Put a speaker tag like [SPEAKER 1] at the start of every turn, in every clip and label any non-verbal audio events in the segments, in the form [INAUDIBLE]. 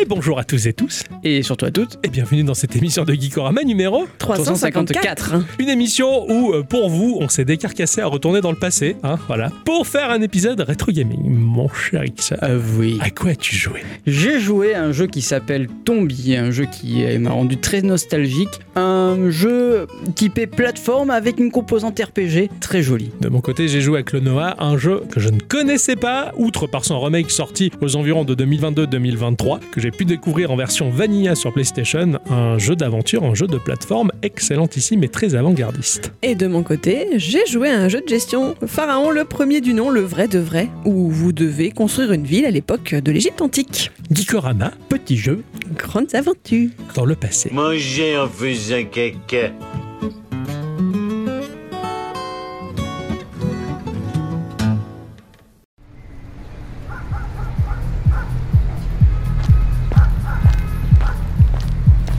[SPEAKER 1] Et bonjour à tous et tous,
[SPEAKER 2] Et surtout à toutes,
[SPEAKER 1] et bienvenue dans cette émission de Geekorama numéro
[SPEAKER 2] 354.
[SPEAKER 1] Une émission où, euh, pour vous, on s'est décarcassé à retourner dans le passé, hein, voilà, pour faire un épisode rétro gaming. Mon cher Ixon,
[SPEAKER 2] Ah oui.
[SPEAKER 1] à quoi as-tu joué
[SPEAKER 2] J'ai joué à un jeu qui s'appelle Tombi, un jeu qui euh, m'a rendu très nostalgique. Un jeu typé plateforme avec une composante RPG très jolie.
[SPEAKER 1] De mon côté, j'ai joué à Clonoa, un jeu que je ne connaissais pas, outre par son remake sorti aux environs de 2022-2023, que j'ai pu découvrir en version vanilla sur PlayStation, un jeu d'aventure, un jeu de plateforme excellentissime et très avant-gardiste.
[SPEAKER 3] Et de mon côté, j'ai joué à un jeu de gestion, Pharaon le premier du nom, le vrai de vrai, où vous devez construire une ville à l'époque de l'Égypte antique.
[SPEAKER 1] Geekorama, petit jeu
[SPEAKER 3] Grandes aventures.
[SPEAKER 1] dans le passé.
[SPEAKER 4] Manger en faisant caca.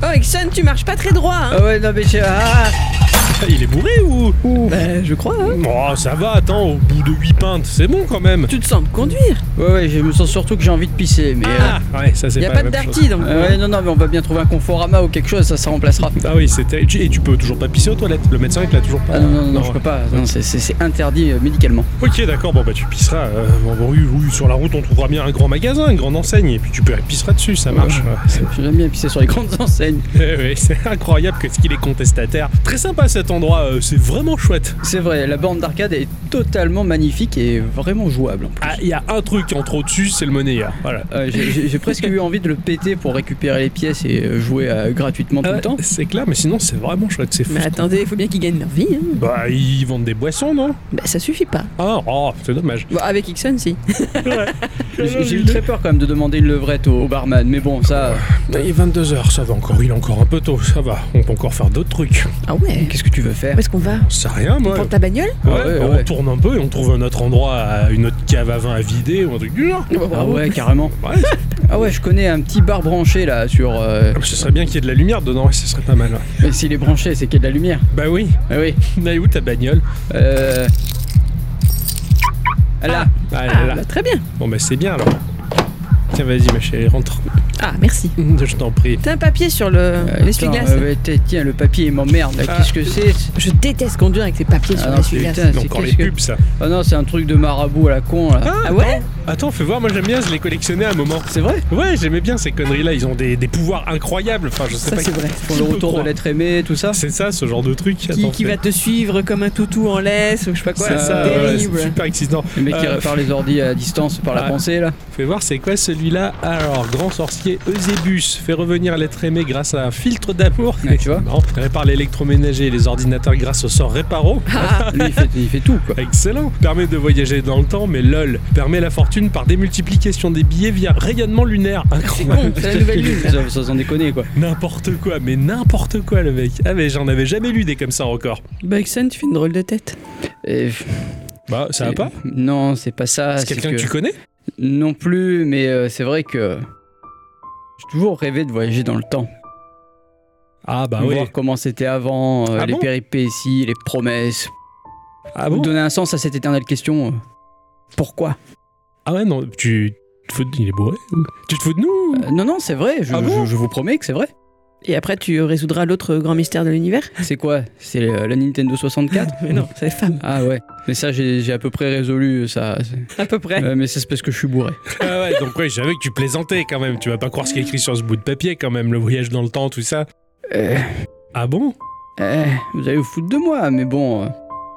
[SPEAKER 3] Oh, Ixon, tu marches pas très droit, hein
[SPEAKER 2] Ah ouais, non mais j'ai- ah,
[SPEAKER 1] [LAUGHS] Il est bourré ou
[SPEAKER 2] ouh.
[SPEAKER 3] Bah, je crois, hein
[SPEAKER 1] Oh, ça va, attends, au bout de 8 pintes, c'est bon quand même.
[SPEAKER 3] Tu te sens me conduire
[SPEAKER 2] Ouais, ouais, je me sens surtout que j'ai envie de pisser, mais...
[SPEAKER 1] Ah, ouais, ça c'est
[SPEAKER 3] Y a
[SPEAKER 1] pas,
[SPEAKER 3] pas
[SPEAKER 1] la
[SPEAKER 3] de
[SPEAKER 1] même chose.
[SPEAKER 3] darty dans le
[SPEAKER 2] euh,
[SPEAKER 3] coin.
[SPEAKER 2] ouais, non, non, mais on va bien trouver un Conforama ou quelque chose, ça, ça remplacera.
[SPEAKER 1] Ah oui, c'était. Et tu- et tu peux toujours pas pisser aux toilettes. Le médecin il te l'a toujours pas.
[SPEAKER 2] Ah non, non, non, je
[SPEAKER 1] ouais.
[SPEAKER 2] peux pas, non, c'est- c'est c'est interdit euh, médicalement.
[SPEAKER 1] Ok, d'accord, bon bah tu pisseras. euh, bon, bon, oui, oui, sur la route on trouvera bien un grand magasin, une grande enseigne, et puis tu peux pisseras dessus, ça marche. Ouais, [LAUGHS] c'est-
[SPEAKER 2] J'aime bien pisser sur les grandes [LAUGHS] enseignes.
[SPEAKER 1] Eh oui, c'est incroyable que ce qu'il est contestataire. Très sympa cet endroit, euh, c'est vraiment chouette.
[SPEAKER 2] C'est vrai, la borne d'arcade est totalement magnifique et vraiment jouable. en plus.
[SPEAKER 1] Ah, il y a un truc en trop dessus, c'est le monnayeur. Voilà.
[SPEAKER 2] Euh, j'ai- j'ai j'ai presque eu envie de le péter pour récupérer les pièces et euh, jouer euh, gratuitement tout
[SPEAKER 1] Ah ouais,
[SPEAKER 2] le temps.
[SPEAKER 1] c'est clair, mais sinon c'est vraiment chouette, c'est fou.
[SPEAKER 3] Mais attendez, il faut bien qu'ils gagnent leur vie, hein
[SPEAKER 1] Bah, ils vendent des boissons, non
[SPEAKER 3] Bah, ça suffit pas.
[SPEAKER 1] Ah, oh, c'est
[SPEAKER 2] [LAUGHS]
[SPEAKER 1] dommage.
[SPEAKER 3] Bon, avec Ixon, si.
[SPEAKER 2] J'ai j'ai eu très peur quand même de demander une levrette au, au barman, mais bon, ça. euh,
[SPEAKER 1] Il est 22h, ça va encore, il est encore un peu tôt, ça va. On peut encore faire d'autres trucs.
[SPEAKER 3] Ah ouais
[SPEAKER 2] Qu'est-ce que tu veux faire
[SPEAKER 3] Où est-ce qu'on va
[SPEAKER 1] On sait rien,
[SPEAKER 3] On
[SPEAKER 1] moi.
[SPEAKER 3] prend ta bagnole
[SPEAKER 1] Ouais,
[SPEAKER 2] Ah ouais,
[SPEAKER 1] bah, on
[SPEAKER 2] ouais.
[SPEAKER 1] tourne un peu et on trouve un autre endroit, à- une autre cave à vin à vider ou un truc du genre.
[SPEAKER 2] Ah ouais, carrément.
[SPEAKER 1] Ouais,
[SPEAKER 2] Ah ouais, je connais un petit bar branché là sur. euh,
[SPEAKER 1] Ah, ce serait bien qu'il y ait de la lumière dedans, ouais, ce serait pas mal. ouais.
[SPEAKER 2] Mais s'il est branché, c'est qu'il y a de la lumière.
[SPEAKER 1] Bah oui,
[SPEAKER 2] Ah oui.
[SPEAKER 1] mais où ta bagnole
[SPEAKER 2] Euh. Ah Là.
[SPEAKER 1] Ah,
[SPEAKER 3] Ah,
[SPEAKER 1] là, là.
[SPEAKER 3] bah, très bien.
[SPEAKER 1] Bon bah c'est bien alors. Tiens, vas-y ma chérie, rentre. [LAUGHS]
[SPEAKER 3] Ah, merci.
[SPEAKER 1] Je t'en prie.
[SPEAKER 3] T'as un papier sur le
[SPEAKER 2] Euh,
[SPEAKER 3] l'essuie-glace
[SPEAKER 2] attends, euh, ouais, t- Tiens, le papier il m'emmerde. là.
[SPEAKER 1] Ah.
[SPEAKER 2] Qu'est-ce que c'est
[SPEAKER 3] Je déteste conduire avec ces papiers sur
[SPEAKER 2] Ah,
[SPEAKER 3] l'essuie-glace.
[SPEAKER 2] putain,
[SPEAKER 1] C'est
[SPEAKER 2] c'est
[SPEAKER 1] encore les
[SPEAKER 2] qu'est-ce que-
[SPEAKER 1] pubs ça.
[SPEAKER 2] Ah non, c'est un truc de marabout à la con là.
[SPEAKER 3] Ah ouais
[SPEAKER 1] Attends, fais voir, moi j'aime bien, je les collectionnais à un moment.
[SPEAKER 2] C'est vrai
[SPEAKER 1] Ouais, j'aimais bien ces conneries là, ils ont des, des pouvoirs incroyables. Enfin, je sais
[SPEAKER 3] Ça,
[SPEAKER 1] pas.
[SPEAKER 3] c'est vrai.
[SPEAKER 1] qui-
[SPEAKER 2] Pour
[SPEAKER 1] qui
[SPEAKER 2] le
[SPEAKER 1] peut
[SPEAKER 2] retour de
[SPEAKER 1] croire.
[SPEAKER 2] l'être aimé, tout ça.
[SPEAKER 1] C'est ça, ce genre de truc.
[SPEAKER 3] qui,
[SPEAKER 1] Attends,
[SPEAKER 3] qui
[SPEAKER 1] fais-
[SPEAKER 3] va te suivre comme un toutou en laisse, ou je sais pas quoi.
[SPEAKER 1] C'est ça, ouais, c'est
[SPEAKER 3] terrible.
[SPEAKER 1] super excitant.
[SPEAKER 2] Le mec qui
[SPEAKER 1] Euh,
[SPEAKER 2] répare les ordi à distance par la
[SPEAKER 1] ouais.
[SPEAKER 2] pensée là.
[SPEAKER 1] Fais voir, c'est quoi celui-là Alors, grand sorcier Eusebus fait revenir l'être aimé grâce à un filtre d'amour. [LAUGHS]
[SPEAKER 2] Ouais, tu vois.
[SPEAKER 1] Non, répare l'électroménager et les ordinateurs grâce au sort réparo.
[SPEAKER 2] Lui il fait, il fait tout quoi.
[SPEAKER 1] Excellent. Permet de voyager dans le temps, mais lol. Permet la fortune par démultiplication des billets via rayonnement lunaire.
[SPEAKER 3] C'est
[SPEAKER 1] Incroyable.
[SPEAKER 3] con, [LAUGHS] c'est la nouvelle lune.
[SPEAKER 2] Ça, ça s'en déconner quoi.
[SPEAKER 1] N'importe quoi, mais n'importe quoi le mec. Ah mais j'en avais jamais lu des comme ça encore.
[SPEAKER 3] Buxon, Bah, tu fais une drôle de tête.
[SPEAKER 2] Et-
[SPEAKER 1] Bah ça va
[SPEAKER 2] et-
[SPEAKER 1] pas
[SPEAKER 2] Non, Ah, c'est pas ça.
[SPEAKER 1] C'est quelqu'un que... tu connais
[SPEAKER 2] Non plus, mais euh, c'est vrai que. J'ai toujours rêvé de voyager dans le temps.
[SPEAKER 1] Ah bah oui.
[SPEAKER 2] voir comment c'était avant, euh,
[SPEAKER 1] Ah
[SPEAKER 2] les
[SPEAKER 1] bon
[SPEAKER 2] péripéties, les promesses.
[SPEAKER 1] Ah bon
[SPEAKER 2] Donner un sens à cette éternelle question. euh, Pourquoi
[SPEAKER 1] Ah ouais non, tu te fous de... Il est bourré ou Tu te fous de nous
[SPEAKER 2] Euh, Non, non, c'est vrai, je,
[SPEAKER 1] Ah bon
[SPEAKER 2] je- je vous promets que c'est vrai.
[SPEAKER 3] Et après, tu résoudras l'autre grand mystère de l'univers
[SPEAKER 2] C'est quoi C'est euh, la
[SPEAKER 1] [LAUGHS]
[SPEAKER 2] Nintendo 64
[SPEAKER 3] [LAUGHS] Mais non, c'est femme.
[SPEAKER 2] Ah ouais. Mais ça, j'ai j'ai à peu près résolu ça.
[SPEAKER 3] À peu
[SPEAKER 1] Eh.
[SPEAKER 3] près.
[SPEAKER 2] Euh, mais ça, c'est parce que je suis bourré.
[SPEAKER 1] Ah ouais, donc ouais, j'avais que tu plaisantais quand même. Tu vas pas croire ce qui est écrit sur ce bout de papier quand même, le voyage dans le temps, tout ça.
[SPEAKER 2] Euh,
[SPEAKER 1] Ah bon
[SPEAKER 2] euh, vous allez vous foutre de moi, mais bon. euh,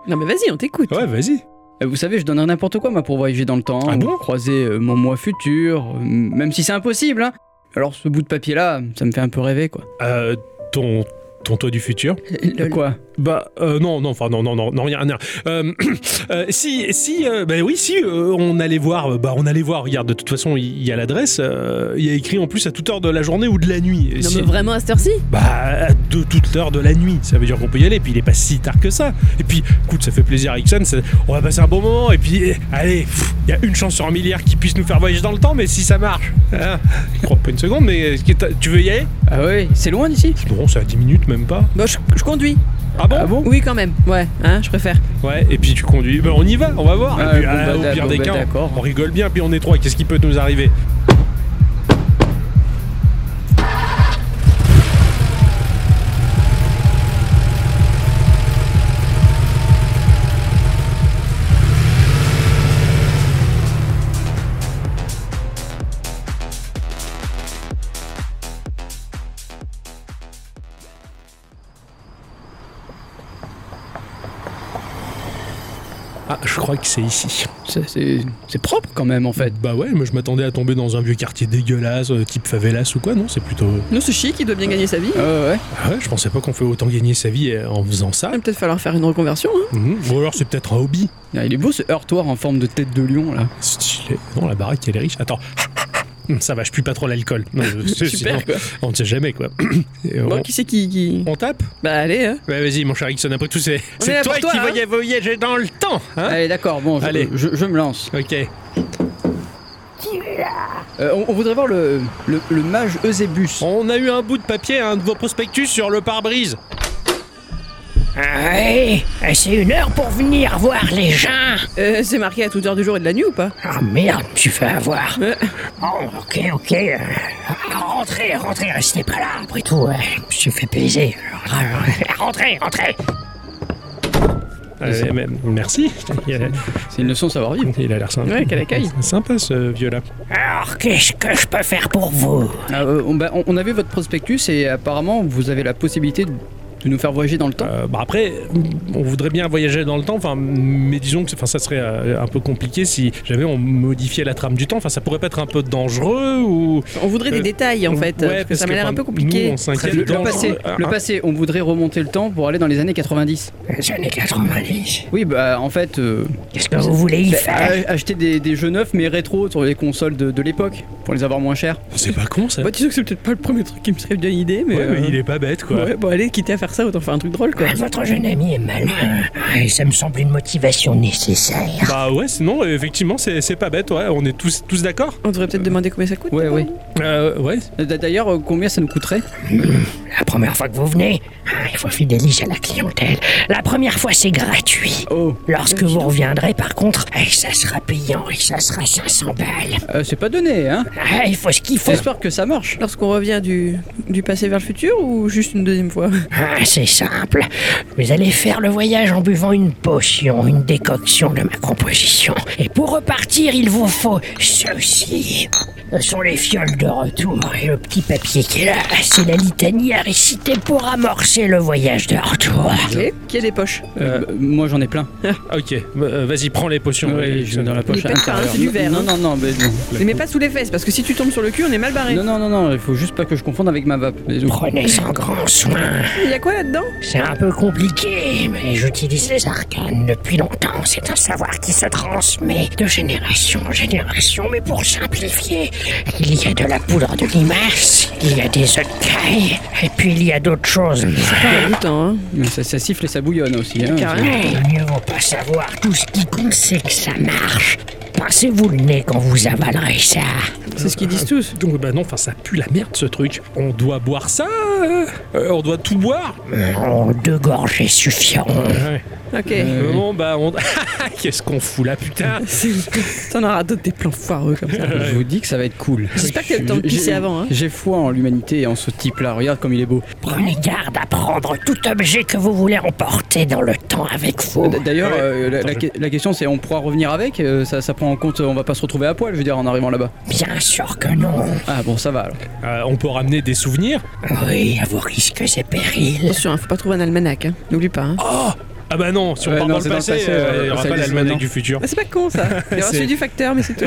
[SPEAKER 3] Non, mais vas-y, on t'écoute.
[SPEAKER 1] Ouais, vas-y.
[SPEAKER 2] Euh, Vous savez, je donnerais n'importe quoi, moi, pour voyager dans le temps,
[SPEAKER 1] Ah
[SPEAKER 2] ou
[SPEAKER 1] bon
[SPEAKER 2] croiser euh, mon moi futur, euh, même si c'est impossible, hein. Alors, ce bout de papier-là, ça me fait un peu rêver, quoi.
[SPEAKER 1] Euh, ton... Ton toi du futur
[SPEAKER 3] Lol.
[SPEAKER 2] Quoi
[SPEAKER 1] Bah euh, non non enfin non non non non rien rien. Euh, [CLEARS THROAT] euh, si si euh, bah oui si euh, on allait voir euh, bah on allait voir regarde de toute façon il il y, a l'adresse euh, il y a écrit en plus à toute heure de la journée ou de la nuit.
[SPEAKER 3] Non,
[SPEAKER 1] Si-
[SPEAKER 3] mais vraiment à cette heure-ci
[SPEAKER 1] bah de toute l'heure de la nuit ça veut dire qu'on peut y aller puis il est pas si tard que ça et puis écoute ça fait plaisir à Ixon ça- on va passer un bon moment et puis eh, allez pff, il y a une chance sur un milliard qui puisse nous faire voyager dans le temps mais si ça marche hein, je crois pas une seconde mais euh, est-ce que t'as- tu veux y aller
[SPEAKER 2] Ah oui, c'est loin d'ici
[SPEAKER 1] bon ça à 10 minutes même pas
[SPEAKER 3] Bon, je, je conduis.
[SPEAKER 1] ah bon,
[SPEAKER 2] Ah bon
[SPEAKER 3] Oui, quand même. Ouais, hein, je préfère.
[SPEAKER 1] Ouais, et puis tu conduis. Ben, on y va, on va voir.
[SPEAKER 2] Ah,
[SPEAKER 1] et puis,
[SPEAKER 2] bon,
[SPEAKER 1] ah,
[SPEAKER 2] bah,
[SPEAKER 1] au
[SPEAKER 2] d'a-
[SPEAKER 1] pire
[SPEAKER 2] bon,
[SPEAKER 1] des
[SPEAKER 2] bah,
[SPEAKER 1] cas,
[SPEAKER 2] d'accord.
[SPEAKER 1] on rigole bien, puis on est trois. Qu'est-ce qui peut nous arriver Ah, je crois que c'est ici.
[SPEAKER 2] Ça, C'est c'est propre quand même en fait.
[SPEAKER 1] Bah ouais, moi je m'attendais à tomber dans un vieux quartier dégueulasse, euh, type favelas ou quoi, non C'est plutôt.
[SPEAKER 3] Nous, c'est chic, il doit bien gagner sa vie.
[SPEAKER 2] Euh, ouais.
[SPEAKER 1] Ah ouais, je pensais pas qu'on fait autant gagner sa vie euh, en faisant ça.
[SPEAKER 3] Il va peut-être falloir faire une reconversion. hein.
[SPEAKER 1] Mhm. Ou alors c'est peut-être un hobby.
[SPEAKER 2] Ah, Il est beau ce heurtoir en forme de tête de lion là.
[SPEAKER 1] Stylé. Non, la baraque elle est riche. Attends. Hum, Ça va, je pue pas trop l'alcool. Non, euh, c'est-
[SPEAKER 3] Super,
[SPEAKER 1] sinon,
[SPEAKER 3] quoi.
[SPEAKER 1] on ne sait jamais quoi. Et
[SPEAKER 3] Bon,
[SPEAKER 1] on,
[SPEAKER 3] qui c'est qui, qui-
[SPEAKER 1] on tape
[SPEAKER 3] Bah, allez, hein.
[SPEAKER 1] Ouais, vas-y, mon cher Ixon, après tout, c'est
[SPEAKER 3] On
[SPEAKER 1] c'est
[SPEAKER 3] est là
[SPEAKER 1] toi,
[SPEAKER 3] pour toi,
[SPEAKER 1] qui
[SPEAKER 3] hein.
[SPEAKER 1] vas y voyager dans le temps. Hein
[SPEAKER 2] Allez, d'accord, bon, je,
[SPEAKER 1] Allez.
[SPEAKER 2] Je, je me lance.
[SPEAKER 1] ok.
[SPEAKER 2] Euh, on, on voudrait voir le, le, le mage Eusebus.
[SPEAKER 1] On a eu un bout de papier, un de vos prospectus sur le pare-brise.
[SPEAKER 5] Ouais, c'est une heure pour venir voir les gens.
[SPEAKER 3] Euh, c'est marqué à toute heure du jour et de la nuit ou pas
[SPEAKER 5] Ah merde, tu fais avoir.
[SPEAKER 3] Ouais.
[SPEAKER 5] Oh, ok, ok. euh, Rentrez, rentrez, restez pas là. Après tout, euh, je me suis fait baiser. Rentrez, rentrez.
[SPEAKER 1] Euh, mais- merci. Il a-
[SPEAKER 2] C'est une leçon de savoir-vivre.
[SPEAKER 1] il a l'air sympa.
[SPEAKER 3] Ouais, quel accueil.
[SPEAKER 1] C'est Sympa ce vieux-là.
[SPEAKER 5] Alors, qu'est-ce que je peux faire pour vous
[SPEAKER 2] Ah, euh, on, bah, on- on a vu votre prospectus et apparemment vous avez la possibilité de, de nous faire voyager dans le temps.
[SPEAKER 1] Euh, bah après, on voudrait bien voyager dans le temps, enfin, mais disons que enfin, ça serait euh, un peu compliqué si jamais on modifiait la trame du temps. Enfin, ça pourrait pas être un peu dangereux ou.
[SPEAKER 3] On voudrait des
[SPEAKER 1] Euh,
[SPEAKER 3] détails en fait.
[SPEAKER 1] ouais,
[SPEAKER 3] parce que ça
[SPEAKER 1] parce
[SPEAKER 3] m'a
[SPEAKER 1] que,
[SPEAKER 3] l'air un
[SPEAKER 1] enfin,
[SPEAKER 3] peu compliqué.
[SPEAKER 1] nous, on s'inquiète
[SPEAKER 2] Le, le
[SPEAKER 1] dans-
[SPEAKER 2] passé,
[SPEAKER 1] euh,
[SPEAKER 2] le
[SPEAKER 1] hein.
[SPEAKER 2] passé, on voudrait remonter le temps pour aller dans les années 90.
[SPEAKER 5] Les années 90.
[SPEAKER 2] Oui, bah en fait, euh,
[SPEAKER 5] Qu'est-ce que vous voulez y
[SPEAKER 2] bah,
[SPEAKER 5] faire
[SPEAKER 2] a- acheter des, des jeux neufs mais rétro sur les consoles de, de l'époque pour les avoir moins chers.
[SPEAKER 1] C'est pas con ça.
[SPEAKER 3] Bah, disons que c'est peut-être pas le premier truc qui me serait bien idée, mais.
[SPEAKER 1] Ouais,
[SPEAKER 3] euh,
[SPEAKER 1] mais il est pas bête quoi.
[SPEAKER 3] ouais, bon, allez, quitte à faire ça, autant faire un truc drôle quoi.
[SPEAKER 5] Votre jeune ami est malin. Et ça me semble une motivation nécessaire.
[SPEAKER 1] Bah ouais, sinon, euh, effectivement, c'est c'est pas bête, ouais, on est tous, tous d'accord.
[SPEAKER 3] On devrait peut-être demander combien ça coûte.
[SPEAKER 2] Ouais, ouais.
[SPEAKER 1] Euh, ouais,
[SPEAKER 2] D- D'ailleurs, euh, combien ça nous coûterait
[SPEAKER 5] La première fois que vous venez, ah, il faut fidéliser la clientèle. La première fois, c'est gratuit.
[SPEAKER 2] Oh,
[SPEAKER 5] Lorsque vous reviendrez, par contre, eh, ça sera payant et ça sera 500 balles.
[SPEAKER 2] euh, c'est pas donné, hein.
[SPEAKER 5] Ah, il faut ce qu'il faut.
[SPEAKER 2] J'espère que ça marche.
[SPEAKER 3] Lorsqu'on revient du, du passé vers le futur ou juste une deuxième [LAUGHS] fois
[SPEAKER 5] Ah, c'est simple. Vous allez faire le voyage en buvant une potion, une décoction de ma composition. Et pour repartir, il vous faut ceci. Ce sont les fioles de retour et le petit papier qui est là. C'est la litanie à réciter pour amorcer le voyage de retour.
[SPEAKER 3] Ok. Qui a des poches
[SPEAKER 1] Euh,
[SPEAKER 2] Bah, moi j'en ai plein.
[SPEAKER 1] ok, euh, vas-y, prends les potions.
[SPEAKER 2] Ouais,
[SPEAKER 1] euh,
[SPEAKER 2] je mets dans la poche
[SPEAKER 3] Il
[SPEAKER 2] à
[SPEAKER 3] est pas
[SPEAKER 2] l'intérieur.
[SPEAKER 3] fin, c'est du verre,
[SPEAKER 2] Non,
[SPEAKER 3] hein.
[SPEAKER 2] non, non, mais non.
[SPEAKER 3] Mais pas sous les fesses, parce que si tu tombes sur le cul, on est mal barré.
[SPEAKER 2] Non, non, non, non, il faut juste pas que je confonde avec ma vape. Mais donc-
[SPEAKER 5] Prenez sans grand soin.
[SPEAKER 3] Il y a quoi là-dedans
[SPEAKER 5] C'est un peu compliqué, mais j'utilise les arcanes depuis longtemps. C'est un savoir qui se transmet de génération en génération. Mais pour simplifier, il y a de la poudre de limace, il y a des œufs de caille, et puis il y a d'autres choses.
[SPEAKER 3] Pas dégoûtant, hein.
[SPEAKER 2] Mais ça, ça siffle et ça bouillonne aussi. Hein,
[SPEAKER 3] Carrément.
[SPEAKER 5] Mais mieux vaut pas savoir. Tout ce qui compte, c'est que ça marche. Pincez-vous le nez quand vous avalerez ça.
[SPEAKER 3] C'est ce qu'ils disent tous.
[SPEAKER 1] Donc bah non, enfin ça pue la merde ce truc. On doit boire ça euh, euh, On doit tout boire
[SPEAKER 5] En deux gorgées suffiront.
[SPEAKER 1] Ouais.
[SPEAKER 3] Ok.
[SPEAKER 1] Euh, Bon bah on... [LAUGHS] Qu'est-ce qu'on fout là putain
[SPEAKER 3] T'en auras d'autres des plans foireux comme ça.
[SPEAKER 2] Je vous dis que ça va être cool.
[SPEAKER 3] J'espère que t'as le temps de
[SPEAKER 2] J'ai-
[SPEAKER 3] pisser avant, hein.
[SPEAKER 2] J'ai foi en l'humanité et en ce type-là. Regarde comme il est beau.
[SPEAKER 5] Prenez garde à prendre tout objet que vous voulez emporter dans le temps avec vous.
[SPEAKER 2] D- D'ailleurs,
[SPEAKER 1] Ouais.
[SPEAKER 2] euh, la, la
[SPEAKER 1] Attends, je-
[SPEAKER 2] que- la question c'est on pourra revenir avec Euh, ça, ça prend en compte, euh, on va pas se retrouver à poil, je veux dire, en arrivant là-bas.
[SPEAKER 5] Bien sûr que non.
[SPEAKER 2] Ah bon, ça va alors.
[SPEAKER 1] Euh, On peut ramener des souvenirs
[SPEAKER 5] Oui, à vos risques et périls.
[SPEAKER 3] [LAUGHS] Attention, hein, faut pas trouver un almanach. hein. N'oublie pas. hein.
[SPEAKER 1] Ah bah non, si on
[SPEAKER 2] Ouais,
[SPEAKER 1] part
[SPEAKER 2] non,
[SPEAKER 1] dans le
[SPEAKER 2] c'est dans le
[SPEAKER 1] passé,
[SPEAKER 2] passé,
[SPEAKER 1] euh, il
[SPEAKER 2] ouais,
[SPEAKER 1] y aura
[SPEAKER 2] ça
[SPEAKER 1] pas
[SPEAKER 2] existe
[SPEAKER 1] l'almanach
[SPEAKER 2] maintenant.
[SPEAKER 1] du futur. [LAUGHS]
[SPEAKER 3] Ah, c'est pas con [LAUGHS] ça. Il y aura
[SPEAKER 1] C'est-
[SPEAKER 3] celui du facteur, mais c'est [LAUGHS] tout.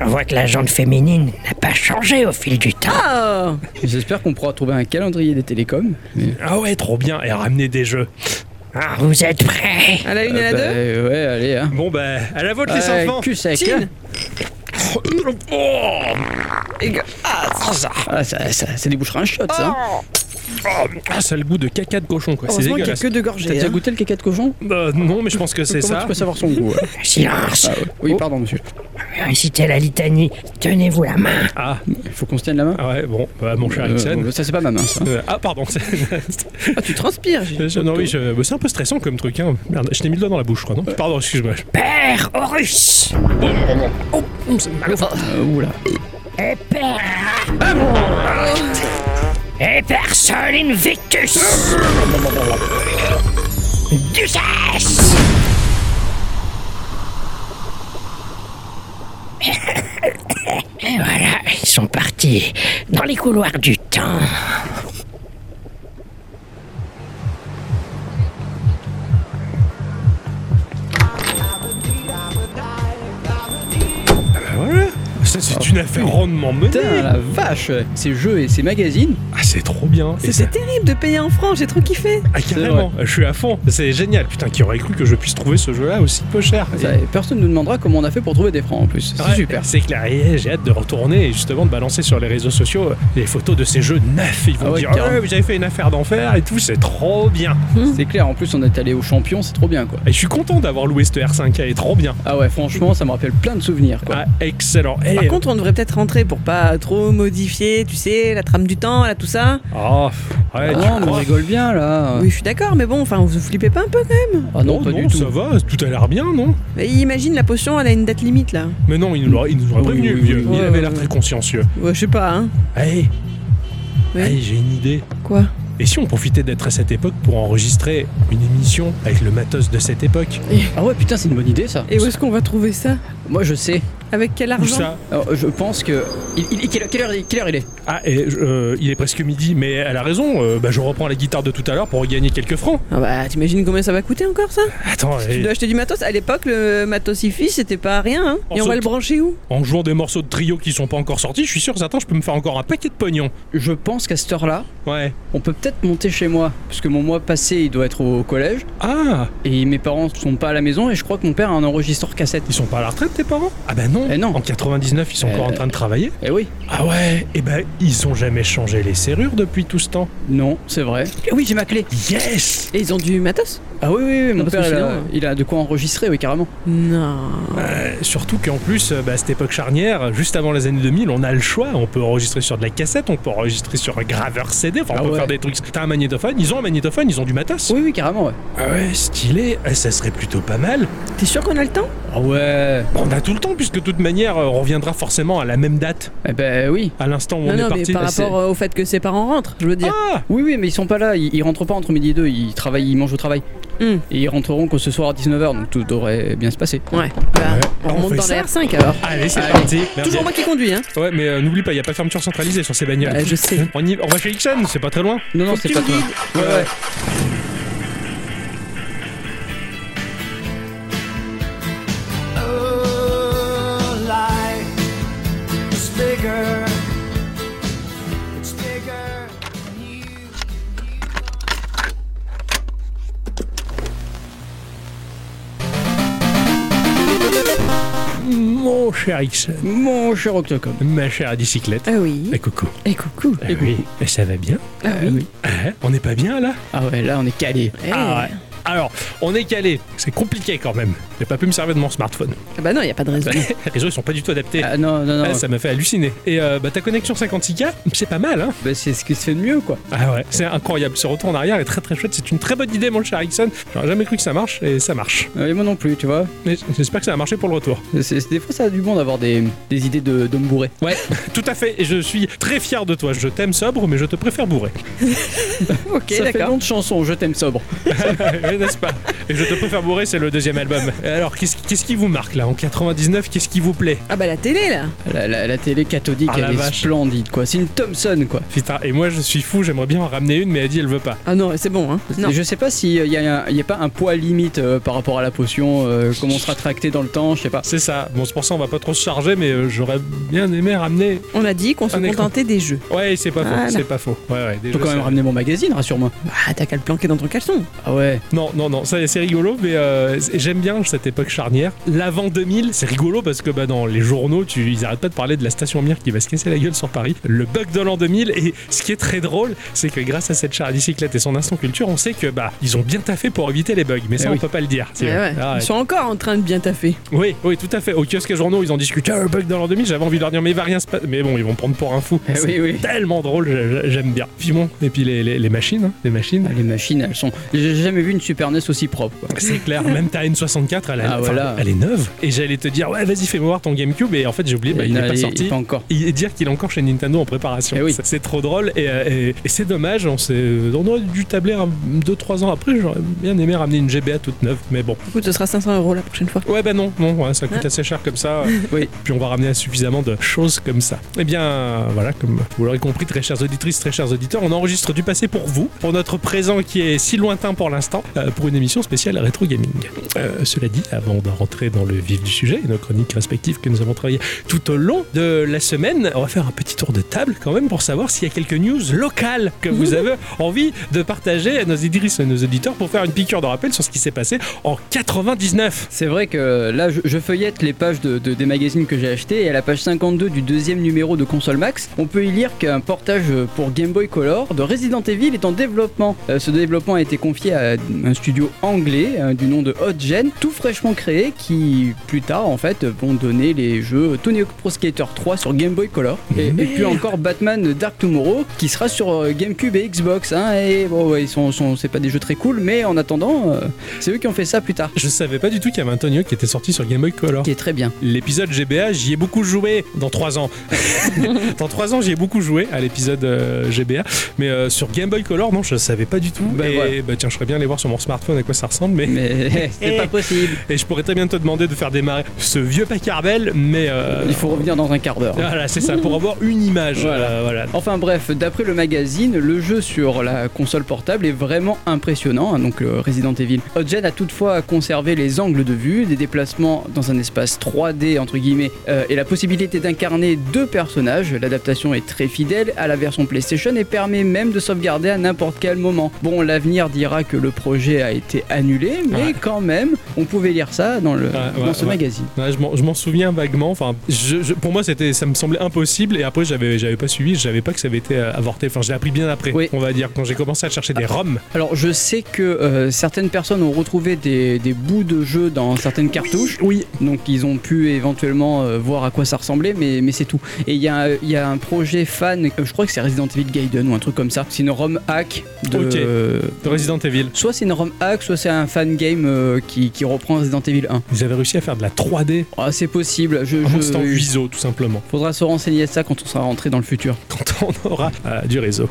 [SPEAKER 5] On voit que la jante féminine n'a pas changé au fil du temps.
[SPEAKER 3] Ah
[SPEAKER 2] J'espère qu'on pourra trouver un calendrier des télécoms. Mais-
[SPEAKER 1] Ah ouais, trop bien, et ramener des jeux.
[SPEAKER 5] Ah, vous êtes prêts
[SPEAKER 3] À la une et à
[SPEAKER 2] Euh,
[SPEAKER 3] la
[SPEAKER 2] bah,
[SPEAKER 3] deux
[SPEAKER 2] euh, Ouais, allez, hein. Euh,
[SPEAKER 1] Bon bah, à la vôtre les
[SPEAKER 2] Ouais,
[SPEAKER 1] enfants
[SPEAKER 2] cul sec.
[SPEAKER 3] Tine.
[SPEAKER 1] Oh
[SPEAKER 3] Et gue- Ah,
[SPEAKER 2] Ah, ça, ça, ça débouchera un shot, ça.
[SPEAKER 3] Oh.
[SPEAKER 1] Ah, ça a le goût de caca de cochon quoi, c'est
[SPEAKER 3] Heureusement qu'il y a
[SPEAKER 1] dégueulasse.
[SPEAKER 3] que deux
[SPEAKER 2] T'as
[SPEAKER 3] gorgées.
[SPEAKER 2] déjà
[SPEAKER 3] hein.
[SPEAKER 2] goûté le caca de cochon
[SPEAKER 1] Euh, non mais je pense que c'est
[SPEAKER 2] Comment
[SPEAKER 1] ça. Oh.
[SPEAKER 2] tu peux savoir son goût ouais
[SPEAKER 5] Silence.
[SPEAKER 2] Ah, ouais. Oui, pardon, monsieur.
[SPEAKER 5] Récitez la litanie. Tenez-vous la main.
[SPEAKER 1] Ah,
[SPEAKER 2] Il faut qu'on se tienne la main.
[SPEAKER 1] ah ouais, bon, bah mon cher
[SPEAKER 2] Euh,
[SPEAKER 1] Ixon.
[SPEAKER 2] ça, c'est pas ma main, ça.
[SPEAKER 1] Euh, ah pardon, [LAUGHS] c'est-
[SPEAKER 3] Ah, tu [LAUGHS] transpires. j'ai-
[SPEAKER 1] Euh, non, oui, je- bah, c'est un peu stressant comme truc. Hein. Merde, je t'ai mis le doigt dans la bouche, je crois, non Pardon, excuse-moi.
[SPEAKER 5] Père Horus. Oh, c'est mal au ventre.
[SPEAKER 2] Euh, oula.
[SPEAKER 5] Et père. Et père Sol Invictus. Ducesse. Et voilà, ils sont partis dans les couloirs du temps.
[SPEAKER 1] Bah, ça c'est une affaire rondement menée.
[SPEAKER 2] Putain, la vache, ces jeux et ces magazines.
[SPEAKER 1] Ah, c'est trop bien. Et
[SPEAKER 3] C'était terrible Hum, de payer en francs, j'ai trop kiffé.
[SPEAKER 1] Ah, carrément, je suis à fond. C'est génial. Putain, qui aurait cru que je puisse trouver ce jeu-là aussi peu cher
[SPEAKER 2] Ça, et personne ne nous demandera comment on a fait pour trouver des francs en plus. C'est
[SPEAKER 1] Ouais,
[SPEAKER 2] super.
[SPEAKER 1] C'est clair. Et j'ai hâte de retourner et justement de balancer sur les réseaux sociaux euh, les photos de ces jeux neufs. Ils vont
[SPEAKER 2] Ah ouais,
[SPEAKER 1] dire
[SPEAKER 2] carrément.
[SPEAKER 1] ouais, vous avez fait une affaire d'enfer et tout, c'est trop bien.
[SPEAKER 3] Mmh.
[SPEAKER 2] C'est clair, en plus on est allé au champion, c'est trop bien quoi.
[SPEAKER 1] Et je suis content d'avoir loué ce R5A, elle est trop bien.
[SPEAKER 2] Ah ouais, franchement, ça me rappelle plein de souvenirs quoi.
[SPEAKER 1] Ah, excellent. Et,
[SPEAKER 3] Par contre, on devrait peut-être rentrer pour pas trop modifier, tu sais, la trame du temps, là, tout ça.
[SPEAKER 1] oh, pff, ouais,
[SPEAKER 2] Ah
[SPEAKER 1] tu
[SPEAKER 2] non, mais on
[SPEAKER 1] crois
[SPEAKER 2] rigole bien là.
[SPEAKER 3] Oui, je suis d'accord, mais bon, enfin, vous flippez pas un peu quand même.
[SPEAKER 2] Ah non,
[SPEAKER 1] Oh,
[SPEAKER 2] pas du tout.
[SPEAKER 1] ça va, tout a l'air bien, non
[SPEAKER 3] Mais imagine, la potion, elle a une date limite, là.
[SPEAKER 1] Mais non, il nous l'aurait il nous aurait
[SPEAKER 2] Oui,
[SPEAKER 1] prévenu,
[SPEAKER 2] oui,
[SPEAKER 1] le vieux.
[SPEAKER 2] oui,
[SPEAKER 3] oui.
[SPEAKER 1] il avait l'air
[SPEAKER 3] Ouais,
[SPEAKER 1] très consciencieux.
[SPEAKER 3] Ouais, je sais pas, hein.
[SPEAKER 1] Hey,
[SPEAKER 3] Oui.
[SPEAKER 1] hey, j'ai une idée.
[SPEAKER 3] Quoi
[SPEAKER 1] Et si on profitait d'être à cette époque pour enregistrer une émission avec le matos de cette époque
[SPEAKER 2] Ah ouais, putain, c'est une bonne idée ça.
[SPEAKER 3] Et où est-ce qu'on va trouver ça
[SPEAKER 2] Moi je sais.
[SPEAKER 3] Avec quel
[SPEAKER 1] Où
[SPEAKER 3] argent
[SPEAKER 1] ça
[SPEAKER 2] Alors, je pense que. Il, il- quelle, quelle heure, quelle heure il est
[SPEAKER 1] Ah, et, euh, il est presque midi, mais elle a raison. euh, bah, je reprends la guitare de tout à l'heure pour gagner quelques francs.
[SPEAKER 3] Ah bah, t'imagines combien ça va coûter encore, ça
[SPEAKER 2] [LAUGHS]
[SPEAKER 1] Attends,
[SPEAKER 3] Tu
[SPEAKER 1] et-
[SPEAKER 3] dois acheter du matos. À l'époque, le matos IFI, c'était pas rien, hein.
[SPEAKER 1] En
[SPEAKER 3] Et on
[SPEAKER 1] saute.
[SPEAKER 3] va le brancher où
[SPEAKER 1] en jouant des morceaux de trio qui sont pas encore sortis, je suis sûr, attends, je peux me faire encore un paquet de pognon.
[SPEAKER 2] Je pense qu'à cette heure-là,
[SPEAKER 1] Ouais.
[SPEAKER 2] on peut peut-être monter chez moi. Parce que mon mois passé, il doit être au collège.
[SPEAKER 1] Ah,
[SPEAKER 2] Et mes parents sont pas à la maison et je crois que mon père a un enregistreur cassette.
[SPEAKER 1] ils sont pas à la retraite, tes parents Ah bah non.
[SPEAKER 2] Eh non.
[SPEAKER 1] En 99, ils sont encore en
[SPEAKER 2] Euh.
[SPEAKER 1] train de travailler.
[SPEAKER 2] Eh oui
[SPEAKER 1] Ah ouais. Et ben, ils ont jamais changé les serrures depuis tout ce temps.
[SPEAKER 2] Non, c'est vrai. Ah oui, j'ai ma clé
[SPEAKER 1] Yes.
[SPEAKER 3] Et ils ont du matos
[SPEAKER 2] Ah oui, oui, oui mon
[SPEAKER 3] parce
[SPEAKER 2] père,
[SPEAKER 3] que
[SPEAKER 2] il a,
[SPEAKER 3] sinon, euh,
[SPEAKER 2] il a de quoi enregistrer, oui, carrément.
[SPEAKER 3] Non.
[SPEAKER 1] Euh, surtout qu'en plus, euh, bah, à cette époque charnière, juste avant les années 2000, on a le choix. On peut enregistrer sur de la cassette, on peut enregistrer sur un graveur CD. Enfin, on
[SPEAKER 2] Ah
[SPEAKER 1] peut
[SPEAKER 2] ouais.
[SPEAKER 1] faire des trucs. T'as un magnétophone, ils ont un magnétophone, ils ont du matos.
[SPEAKER 2] Oui, oui, carrément, ouais.
[SPEAKER 1] Ah ouais, stylé. Eh, Ça serait plutôt pas mal.
[SPEAKER 3] T'es sûr qu'on a le temps
[SPEAKER 2] Ah ouais
[SPEAKER 1] On a tout le temps, puisque de toute manière, euh, on reviendra forcément à la même date,
[SPEAKER 2] Eh ben oui.
[SPEAKER 1] à l'instant où
[SPEAKER 3] Non,
[SPEAKER 1] on
[SPEAKER 3] non,
[SPEAKER 1] est parti.
[SPEAKER 3] mais par
[SPEAKER 2] c'est-
[SPEAKER 3] rapport euh, au fait que ses parents rentrent, je veux dire.
[SPEAKER 1] Ah
[SPEAKER 2] Oui, oui, mais ils sont pas là, ils, ils rentrent pas entre midi et deux, ils travaillent, ils mangent au travail.
[SPEAKER 3] Hum.
[SPEAKER 2] Et ils rentreront que ce soir à 19h, donc tout devrait bien se passer.
[SPEAKER 3] Ouais. Bah,
[SPEAKER 1] Ah. Ouais.
[SPEAKER 3] On
[SPEAKER 1] On
[SPEAKER 3] remonte
[SPEAKER 1] fait
[SPEAKER 3] dans
[SPEAKER 1] ça
[SPEAKER 3] la R5 alors.
[SPEAKER 1] Allez, c'est
[SPEAKER 2] Allez.
[SPEAKER 1] parti. Merci.
[SPEAKER 3] Toujours moi qui conduis, hein.
[SPEAKER 1] Ouais, mais euh, n'oublie pas, il a pas de fermeture centralisée sur ces bagnoles.
[SPEAKER 3] Bah, je sais.
[SPEAKER 1] On, y- on va chez Ixon, c'est pas très loin.
[SPEAKER 2] Non, non,
[SPEAKER 3] Faut
[SPEAKER 2] c'est
[SPEAKER 3] que
[SPEAKER 2] pas
[SPEAKER 3] tu
[SPEAKER 2] toi.
[SPEAKER 3] me
[SPEAKER 2] Ouais, ouais.
[SPEAKER 1] Mon cher Ixon,
[SPEAKER 2] Mon cher Octocom.
[SPEAKER 1] ma chère à bicyclette.
[SPEAKER 3] Ah oui.
[SPEAKER 1] Eh, coucou.
[SPEAKER 3] Et coucou.
[SPEAKER 1] Eh oui, eh, ça va bien
[SPEAKER 3] Ah
[SPEAKER 2] Ah oui.
[SPEAKER 1] Eh, On n'est pas bien là
[SPEAKER 2] Ah ouais, là on est calé.
[SPEAKER 3] Eh.
[SPEAKER 1] Ah ouais. Alors, on est calé, c'est compliqué quand même. J'ai pas pu me servir de mon smartphone. [LAUGHS]
[SPEAKER 3] Ah bah non, y a pas de raison.
[SPEAKER 1] Les réseaux ils sont pas du tout adaptés.
[SPEAKER 2] Ah non, non, non.
[SPEAKER 1] Eh, ça m'a fait halluciner. Et euh, bah, ta connexion 56K, c'est pas mal, hein
[SPEAKER 2] Bah, c'est ce qui se fait de mieux, quoi.
[SPEAKER 1] Ah ouais, c'est incroyable. Ce retour en arrière est très très chouette. C'est une très bonne idée, mon cher Ixon. J'aurais jamais cru que ça marche, et ça marche.
[SPEAKER 2] Et moi non plus, tu vois.
[SPEAKER 1] Mais J'espère que ça a marché pour le retour.
[SPEAKER 2] C'est- c'est- des fois, ça a du bon d'avoir des, des idées de d'hommes bourrés.
[SPEAKER 1] Ouais, tout à fait. Et je suis très fier de toi. Je t'aime sobre, mais je te préfère [LAUGHS] bourré.
[SPEAKER 3] [LAUGHS] ok,
[SPEAKER 2] [LAUGHS] ça fait
[SPEAKER 3] d'accord.
[SPEAKER 2] nom de chanson, je t'aime sobre.
[SPEAKER 1] N'est-ce pas Et je te préfère bourré, c'est le deuxième album. Et Alors, qu'est-ce qu'est-ce qui vous marque là En 99, qu'est-ce qui vous plaît
[SPEAKER 3] Ah bah la télé là.
[SPEAKER 2] La, la- la télé cathodique,
[SPEAKER 1] Ah, la
[SPEAKER 2] elle est
[SPEAKER 1] vache.
[SPEAKER 2] splendide, quoi. C'est une Thompson, quoi.
[SPEAKER 1] Putain, et moi je suis fou, j'aimerais bien en ramener une, mais elle dit elle veut pas.
[SPEAKER 3] Ah non, c'est bon, hein. Non.
[SPEAKER 2] Et Je sais pas s'il y, a un- y a pas un poids limite euh, par rapport à la potion, euh, comment on sera tracté dans le temps, je sais pas.
[SPEAKER 1] C'est ça. Bon, c'est pour ça on va pas trop se charger, mais euh, j'aurais bien aimé ramener.
[SPEAKER 3] On a dit qu'on se
[SPEAKER 1] Un écran.
[SPEAKER 3] contentait des jeux.
[SPEAKER 1] Ouais, c'est pas faux,
[SPEAKER 3] Voilà.
[SPEAKER 1] c'est pas faux. Ouais, ouais,
[SPEAKER 2] Je
[SPEAKER 1] déjà,
[SPEAKER 2] peux quand même
[SPEAKER 1] ça-
[SPEAKER 2] ramener mon magazine, rassure-moi.
[SPEAKER 3] Ah, t'as qu'à le planquer dans ton caleçon.
[SPEAKER 2] Ah ouais.
[SPEAKER 1] Non, non, non, ça, c'est rigolo, mais euh, c'est- j'aime bien cette époque charnière. L'avant 2000, c'est rigolo parce que bah, dans les journaux, tu, ils arrêtent pas de parler de la station mire qui va se casser la gueule sur Paris. Le bug de l'an 2000, et ce qui est très drôle, c'est que grâce à cette char à bicyclette et son instant culture, on sait que bah ils ont bien taffé pour éviter les bugs, mais ça,
[SPEAKER 2] Eh
[SPEAKER 1] on
[SPEAKER 2] oui.
[SPEAKER 1] peut pas le dire. tu
[SPEAKER 3] Ouais,
[SPEAKER 1] vois.
[SPEAKER 3] ouais.
[SPEAKER 1] Ah, ouais.
[SPEAKER 3] Ils sont encore en train de bien taffer.
[SPEAKER 1] Oui, oui, tout à fait. Au kiosque à journaux, ils en discutent. Ah, le bug dans l'an 2000, j'avais envie de leur dire, mais il va rien se passer. Mais bon, ils vont prendre pour un fou.
[SPEAKER 2] Eh
[SPEAKER 1] C'est
[SPEAKER 2] oui, oui.
[SPEAKER 1] Tellement drôle, j'a- j'a- j'aime bien. Puis bon, et puis les, les- les machines, hein, les machines.
[SPEAKER 2] Ah, les machines, elles sont. J'ai jamais vu une Super NES aussi propre, quoi.
[SPEAKER 1] C'est clair, même ta N64, elle, a-
[SPEAKER 2] Ah,
[SPEAKER 1] enfin,
[SPEAKER 2] voilà.
[SPEAKER 1] elle est neuve. Et j'allais te dire, ouais, vas-y, fais-moi voir ton GameCube. Et en fait, j'ai oublié, bah, il
[SPEAKER 2] Non,
[SPEAKER 1] n'est pas
[SPEAKER 2] Eh ben, il-
[SPEAKER 1] sorti.
[SPEAKER 2] il est pas encore.
[SPEAKER 1] Et dire qu'il est encore chez Nintendo en préparation.
[SPEAKER 2] Eh oui.
[SPEAKER 1] Ça, C'est trop drôle et, euh, et- et c'est dommage. On, s'est- on aurait dû tabler 2-3 ans après. J'aurais bien aimé ramener une GBA toute neuve, mais bon.
[SPEAKER 3] Écoute, ce sera 500 euros la prochaine fois.
[SPEAKER 1] Ouais, bah non, non, ouais, ça coûte assez cher comme ça.
[SPEAKER 2] Oui.
[SPEAKER 1] Puis on va ramener suffisamment de choses comme ça. Eh bien, euh, voilà, comme vous l'aurez compris, très chères auditrices, très chers auditeurs, on enregistre du passé pour vous, pour notre présent qui est si lointain pour l'instant, euh, pour une émission spéciale rétro gaming. Euh, cela dit, avant de rentrer dans le vif du sujet et nos chroniques respectives que nous avons travaillées tout au long de la semaine, on va faire un petit tour de table quand même pour savoir s'il y a quelques news locales que vous avez envie de partager à nos éditrices et nos auditeurs pour faire une piqûre de rappel sur ce qui s'est passé en 99.
[SPEAKER 2] C'est vrai que là, je, je feuillette les pages de, de- des magazines que j'ai achetés et à la page 52 du deuxième numéro de Console Max, on peut y lire qu'un portage pour Game Boy Color de Resident Evil est en développement. Euh, ce développement a été confié à un studio anglais euh, du nom de Hot Gen, tout fraîchement créé, qui plus tard en fait vont donner les jeux Tony Hawk Pro Skater 3 sur Game Boy Color et, et puis encore Batman Dark Tomorrow qui sera sur euh, GameCube et Xbox. hein. et bon, ouais, ils sont, sont- c'est pas des jeux très cool, mais en attendant, euh, c'est eux qui ont fait ça plus tard,
[SPEAKER 1] Je savais pas du tout qu'il y avait Antonio qui était sorti sur Game Boy Color.
[SPEAKER 2] qui est très bien.
[SPEAKER 1] L'épisode GBA, j'y ai beaucoup joué dans 3 ans. [LAUGHS] dans 3 ans, j'y ai beaucoup joué à l'épisode euh, GBA. Mais euh, sur Game Boy Color, non, je savais pas du tout.
[SPEAKER 2] Bah,
[SPEAKER 1] et
[SPEAKER 2] voilà.
[SPEAKER 1] bah, tiens, je serais bien allé voir sur mon smartphone à quoi ça ressemble. Mais... [LAUGHS]
[SPEAKER 2] Mais c'est pas possible.
[SPEAKER 1] Et je pourrais très bien te demander de faire démarrer ce vieux Pacarbel, mais. euh,
[SPEAKER 2] Il faut revenir dans un quart d'heure.
[SPEAKER 1] Voilà, c'est ça, pour avoir une image.
[SPEAKER 2] Voilà.
[SPEAKER 1] euh, voilà.
[SPEAKER 2] Enfin bref, d'après le magazine, le jeu sur la console portable est vraiment impressionnant, hein, donc le Resident Evil. Hotgen a toutefois conservé les angles de vue, des déplacements dans un espace 3D entre guillemets, euh, et la possibilité d'incarner deux personnages. L'adaptation est très fidèle à la version PlayStation et permet même de sauvegarder à n'importe quel moment. Bon, l'avenir dira que le projet a été annulé, mais
[SPEAKER 1] Ouais.
[SPEAKER 2] quand même, on pouvait lire ça dans, le,
[SPEAKER 1] Ouais,
[SPEAKER 2] dans
[SPEAKER 1] ouais,
[SPEAKER 2] ce
[SPEAKER 1] ouais.
[SPEAKER 2] magazine.
[SPEAKER 1] Ouais, je m'en- je m'en souviens vaguement. Enfin, je- je- pour moi, c'était, ça me semblait impossible. Et après, j'avais, j'avais pas suivi. Je savais pas que ça avait été euh, avorté. Enfin, j'ai appris bien après,
[SPEAKER 2] Oui. Ah.
[SPEAKER 1] on va dire, quand j'ai commencé à chercher des ROM.
[SPEAKER 2] Alors je sais que euh, certaines personnes ont retrouvé des, des bouts de jeu dans certaines cartouches. Oui. Donc ils ont pu éventuellement euh, voir à quoi ça ressemblait, mais, mais c'est tout. Et il y, a- il y a un projet fan, euh, je crois que c'est Resident Evil Gaiden ou un truc comme ça. C'est une ROM hack de...
[SPEAKER 1] Ok.
[SPEAKER 2] euh,
[SPEAKER 1] De Resident Evil.
[SPEAKER 2] Soit c'est une ROM hack, soit c'est un fan game euh, qui, qui reprend Resident Evil 1.
[SPEAKER 1] Ils avaient réussi à faire de la 3D.
[SPEAKER 2] Ah, c'est possible, je...
[SPEAKER 1] En
[SPEAKER 2] je-
[SPEAKER 1] en viso, tout simplement. [LAUGHS]
[SPEAKER 2] Faudra se renseigner de ça quand on sera rentré dans le futur.
[SPEAKER 1] Quand on aura euh, du réseau.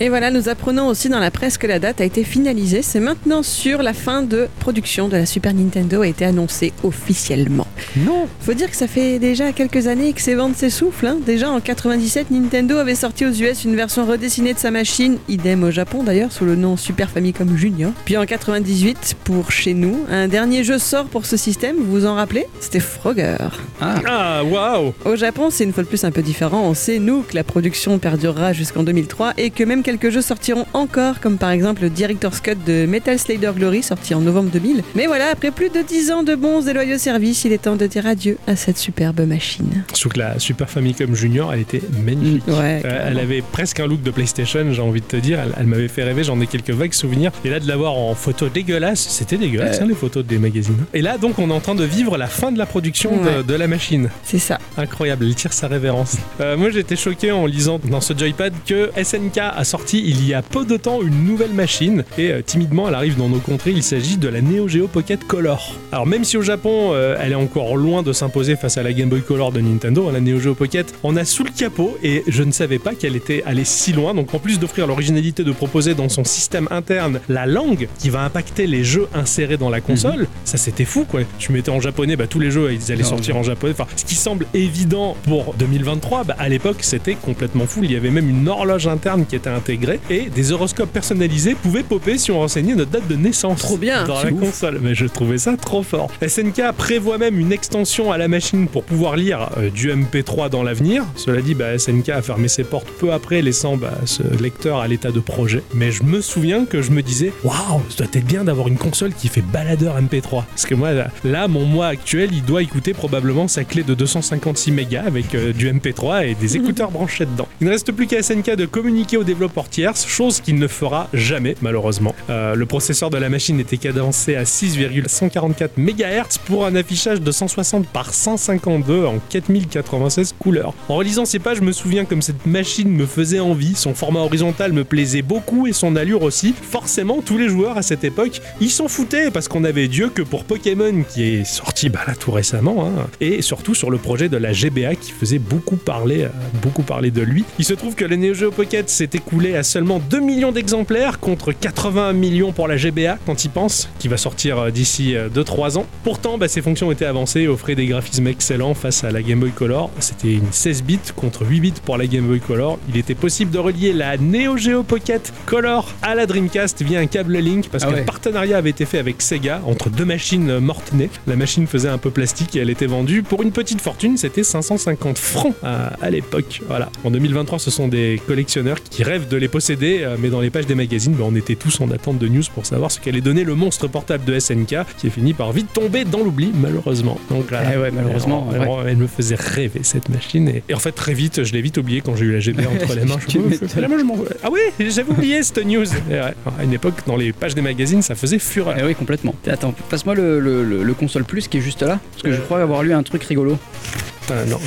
[SPEAKER 3] Et voilà, nous apprenons aussi dans la presse que la date a été finalisée. C'est maintenant sur la fin de production de la Super Nintendo a été annoncée officiellement.
[SPEAKER 1] Non.
[SPEAKER 3] Faut dire que ça fait déjà quelques années que ses ventes s'essoufflent. hein. Déjà en 97, Nintendo avait sorti aux US une version redessinée de sa machine, idem au Japon d'ailleurs, sous le nom Super Famicom Junior. Puis en 98, pour chez nous, un dernier jeu sort pour ce système, vous vous en rappelez C'était Frogger.
[SPEAKER 2] Ah,
[SPEAKER 1] Ah, waouh.
[SPEAKER 3] Au Japon, c'est une fois de plus un peu différent. On sait, nous, que la production perdurera jusqu'en 2003 et que même quelques jeux sortiront encore, comme par exemple le Director's Cut de Metal Slayer Glory, sorti en novembre 2000. Mais voilà, après plus de 10 ans de bons et loyaux services, il est temps de dire adieu à cette superbe machine.
[SPEAKER 1] Surtout que la Super Famicom Junior, elle était
[SPEAKER 2] Mm.
[SPEAKER 1] magnifique.
[SPEAKER 3] Ouais.
[SPEAKER 1] Euh, elle avait presque un look de PlayStation, j'ai envie de te dire. Elle, elle m'avait fait rêver, j'en ai quelques vagues souvenirs. Et là, de l'avoir en photo dégueulasse, c'était dégueulasse,
[SPEAKER 2] Euh.
[SPEAKER 1] hein, les photos des magazines. Et là, donc, on est en train de vivre la fin de la production de,
[SPEAKER 3] Ouais.
[SPEAKER 1] de la machine.
[SPEAKER 3] C'est ça.
[SPEAKER 1] Incroyable, il tire sa révérence. Euh, moi, j'étais choqué en lisant dans ce joypad que SNK a sorti il y a peu de temps une nouvelle machine. Et euh, timidement, elle arrive dans nos contrées. Il s'agit de la Neo Geo Pocket Color. Alors, même si au Japon, euh, elle est encore loin de s'imposer face à la Game Boy Color de Nintendo, hein, la Neo Geo Pocket, on a sous le capot et je ne savais pas qu'elle était allée si loin. Donc, en plus d'offrir l'originalité de proposer dans son système interne la langue qui va impacter les jeux insérés dans la console, ça c'était fou quoi. Tu mettais en japonais, bah, tous les jeux ils allaient
[SPEAKER 2] Non,
[SPEAKER 1] sortir en japonais. Enfin, ce qui semble évident pour 2023, bah, à l'époque c'était complètement fou. Il y avait même une horloge interne qui était intégrée et des horoscopes personnalisés pouvaient popper si on renseignait notre date de naissance.
[SPEAKER 3] Trop bien,
[SPEAKER 1] Dans
[SPEAKER 3] c'est
[SPEAKER 1] la
[SPEAKER 3] ouf.
[SPEAKER 1] console. Mais je trouvais ça trop fort. SNK prévoit même une extension à la machine pour pouvoir lire euh, du MP3 dans l'avenir. Cela dit, bah, SNK a fermé ses portes peu après, laissant bah, ce lecteur à l'état de projet. Mais je me souviens que je me disais, waouh, ça doit être bien d'avoir une console qui fait baladeur MP3. Parce que moi, là, mon moi actuel, il doit écouter probablement sa clé de 256 mégas avec euh, du MP3 et des écouteurs branchés dedans. Il ne reste plus qu'à SNK de communiquer aux développeurs tiers, chose qu'il ne fera jamais, malheureusement. Euh, le processeur de la machine était cadencé à 6,144 MHz pour un affichage de 160 par 152 en 4096 couleurs. En relisant ces pages, je me souviens comme cette machine me faisait envie, son format horizontal me plaisait beaucoup et son allure aussi. Forcément, tous les joueurs à cette époque, ils s'en foutaient parce qu'on avait Dieu que pour Pokémon qui est sorti bah, là tout récemment, hein, et surtout sur le projet de la GBA qui faisait beaucoup parler, euh, beaucoup parler de lui. Il se trouve que le Neo Geo Pocket s'est écoulé à seulement 2 millions d'exemplaires contre 80 millions pour la GBA quand il pense, qui va sortir euh, d'ici 2-3 ans. Pourtant, bah, ses fonctions étaient avancées et offraient des graphismes excellents face à la Game Boy Color. C'était une 16 bits contre 8 bits pour la Game Boy Color. Il était possible de relier la Neo Geo Pocket Color à la Dreamcast via un câble Link parce
[SPEAKER 2] Ah
[SPEAKER 1] qu'un
[SPEAKER 2] ouais.
[SPEAKER 1] partenariat avait été fait avec Sega entre deux machines euh, mortes-nées. La machine faisait un peu plastique et elle était vendue pour une petite fortune, c'était 550 francs à, à l'époque. Voilà. En 2023, ce sont des collectionneurs qui rêvent de les posséder, euh, mais dans les pages des magazines, ben, on était tous en attente de news pour savoir ce qu'allait donner le monstre portable de SNK qui est fini par vite tomber dans l'oubli, malheureusement. Donc voilà.
[SPEAKER 2] Eh ouais, malheureusement,
[SPEAKER 1] Vraiment, vraiment, elle me faisait rêver cette machine. Et, et en fait, très vite, je l'ai vite oublié quand j'ai eu la GB
[SPEAKER 2] [LAUGHS]
[SPEAKER 1] entre les mains. Je
[SPEAKER 2] [LAUGHS] Tu
[SPEAKER 1] me suis dit,
[SPEAKER 2] m'étonnes.
[SPEAKER 1] Ah, moi, je m'en- Ah ouais, j'avais oublié cette news. Et ouais, à une époque, dans les pages des magazines, ça faisait fureur.
[SPEAKER 2] Eh oui, complètement. Attends, passe-moi le, le- le- le console plus qui est juste là, parce que je crois avoir lu un truc rigolo.
[SPEAKER 1] Putain, non,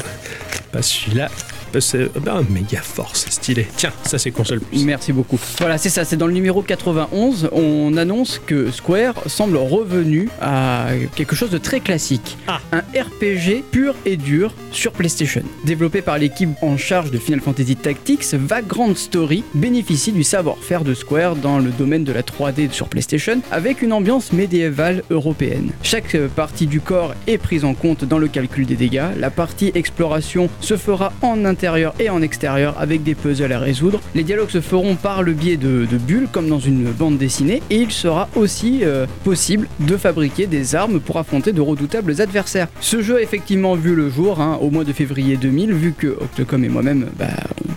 [SPEAKER 1] pas celui-là. Bah, C'est bah, un méga force, stylé. Tiens, ça c'est console plus.
[SPEAKER 2] Merci beaucoup. Voilà, c'est ça, c'est dans le numéro 91, on annonce que Square semble revenu à quelque chose de très classique.
[SPEAKER 1] Ah.
[SPEAKER 2] Un RPG pur et dur sur PlayStation. Développé par l'équipe en charge de Final Fantasy Tactics, Vagrant Story bénéficie du savoir-faire de Square dans le domaine de la 3D sur PlayStation avec une ambiance médiévale européenne. Chaque euh, partie du corps est prise en compte dans le calcul des dégâts. La partie exploration se fera en intérieur et en extérieur avec des puzzles à résoudre. Les dialogues se feront par le biais de, de bulles comme dans une bande dessinée et il sera aussi euh, possible de fabriquer des armes pour affronter de redoutables adversaires. Ce jeu a effectivement vu le jour hein, au mois de février 2000 vu que Octocom et moi-même bah,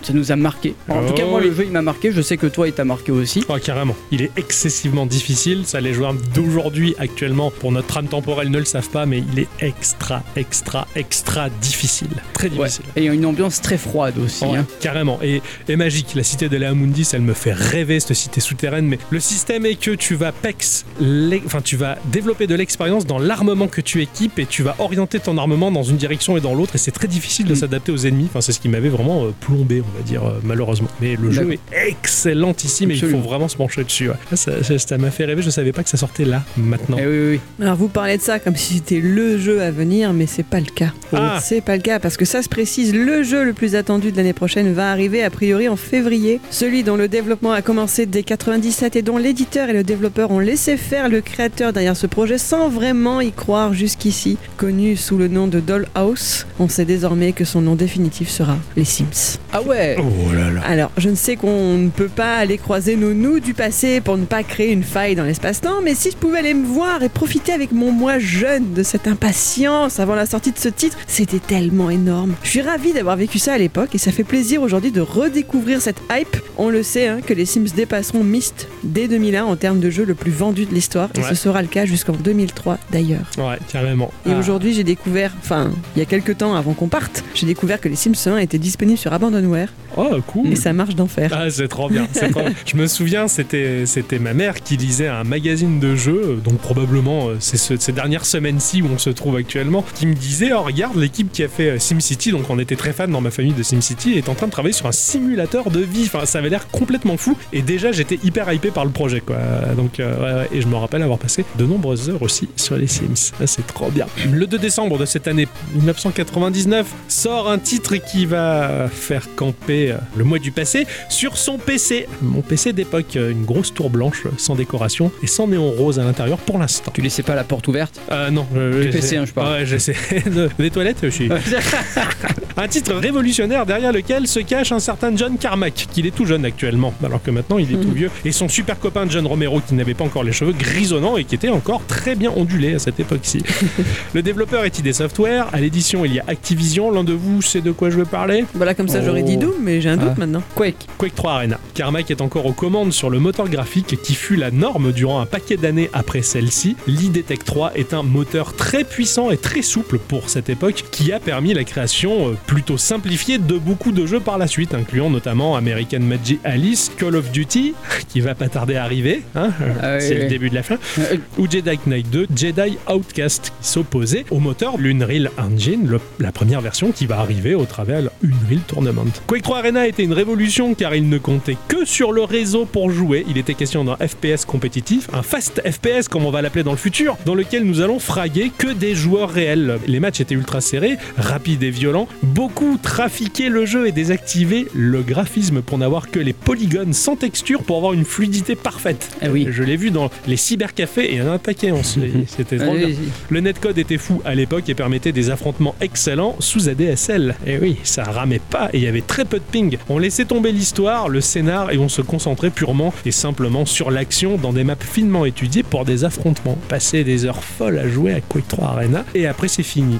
[SPEAKER 2] ça nous a marqué. En tout cas
[SPEAKER 1] Oh
[SPEAKER 2] moi le
[SPEAKER 1] oui.
[SPEAKER 2] jeu il m'a marqué, je sais que toi il t'a marqué aussi.
[SPEAKER 1] Oh, carrément. Il est excessivement difficile. Ça, les joueurs d'aujourd'hui, actuellement, pour notre trame temporelle, ne le savent pas, mais il est extra, extra, extra difficile. Très
[SPEAKER 2] Ouais.
[SPEAKER 1] difficile.
[SPEAKER 2] Et une ambiance très froide aussi.
[SPEAKER 1] Ouais,
[SPEAKER 2] hein.
[SPEAKER 1] Carrément. Et, et magique, la cité de Leamundis, elle me fait rêver, cette cité souterraine. Mais le système est que tu vas pex, l'e- enfin, tu vas développer de l'expérience dans l'armement que tu équipes et tu vas orienter ton armement dans une direction et dans l'autre. Et c'est très difficile de
[SPEAKER 2] Mm.
[SPEAKER 1] s'adapter aux ennemis. Enfin, c'est ce qui m'avait vraiment euh, plombé, on va dire, euh, malheureusement. Mais le jeu
[SPEAKER 2] D'accord.
[SPEAKER 1] est excellentissime et il faut
[SPEAKER 2] Absolument. vraiment
[SPEAKER 1] vraiment se pencher dessus. Ah, Ça ça- ça m'a fait rêver, je savais pas que ça sortait là, maintenant.
[SPEAKER 2] Eh oui, oui, oui.
[SPEAKER 3] Alors vous parlez de ça comme si c'était le jeu à venir, mais c'est pas le cas.
[SPEAKER 1] Ah.
[SPEAKER 3] C'est pas le cas parce que ça se précise, le jeu le plus attendu de l'année prochaine va arriver a priori en février. Celui dont le développement a commencé dès 97 et dont l'éditeur et le développeur ont laissé faire le créateur derrière ce projet sans vraiment y croire jusqu'ici. Connu sous le nom de Dollhouse, on sait désormais que son nom définitif sera Les Sims.
[SPEAKER 2] Ah ouais.
[SPEAKER 1] Oh là là.
[SPEAKER 3] Alors, je ne sais qu'on ne peut pas aller croiser nos nous du passé pour ne pas créer une faille dans l'espace-temps, mais si je pouvais aller me voir et profiter avec mon moi jeune de cette impatience avant la sortie de ce titre, c'était tellement énorme. Je suis ravie d'avoir vécu ça à l'époque et ça fait plaisir aujourd'hui de redécouvrir cette hype. On le sait hein, que les Sims dépasseront Myst dès 2001 en termes de jeu le plus vendu de l'histoire et
[SPEAKER 1] Ouais.
[SPEAKER 3] ce sera le cas jusqu'en 2003 d'ailleurs.
[SPEAKER 1] Ouais, carrément.
[SPEAKER 3] Et
[SPEAKER 1] Ah.
[SPEAKER 3] aujourd'hui, j'ai découvert, enfin, il y a quelques temps avant qu'on parte, j'ai découvert que les Sims 1 étaient disponibles sur Abandonware
[SPEAKER 1] Oh, cool.
[SPEAKER 3] et ça marche d'enfer.
[SPEAKER 1] Ah, c'est trop bien. c'est trop bien. Je me souviens, c'était c'était ma mère qui lisait un magazine de jeux, donc probablement euh, c'est ce- ces dernières semaines-ci où on se trouve actuellement, qui me disait oh regarde l'équipe qui a fait euh, SimCity, donc on était très fan dans ma famille de SimCity, est en train de travailler sur un simulateur de vie. Enfin, ça avait l'air complètement fou. Et déjà, j'étais hyper hypé par le projet, quoi. Donc, euh, ouais, ouais. et je me rappelle avoir passé de nombreuses heures aussi sur les Sims. Ah, c'est trop bien. Le 2 décembre de cette année 1999 sort un titre qui va faire camper euh, le mois du passé sur son PC. Mon PC d'époque, euh, une grosse tour blanche euh, sans décoration et sans néon rose à l'intérieur pour l'instant.
[SPEAKER 2] Tu laissais pas la porte ouverte
[SPEAKER 1] Euh, non, euh,
[SPEAKER 2] Du PC,
[SPEAKER 1] j'essaie-
[SPEAKER 2] hein, je parle.
[SPEAKER 1] Ouais, j'essaie [LAUGHS] de- des toilettes, je
[SPEAKER 2] [LAUGHS]
[SPEAKER 1] suis. Un titre révolutionnaire derrière lequel se cache un certain John Carmack, qu'il est tout jeune actuellement, alors que maintenant il est
[SPEAKER 2] Hmm.
[SPEAKER 1] tout vieux, et son super copain John Romero, qui n'avait pas encore les cheveux grisonnants et qui était encore très bien ondulé à cette
[SPEAKER 2] [LAUGHS]
[SPEAKER 1] époque-ci. le développeur est ID Software, à l'édition il y a Activision, l'un de vous sait de quoi je veux parler
[SPEAKER 3] Voilà, comme ça j'aurais
[SPEAKER 2] Oh.
[SPEAKER 3] dit Doom, mais j'ai un doute
[SPEAKER 2] Ah.
[SPEAKER 3] maintenant.
[SPEAKER 2] Quake.
[SPEAKER 1] Quake 3 Arena. Carmack est encore aux commandes sur le moteur graphique qui fut la norme durant un paquet d'années après celle-ci. L'IDTech 3 est un moteur très puissant et très souple pour cette époque qui a permis la création euh, plutôt simplifiée de beaucoup de jeux par la suite, incluant notamment American Magic Alice, Call of Duty, [LAUGHS] qui va pas tarder à arriver, hein, euh,
[SPEAKER 2] Ah oui,
[SPEAKER 1] c'est le
[SPEAKER 2] oui.
[SPEAKER 1] début de la fin,
[SPEAKER 2] Euh,
[SPEAKER 1] ou Jedi Knight 2, Jedi Outcast, qui s'opposait au moteur l'Unreal Engine, le- la première version qui va arriver au travers l'Unreal Tournament. Quake 3 Arena était une révolution car il ne comptait que sur le réseau pour jouer. Il était question d'un FPS compétitif, un fast FPS comme on va l'appeler dans le futur, dans lequel nous allons fraguer que des joueurs réels. Les matchs étaient ultra serrés, rapides et violents. Beaucoup trafiquaient le jeu et désactivaient le graphisme pour n'avoir que les polygones sans texture pour avoir une fluidité parfaite.
[SPEAKER 2] Ah oui.
[SPEAKER 1] Je l'ai vu dans les cybercafés et un paquet. on se- C'était drôle.
[SPEAKER 2] allez-y.
[SPEAKER 1] Le netcode était fou à l'époque et permettait des affrontements excellents sous ADSL. Et oui, ça ramait pas et il y avait très peu de ping. On laissait tomber l'histoire, le scénar et on se concentrait purement et simplement sur l'action dans des maps finement étudiées pour des affrontements. Passer des heures folles à jouer à Quake 3 Arena et après c'est fini.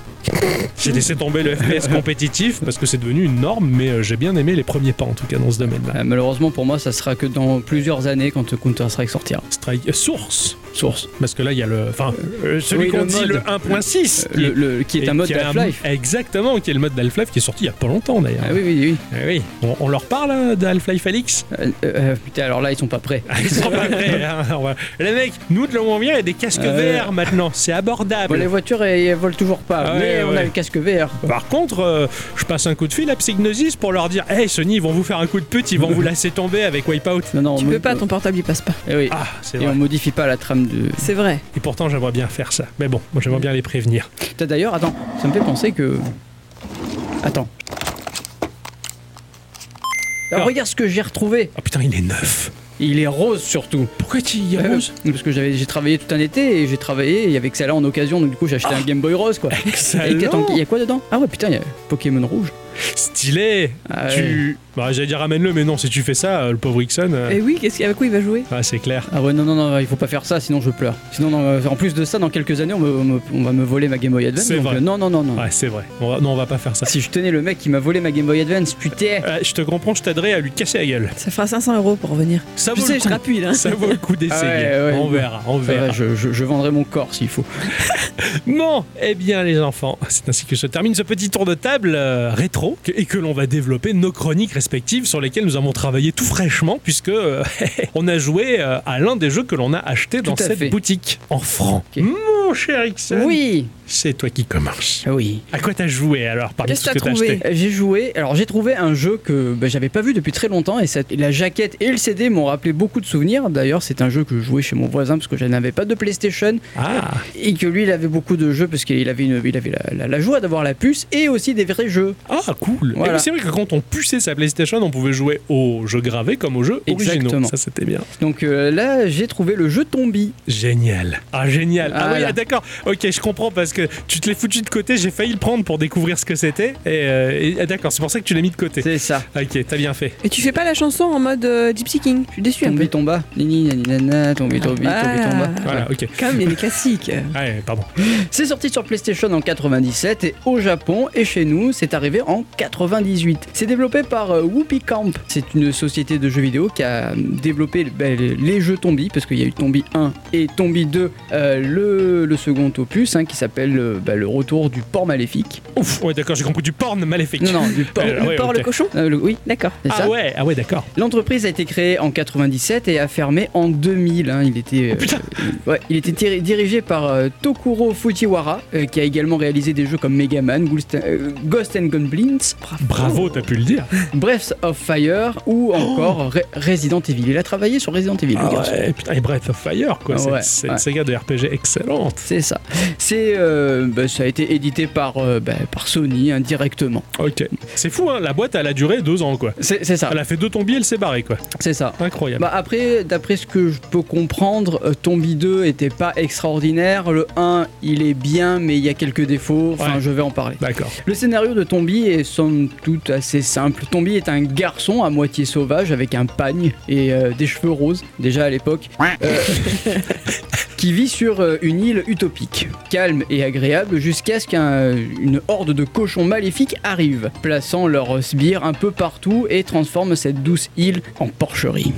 [SPEAKER 1] J'ai laissé tomber le FPS compétitif parce que c'est devenu une norme, mais euh, j'ai bien aimé les premiers pas en tout cas dans ce domaine-là.
[SPEAKER 2] Euh, malheureusement pour moi, ça sera que dans plusieurs années quand Counter-Strike sortira.
[SPEAKER 1] Strike euh, Source,
[SPEAKER 2] Source.
[SPEAKER 1] parce que là il y a le, enfin euh, celui
[SPEAKER 2] oui,
[SPEAKER 1] qu'on
[SPEAKER 2] le
[SPEAKER 1] dit le
[SPEAKER 2] mode.
[SPEAKER 1] 1.6,
[SPEAKER 2] Le, le- qui est
[SPEAKER 1] et
[SPEAKER 2] un mode
[SPEAKER 1] qui a
[SPEAKER 2] Half-Life.
[SPEAKER 1] Exactement, qui est le mode d'Half-Life qui est sorti il y a pas longtemps d'ailleurs.
[SPEAKER 2] Ah oui, oui, oui.
[SPEAKER 1] Ah oui. On, on leur parle hein, de Half-Life [LAUGHS] Alix
[SPEAKER 2] Euh, euh, putain, alors là, ils sont pas prêts.
[SPEAKER 1] Ah, Ils sont pas prêts. hein, on va- Les mecs, nous de là où on vient, il y a des casques
[SPEAKER 2] Ah ouais.
[SPEAKER 1] verts maintenant. C'est abordable.
[SPEAKER 2] Bon, les voitures, elles, elles volent toujours pas,
[SPEAKER 1] Ah
[SPEAKER 2] mais
[SPEAKER 1] ouais,
[SPEAKER 2] on a
[SPEAKER 1] ouais.
[SPEAKER 2] le casque vert.
[SPEAKER 1] Par contre, euh, je passe un coup de fil à Psygnosis pour leur dire Hey Sony, ils vont vous faire un coup de pute, ils [LAUGHS] vont vous laisser tomber avec Wipeout.
[SPEAKER 2] Non, non,
[SPEAKER 3] Tu
[SPEAKER 2] on-
[SPEAKER 3] peux pas, ton portable il passe pas.
[SPEAKER 2] Eh oui.
[SPEAKER 1] Ah, c'est
[SPEAKER 2] Et
[SPEAKER 1] vrai.
[SPEAKER 2] on modifie pas la trame de.
[SPEAKER 3] C'est vrai.
[SPEAKER 1] Et pourtant, j'aimerais bien faire ça. Mais bon, moi j'aimerais bien les prévenir.
[SPEAKER 2] Putain, D'ailleurs, attends, ça me fait penser que. Attends. Ah,
[SPEAKER 1] Alors-
[SPEAKER 2] regarde ce que j'ai retrouvé.
[SPEAKER 1] Oh putain, il est neuf.
[SPEAKER 2] Il est rose surtout.
[SPEAKER 1] Pourquoi tu y
[SPEAKER 2] Euh,
[SPEAKER 1] rose
[SPEAKER 2] Parce que j'avais- j'ai travaillé tout un été et j'ai travaillé et avec ça là en occasion, donc du coup j'ai
[SPEAKER 1] Ah.
[SPEAKER 2] acheté un Game Boy rose quoi. Et
[SPEAKER 1] Excellent.
[SPEAKER 2] attends, il y a quoi dedans Ah ouais, putain, il y a Pokémon rouge.
[SPEAKER 1] Stylé.
[SPEAKER 2] Ah ouais.
[SPEAKER 1] Tu. Bah, j'allais dire ramène-le, mais non, si tu fais ça, euh, le pauvre Ixon. euh,
[SPEAKER 3] Et oui, qu'est-ce qu'il- avec quoi il va jouer
[SPEAKER 1] Ah, c'est clair.
[SPEAKER 2] Ah ouais, non, non, non, il faut pas faire ça, sinon je pleure. Sinon, non, euh, en plus de ça, dans quelques années, on, me- on me- on va me voler ma Game Boy Advance.
[SPEAKER 1] C'est
[SPEAKER 2] donc,
[SPEAKER 1] vrai.
[SPEAKER 2] euh, non, non, non, non.
[SPEAKER 1] Ouais, c'est vrai. On va- Non, on va pas faire ça.
[SPEAKER 2] Si je tenais le mec qui m'a volé ma Game Boy Advance, putain.
[SPEAKER 1] Euh, je te comprends, je t'aiderai à lui casser la gueule.
[SPEAKER 3] Ça fera 500 euros pour revenir.
[SPEAKER 1] Ça
[SPEAKER 3] Tu
[SPEAKER 1] vaut le
[SPEAKER 3] sais, je
[SPEAKER 1] coup.
[SPEAKER 3] rappuie là.
[SPEAKER 1] Ça vaut le coup d'essayer.
[SPEAKER 2] Ah hein. ouais, ouais.
[SPEAKER 1] on verra, on
[SPEAKER 2] Ça va,
[SPEAKER 1] verra.
[SPEAKER 2] je, je- je vendrai mon corps s'il faut.
[SPEAKER 1] Bon, eh bien les enfants, c'est ainsi que se termine ce petit tour de table euh, rétro que- et que l'on va développer nos chroniques respectives sur lesquelles nous avons travaillé tout fraîchement puisque euh, [LAUGHS] on a joué euh, à l'un des jeux que l'on a acheté dans
[SPEAKER 2] Tout à
[SPEAKER 1] cette
[SPEAKER 2] fait.
[SPEAKER 1] boutique en francs.
[SPEAKER 2] Ok.
[SPEAKER 1] Mon cher Ixon,
[SPEAKER 2] Oui, Ah
[SPEAKER 1] c'est toi qui commences.
[SPEAKER 2] oui.
[SPEAKER 1] À quoi t'as joué alors parmi
[SPEAKER 3] Qu'est-ce
[SPEAKER 1] tout ce que
[SPEAKER 3] que
[SPEAKER 1] t'as
[SPEAKER 3] t'as trouvé
[SPEAKER 1] acheté
[SPEAKER 2] Euh, J'ai joué, alors j'ai trouvé un jeu que bah, j'avais pas vu depuis très longtemps et ça- la jaquette et le CD m'ont rappelé beaucoup de souvenirs. D'ailleurs, c'est un jeu que je jouais chez mon voisin parce que je n'avais pas de PlayStation
[SPEAKER 1] Ah,
[SPEAKER 2] et que lui il avait beaucoup de jeux parce qu'il avait, une- il avait la, la- la joie d'avoir la puce et aussi des vrais jeux.
[SPEAKER 1] ah cool.
[SPEAKER 2] Voilà.
[SPEAKER 1] Eh oui, c'est vrai que quand on puçait sa PlayStation, on pouvait jouer aux jeux gravés comme aux jeux originaux.
[SPEAKER 2] Exactement.
[SPEAKER 1] Ça c'était bien.
[SPEAKER 2] Donc euh, là, j'ai trouvé le jeu Tombi.
[SPEAKER 1] Génial. Ah, génial. Ah, oui,
[SPEAKER 2] Voilà.
[SPEAKER 1] ah, d'accord. Ok, je comprends parce que tu te l'es foutu de côté. J'ai failli le prendre pour découvrir ce que c'était. Et, euh, et- ah, d'accord, c'est pour ça que tu l'as mis de côté.
[SPEAKER 2] C'est ça.
[SPEAKER 1] Ok, t'as bien fait.
[SPEAKER 3] Et tu fais pas la chanson en mode euh, Gypsy King Je suis déçu un
[SPEAKER 2] Tombi
[SPEAKER 3] peu.
[SPEAKER 2] tomba. Nini, nani, nana, tombi, tombi, tombi,
[SPEAKER 3] Ah.
[SPEAKER 2] tomba.
[SPEAKER 1] Voilà, ok. Ah,
[SPEAKER 3] Quand même, il y a des [LAUGHS] classiques.
[SPEAKER 1] Ouais, pardon.
[SPEAKER 2] C'est sorti sur PlayStation en 97 et au Japon et chez nous, c'est arrivé en 98. C'est développé par euh, Whoopi Camp. C'est une société de jeux vidéo qui a euh, développé ben, les jeux Tombi parce qu'il y a eu Tombi 1 et Tombi 2, euh, le, le second opus hein, qui s'appelle euh, ben, Le Retour du Port Maléfique.
[SPEAKER 1] Ouf, ouais, d'accord, j'ai compris du porn maléfique.
[SPEAKER 2] Non, non, du Port.
[SPEAKER 1] Euh,
[SPEAKER 3] le
[SPEAKER 1] ouais,
[SPEAKER 3] porc,
[SPEAKER 1] ok.
[SPEAKER 3] le cochon
[SPEAKER 2] euh, le- oui,
[SPEAKER 3] D'accord.
[SPEAKER 2] c'est
[SPEAKER 1] Ah
[SPEAKER 2] ça.
[SPEAKER 1] ouais, ah ouais, d'accord.
[SPEAKER 2] L'entreprise a été créée en 97 et a fermé en 2000. hein. Il était, euh,
[SPEAKER 1] Oh, Putain,
[SPEAKER 2] Ouais, il était tiri- dirigé par euh, Tokuro Fujiwara, euh, qui a également réalisé des jeux comme Mega Man, Ghost, euh, Ghost and Goblins,
[SPEAKER 1] bravo, t'as pu le dire.
[SPEAKER 2] Breath of Fire ou encore Re- Resident Evil. Il a travaillé sur Resident Evil, le
[SPEAKER 1] Ah
[SPEAKER 2] garçon.
[SPEAKER 1] ouais, putain, et Breath of Fire, quoi.
[SPEAKER 2] Ah
[SPEAKER 1] c'est
[SPEAKER 2] ouais,
[SPEAKER 1] c'est une
[SPEAKER 2] ouais.
[SPEAKER 1] saga de RPG excellente.
[SPEAKER 2] C'est ça. C'est, euh, bah, ça a été édité par, euh, bah, par Sony hein, directement.
[SPEAKER 1] Ok. C'est fou, hein, la boîte, elle a duré deux ans, quoi.
[SPEAKER 2] C'est c'est ça.
[SPEAKER 1] Elle a fait deux tombiers, elle s'est barrée, quoi.
[SPEAKER 2] C'est ça.
[SPEAKER 1] Incroyable.
[SPEAKER 2] Ah. Bah après, d'après ce que je peux comprendre, euh, Tombi 2 était pas extraordinaire. Le 1, il est bien, mais il y a quelques défauts. Enfin,
[SPEAKER 1] Ouais.
[SPEAKER 2] je vais en parler.
[SPEAKER 1] D'accord.
[SPEAKER 2] Le scénario de Tombi est somme toute assez simple. Tombi est un garçon à moitié sauvage avec un pagne et euh, des cheveux roses, déjà à l'époque, euh, [LAUGHS] qui vit sur euh, une île utopique, calme et agréable, jusqu'à ce qu'une horde de cochons maléfiques arrive, plaçant leurs sbires un peu partout et transforme cette douce île en porcherie.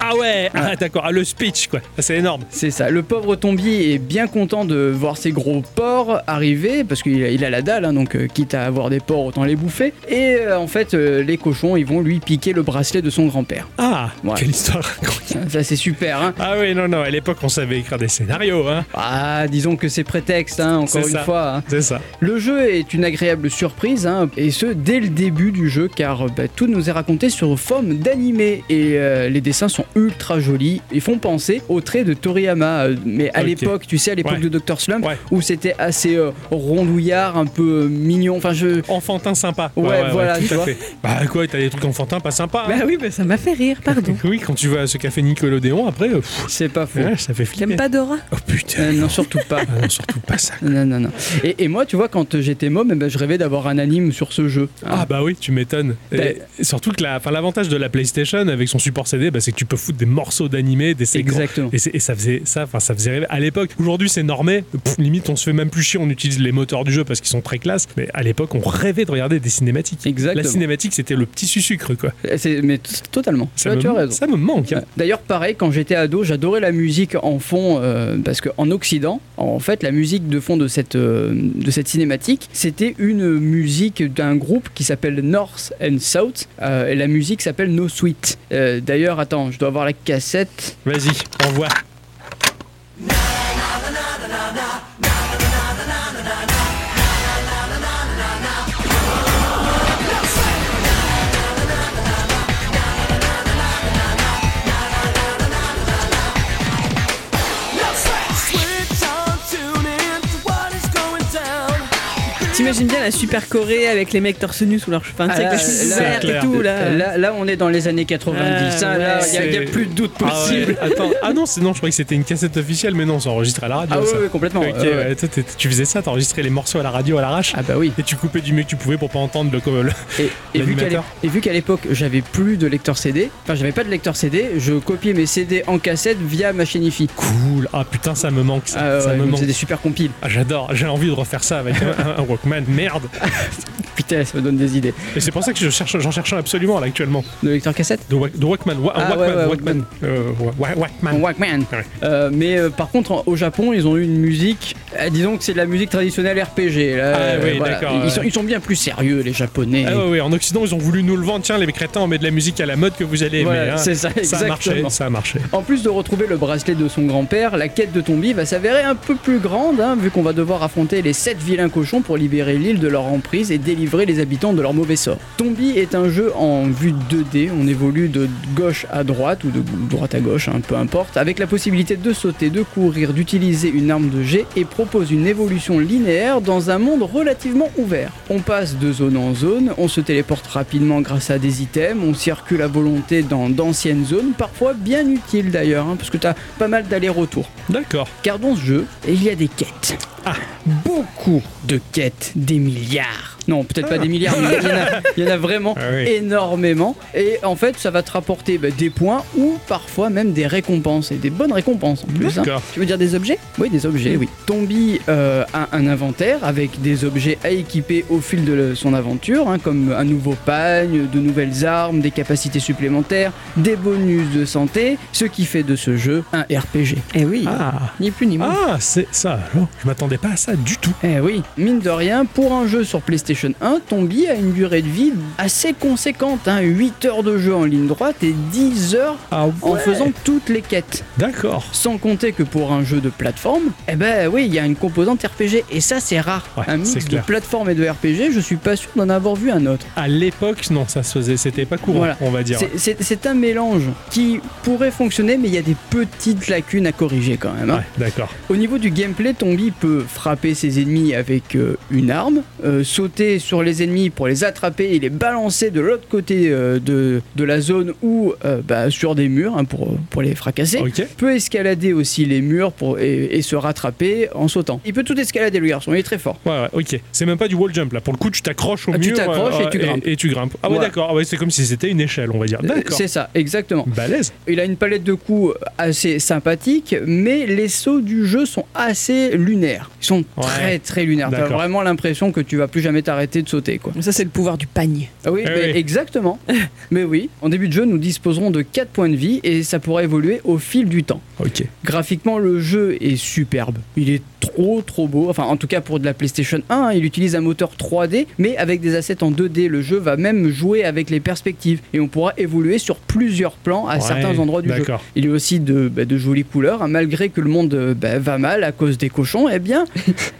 [SPEAKER 1] Ah ouais, ah, d'accord. Ah, le speech, quoi. Ah, C'est énorme.
[SPEAKER 2] C'est ça. Le pauvre Tombi est bien content de voir ses gros porcs arriver parce qu'il a, il a la dalle, hein, donc euh, quitte à avoir des porcs, autant les bouffer. Et euh, en fait, euh, les cochons, ils vont lui piquer le bracelet de son grand-père.
[SPEAKER 1] Ah,
[SPEAKER 2] Ouais.
[SPEAKER 1] quelle histoire
[SPEAKER 2] Ça, ça, c'est super. Hein
[SPEAKER 1] Ah oui, non, non, à l'époque, on savait écrire des scénarios, hein.
[SPEAKER 2] ah, disons que c'est prétexte, hein,
[SPEAKER 1] C'est
[SPEAKER 2] encore une
[SPEAKER 1] ça.
[SPEAKER 2] fois. hein.
[SPEAKER 1] C'est ça.
[SPEAKER 2] Le jeu est une agréable surprise, hein, et ce dès le début du jeu, car euh, bah, tout nous est raconté sur forme d'animé. Et euh, les dessins sont ultra jolis et font penser aux traits de Toriyama. euh, Mais à
[SPEAKER 1] Ok.
[SPEAKER 2] l'époque, tu sais, à l'époque
[SPEAKER 1] Ouais.
[SPEAKER 2] de Dr. Slump,
[SPEAKER 1] Ouais.
[SPEAKER 2] où c'était assez euh, rondouillard, un peu euh, mignon. Enfin, je.
[SPEAKER 1] Enfantin sympa.
[SPEAKER 2] Ouais, voilà,
[SPEAKER 1] tout
[SPEAKER 2] tu
[SPEAKER 1] à
[SPEAKER 2] vois.
[SPEAKER 1] fait. Bah quoi, t'as des trucs enfantins pas sympas. hein.
[SPEAKER 3] Bah oui, bah ça m'a fait rire, pardon. [LAUGHS]
[SPEAKER 1] [LAUGHS] Oui, quand tu vas à ce café Nickelodeon, après, euh, pff,
[SPEAKER 2] C'est pas faux.
[SPEAKER 1] ouais, ça fait flipper.
[SPEAKER 3] T'aimes pas Dora
[SPEAKER 1] Oh putain.
[SPEAKER 2] Oh. Euh, non, surtout
[SPEAKER 1] [LAUGHS]
[SPEAKER 2] pas.
[SPEAKER 1] Ah non, surtout pas ça.
[SPEAKER 2] Non, non, non. Et, et moi, tu vois, quand j'étais môme, eh ben, je rêvais d'avoir un anime sur ce jeu.
[SPEAKER 1] Ah bah oui, tu m'étonnes.
[SPEAKER 2] T'as-
[SPEAKER 1] Et Surtout que la- enfin, l'avantage de la PlayStation avec son support CD, bah, c'est que tu peux foutre des morceaux d'animé, des séquences.
[SPEAKER 2] Exactement.
[SPEAKER 1] Et, c'est- et ça faisait ça, enfin ça faisait rêver à l'époque. Aujourd'hui c'est normé, Pff, limite on se fait même plus chier, on utilise les moteurs du jeu parce qu'ils sont très classe. Mais à l'époque on rêvait de regarder des cinématiques.
[SPEAKER 2] Exactement.
[SPEAKER 1] La cinématique c'était le petit sucre quoi.
[SPEAKER 2] C'est- Mais t- totalement.
[SPEAKER 1] Ça,
[SPEAKER 2] Ouais,
[SPEAKER 1] me,
[SPEAKER 2] tu as raison.
[SPEAKER 1] ça me manque. hein.
[SPEAKER 2] Ouais. D'ailleurs, pareil, quand j'étais ado, j'adorais la musique en fond, euh, parce qu'en Occident, en fait, la musique de fond de cette, euh, de cette cinématique, c'était une musique d'un groupe qui s'appelle North and South, euh, et la musique s'appelle No Sweet. Euh, D'ailleurs, attends, je dois avoir la cassette.
[SPEAKER 1] Vas-y, envoie.
[SPEAKER 3] T'imagines bien la super Corée avec les mecs torse nu sous leur cheval,
[SPEAKER 2] Ah, là,
[SPEAKER 3] tu sais, avec la chemise
[SPEAKER 2] là,
[SPEAKER 3] verte et
[SPEAKER 1] clair.
[SPEAKER 3] tout là.
[SPEAKER 2] Là, là, on est dans les années 90.
[SPEAKER 3] Ah,
[SPEAKER 2] hein, là,
[SPEAKER 3] ouais,
[SPEAKER 2] il n'y a,
[SPEAKER 1] c'est-
[SPEAKER 2] plus de doute
[SPEAKER 1] Ah ouais,
[SPEAKER 2] [LAUGHS] possible.
[SPEAKER 1] attends. Ah non, c'est- non, je croyais que c'était une cassette officielle, mais non, c'est enregistré à la radio.
[SPEAKER 2] Ah, oui,
[SPEAKER 1] ça.
[SPEAKER 2] oui, complètement.
[SPEAKER 1] Ok,
[SPEAKER 2] euh, ouais.
[SPEAKER 1] ouais, toi, t'es- tu faisais ça, t'enregistrais les morceaux à la radio à l'arrache.
[SPEAKER 2] Ah bah oui.
[SPEAKER 1] Et tu coupais du mieux que tu pouvais pour pas entendre le. co- le-
[SPEAKER 2] Et, et vu qu'à l'é-
[SPEAKER 1] L'animateur.
[SPEAKER 2] et vu qu'à l'époque j'avais plus de lecteur CD, enfin j'avais pas de lecteur CD, je copiais mes CD en cassette via ma chaîne IFI.
[SPEAKER 1] Cool. Ah putain, ça me manque. Ça,
[SPEAKER 2] Ah
[SPEAKER 1] Ça
[SPEAKER 2] ouais,
[SPEAKER 1] me
[SPEAKER 2] ils me
[SPEAKER 1] manque.
[SPEAKER 2] faisaient des super compiles.
[SPEAKER 1] Ah, J'adore. J'ai envie de refaire ça avec un, un- un Walkman. Merde.
[SPEAKER 2] Putain, ça me donne des idées.
[SPEAKER 1] Et c'est pour ça que je cherche, j'en cherche un absolument là actuellement.
[SPEAKER 2] De lecteur cassette
[SPEAKER 1] De, Wa- de Walkman. Wa- un
[SPEAKER 2] Ah,
[SPEAKER 1] Walkman.
[SPEAKER 2] ouais, ouais,
[SPEAKER 1] Walkman. Euh, Wa- Wa- Walkman.
[SPEAKER 2] Walkman.
[SPEAKER 1] Ouais.
[SPEAKER 2] Euh, mais euh, par contre, en- au Japon, ils ont eu une musique. euh, disons que c'est de la musique traditionnelle RPG. Là,
[SPEAKER 1] Ah
[SPEAKER 2] euh,
[SPEAKER 1] oui,
[SPEAKER 2] voilà.
[SPEAKER 1] d'accord,
[SPEAKER 2] Ils, sont,
[SPEAKER 1] ouais.
[SPEAKER 2] ils sont bien plus sérieux, les Japonais.
[SPEAKER 1] Ah ouais, ouais, en Occident, ils ont voulu nous le vendre. Tiens, les crétins, on met de la musique à la mode que vous allez aimer.
[SPEAKER 2] Voilà,
[SPEAKER 1] hein.
[SPEAKER 2] c'est ça,
[SPEAKER 1] ça a marché,
[SPEAKER 2] exactement.
[SPEAKER 1] ça a marché.
[SPEAKER 2] En plus de retrouver le bracelet de son grand-père, la quête de Tombi va s'avérer un peu plus grande, hein, vu qu'on va devoir affronter les 7 vilains cochons pour libérer l'île de leur emprise et délivrer les habitants de leur mauvais sort. Tombi est un jeu en vue 2D, on évolue de gauche à droite, ou de droite à gauche, hein, peu importe, avec la possibilité de sauter, de courir, d'utiliser une arme de jet et propose une évolution linéaire dans un monde relativement ouvert. On passe de zone en zone, on se téléporte rapidement grâce à des items, on circule à volonté dans d'anciennes zones, parfois bien utiles d'ailleurs, hein, parce que t'as pas mal d'allers-retours.
[SPEAKER 1] D'accord.
[SPEAKER 2] Car dans ce jeu, il y a des quêtes.
[SPEAKER 1] Ah.
[SPEAKER 2] beaucoup de quêtes, des milliards. Non, peut-être pas des milliards, mais il y
[SPEAKER 1] [LAUGHS]
[SPEAKER 2] en a, il y en a vraiment
[SPEAKER 1] Ah oui.
[SPEAKER 2] énormément. Et en fait, ça va te rapporter bah, des points ou parfois même des récompenses, et des bonnes récompenses en plus. hein.
[SPEAKER 1] D'accord. Mm.
[SPEAKER 3] Tu veux dire des objets
[SPEAKER 2] Oui, des objets, oui. Tombi euh, a un inventaire avec des objets à équiper au fil de le- son aventure, hein, comme un nouveau pagne, de nouvelles armes, des capacités supplémentaires, des bonus de santé, ce qui fait de ce jeu un RPG.
[SPEAKER 3] Eh oui,
[SPEAKER 1] Ah,
[SPEAKER 3] ni plus ni moins.
[SPEAKER 1] ah c'est ça. alors. je m'attendais pas à ça du tout.
[SPEAKER 2] Eh oui, mine de rien, pour un jeu sur PlayStation 1, Tombi a une durée de vie assez conséquente, hein, 8 heures de jeu en ligne droite et 10 heures
[SPEAKER 1] Ah,
[SPEAKER 2] en faisant toutes les quêtes.
[SPEAKER 1] D'accord.
[SPEAKER 2] Sans compter que pour un jeu de plateforme, eh ben oui, il y a une composante RPG et ça c'est rare.
[SPEAKER 1] Ouais,
[SPEAKER 2] un
[SPEAKER 1] c'est
[SPEAKER 2] mix de
[SPEAKER 1] clair.
[SPEAKER 2] plateforme et de RPG, je suis pas sûr d'en avoir vu un autre.
[SPEAKER 1] À l'époque, non, ça se faisait. C'était pas courant,
[SPEAKER 2] Voilà.
[SPEAKER 1] on va dire.
[SPEAKER 2] C'est- C'est c'est un mélange qui pourrait fonctionner, mais il y a des petites lacunes à corriger quand même. hein.
[SPEAKER 1] Ouais, d'accord.
[SPEAKER 2] Au niveau du gameplay, Tombi peut frapper ses ennemis avec euh, une arme, euh, sauter sur les ennemis pour les attraper et les balancer de l'autre côté euh, de, de la zone ou euh, bah, sur des murs hein, pour, pour les fracasser
[SPEAKER 1] Ok.
[SPEAKER 2] peut escalader aussi les murs pour, et, et se rattraper en sautant. Il peut tout escalader le garçon, il est très fort.
[SPEAKER 1] Ouais, ouais, ok. C'est même pas du wall jump là. Pour le coup, tu t'accroches au
[SPEAKER 2] Ah,
[SPEAKER 1] mur. euh,
[SPEAKER 2] tu t'accroches et tu grimpes.
[SPEAKER 1] Et, tu grimpes. Ah ouais,
[SPEAKER 2] Voilà. Euh,
[SPEAKER 1] d'accord. Ah ouais, c'est comme si c'était une échelle, on va dire. Ah, D'accord. Hmm.
[SPEAKER 2] C'est ça, exactement.
[SPEAKER 1] Balèze.
[SPEAKER 2] Il a une palette de coups euh, assez sympathique, mais les sauts du jeu sont assez lunaires. Ils sont
[SPEAKER 1] Ouais.
[SPEAKER 2] très très lunaires. T'as
[SPEAKER 1] D'accord.
[SPEAKER 2] vraiment l'impression que tu vas plus jamais t'arrêter de sauter quoi.
[SPEAKER 3] Ça, c'est le pouvoir du panier.
[SPEAKER 2] Ah oui,
[SPEAKER 1] Eh oui.
[SPEAKER 2] mais
[SPEAKER 1] [LAUGHS]
[SPEAKER 2] exactement. mais oui, en début de jeu, nous disposerons de 4 points de vie et ça pourra évoluer au fil du temps.
[SPEAKER 1] Ok.
[SPEAKER 2] Graphiquement, le jeu est superbe. Il est trop trop beau. Enfin, en tout cas pour de la PlayStation 1, hein, il utilise un moteur 3D, mais avec des assets en 2D. Le jeu va même jouer avec les perspectives et on pourra évoluer sur plusieurs plans à
[SPEAKER 1] Ouais,
[SPEAKER 2] certains endroits du jeu.
[SPEAKER 1] D'accord.
[SPEAKER 2] Il y a aussi de, bah, de jolies couleurs, hein, malgré que le monde euh, bah, va mal à cause des cochons.
[SPEAKER 1] [LAUGHS]
[SPEAKER 2] Eh bien,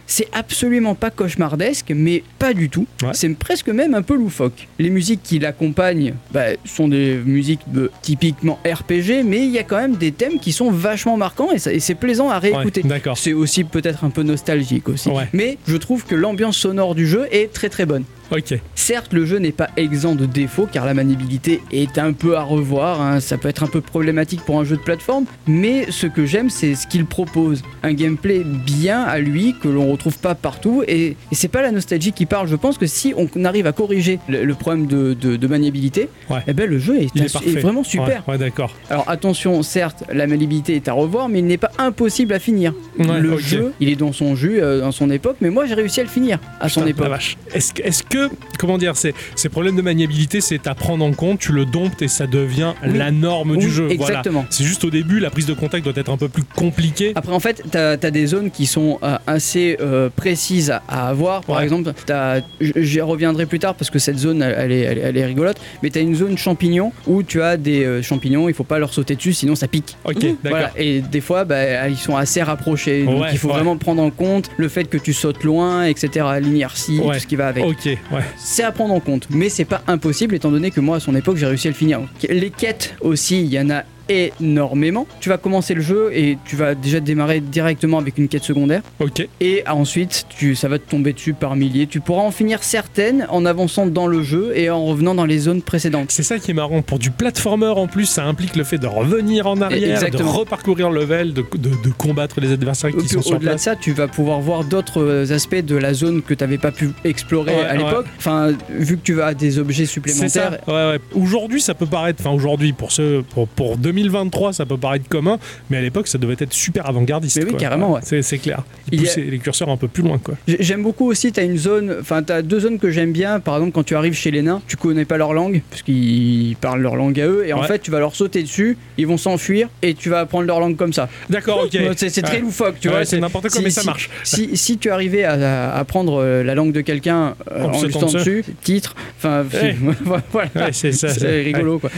[SPEAKER 2] c'est absolument pas cauchemardesque, mais pas du tout.
[SPEAKER 1] Ouais.
[SPEAKER 2] C'est presque même un peu loufoque. Les musiques qui l'accompagnent bah, sont des musiques euh, typiquement RPG, mais il y a quand même des thèmes qui sont vachement marquants et, ça- et c'est plaisant à
[SPEAKER 1] Ouais,
[SPEAKER 2] réécouter.
[SPEAKER 1] D'accord.
[SPEAKER 2] c'est aussi peut-être un peu nostalgique aussi.
[SPEAKER 1] Ouais.
[SPEAKER 2] Mais je trouve que l'ambiance sonore du jeu est très très bonne.
[SPEAKER 1] Ok.
[SPEAKER 2] Certes, le jeu n'est pas exempt de défauts car la maniabilité est un peu à revoir, hein, ça peut être un peu problématique pour un jeu de plateforme, mais ce que j'aime c'est ce qu'il propose, un gameplay bien à lui que l'on retrouve pas partout et, et c'est pas la nostalgie qui parle, je pense que si on arrive à corriger le, le problème de, de- de maniabilité,
[SPEAKER 1] Ouais.
[SPEAKER 2] eh ben, le jeu est,
[SPEAKER 1] Il
[SPEAKER 2] est
[SPEAKER 1] est parfait.
[SPEAKER 2] vraiment super.
[SPEAKER 1] Ouais, ouais, d'accord.
[SPEAKER 2] Alors attention, certes, la maniabilité est à revoir, mais il n'est pas impossible à finir.
[SPEAKER 1] Ouais,
[SPEAKER 2] le
[SPEAKER 1] ok.
[SPEAKER 2] jeu, il est dans son jus, euh, dans son époque, mais moi j'ai réussi à le finir à son
[SPEAKER 1] Putain,
[SPEAKER 2] époque.
[SPEAKER 1] la vache. Est-ce que, est-ce que- comment dire, c'est- ces problèmes de maniabilité, c'est à prendre en compte, tu le domptes et ça devient
[SPEAKER 2] Oui.
[SPEAKER 1] la norme du
[SPEAKER 2] Oui,
[SPEAKER 1] jeu. Voilà.
[SPEAKER 2] exactement.
[SPEAKER 1] C'est juste au début, la prise de contact doit être un peu plus compliquée.
[SPEAKER 2] Après, en fait, t'as as des zones qui sont euh, assez euh, précises à, à avoir. Par
[SPEAKER 1] Ouais.
[SPEAKER 2] exemple, t'as- j- j'y reviendrai plus tard parce que cette zone, elle, elle est, elle est- elle est rigolote. Mais t'as une zone champignon où tu as des euh, champignons, il faut pas leur sauter dessus, sinon ça pique.
[SPEAKER 1] Ok, d'accord.
[SPEAKER 2] Ah, mmh, Voilà. Et des fois, bah, ils sont assez rapprochés. Donc
[SPEAKER 1] Ouais,
[SPEAKER 2] il faut
[SPEAKER 1] ouais.
[SPEAKER 2] vraiment prendre en compte le fait que tu sautes loin, etc. L'inertie,
[SPEAKER 1] Ouais.
[SPEAKER 2] tout ce qui va avec.
[SPEAKER 1] Ok, ouais.
[SPEAKER 2] C'est à prendre en compte, mais c'est pas impossible étant donné que moi à son époque j'ai réussi à le finir. Les quêtes aussi, il y en a énormément. Tu vas commencer le jeu et tu vas déjà démarrer directement avec une quête secondaire
[SPEAKER 1] Ok,
[SPEAKER 2] et ensuite tu, ça va te tomber dessus par milliers. Tu pourras en finir certaines en avançant dans le jeu et en revenant dans les zones précédentes.
[SPEAKER 1] c'est ça qui est marrant. Pour du platformer en plus, ça implique le fait de revenir en arrière,
[SPEAKER 2] Exactement.
[SPEAKER 1] de reparcourir le level, de, de- de combattre les adversaires qui
[SPEAKER 2] Au-
[SPEAKER 1] sont sur
[SPEAKER 2] Au-delà de
[SPEAKER 1] place.
[SPEAKER 2] ça, tu vas pouvoir voir d'autres euh, aspects de la zone que tu n'avais pas pu explorer
[SPEAKER 1] Ouais,
[SPEAKER 2] à l'époque. Enfin, vu que tu as des objets
[SPEAKER 1] C'est ça.
[SPEAKER 2] supplémentaires,
[SPEAKER 1] Ouais, ouais. Aujourd'hui, ça peut paraître, enfin aujourd'hui, pour, ce, pour, pour 2023, ça peut paraître commun, mais à l'époque, ça devait être super avant-gardiste.
[SPEAKER 2] Mais oui,
[SPEAKER 1] quoi.
[SPEAKER 2] carrément, ouais.
[SPEAKER 1] C'est, c'est clair. Ils
[SPEAKER 2] Il y a-
[SPEAKER 1] poussaient les curseurs un peu plus loin, quoi.
[SPEAKER 2] J'ai- J'aime beaucoup aussi, t'as une zone, enfin t'as deux zones que j'aime bien. Par exemple, quand tu arrives chez les nains, tu connais pas leur langue, parce qu'ils parlent leur langue à eux, et en
[SPEAKER 1] Ouais.
[SPEAKER 2] fait tu vas leur sauter dessus, ils vont s'enfuir, et tu vas apprendre leur langue comme ça.
[SPEAKER 1] D'accord,
[SPEAKER 2] [LAUGHS]
[SPEAKER 1] ok.
[SPEAKER 2] C'est c'est très
[SPEAKER 1] Ouais.
[SPEAKER 2] loufoque, tu
[SPEAKER 1] Ouais,
[SPEAKER 2] vois.
[SPEAKER 1] c'est n'importe quoi, mais ça marche.
[SPEAKER 2] Si, si tu arrivais à, à apprendre euh, la langue de quelqu'un euh,
[SPEAKER 1] En
[SPEAKER 2] en lui
[SPEAKER 1] sautant
[SPEAKER 2] sautant dessus, titre, enfin
[SPEAKER 1] Ouais.
[SPEAKER 2] [LAUGHS] voilà.
[SPEAKER 1] Ouais, c'est ça.
[SPEAKER 2] C'est rigolo quoi.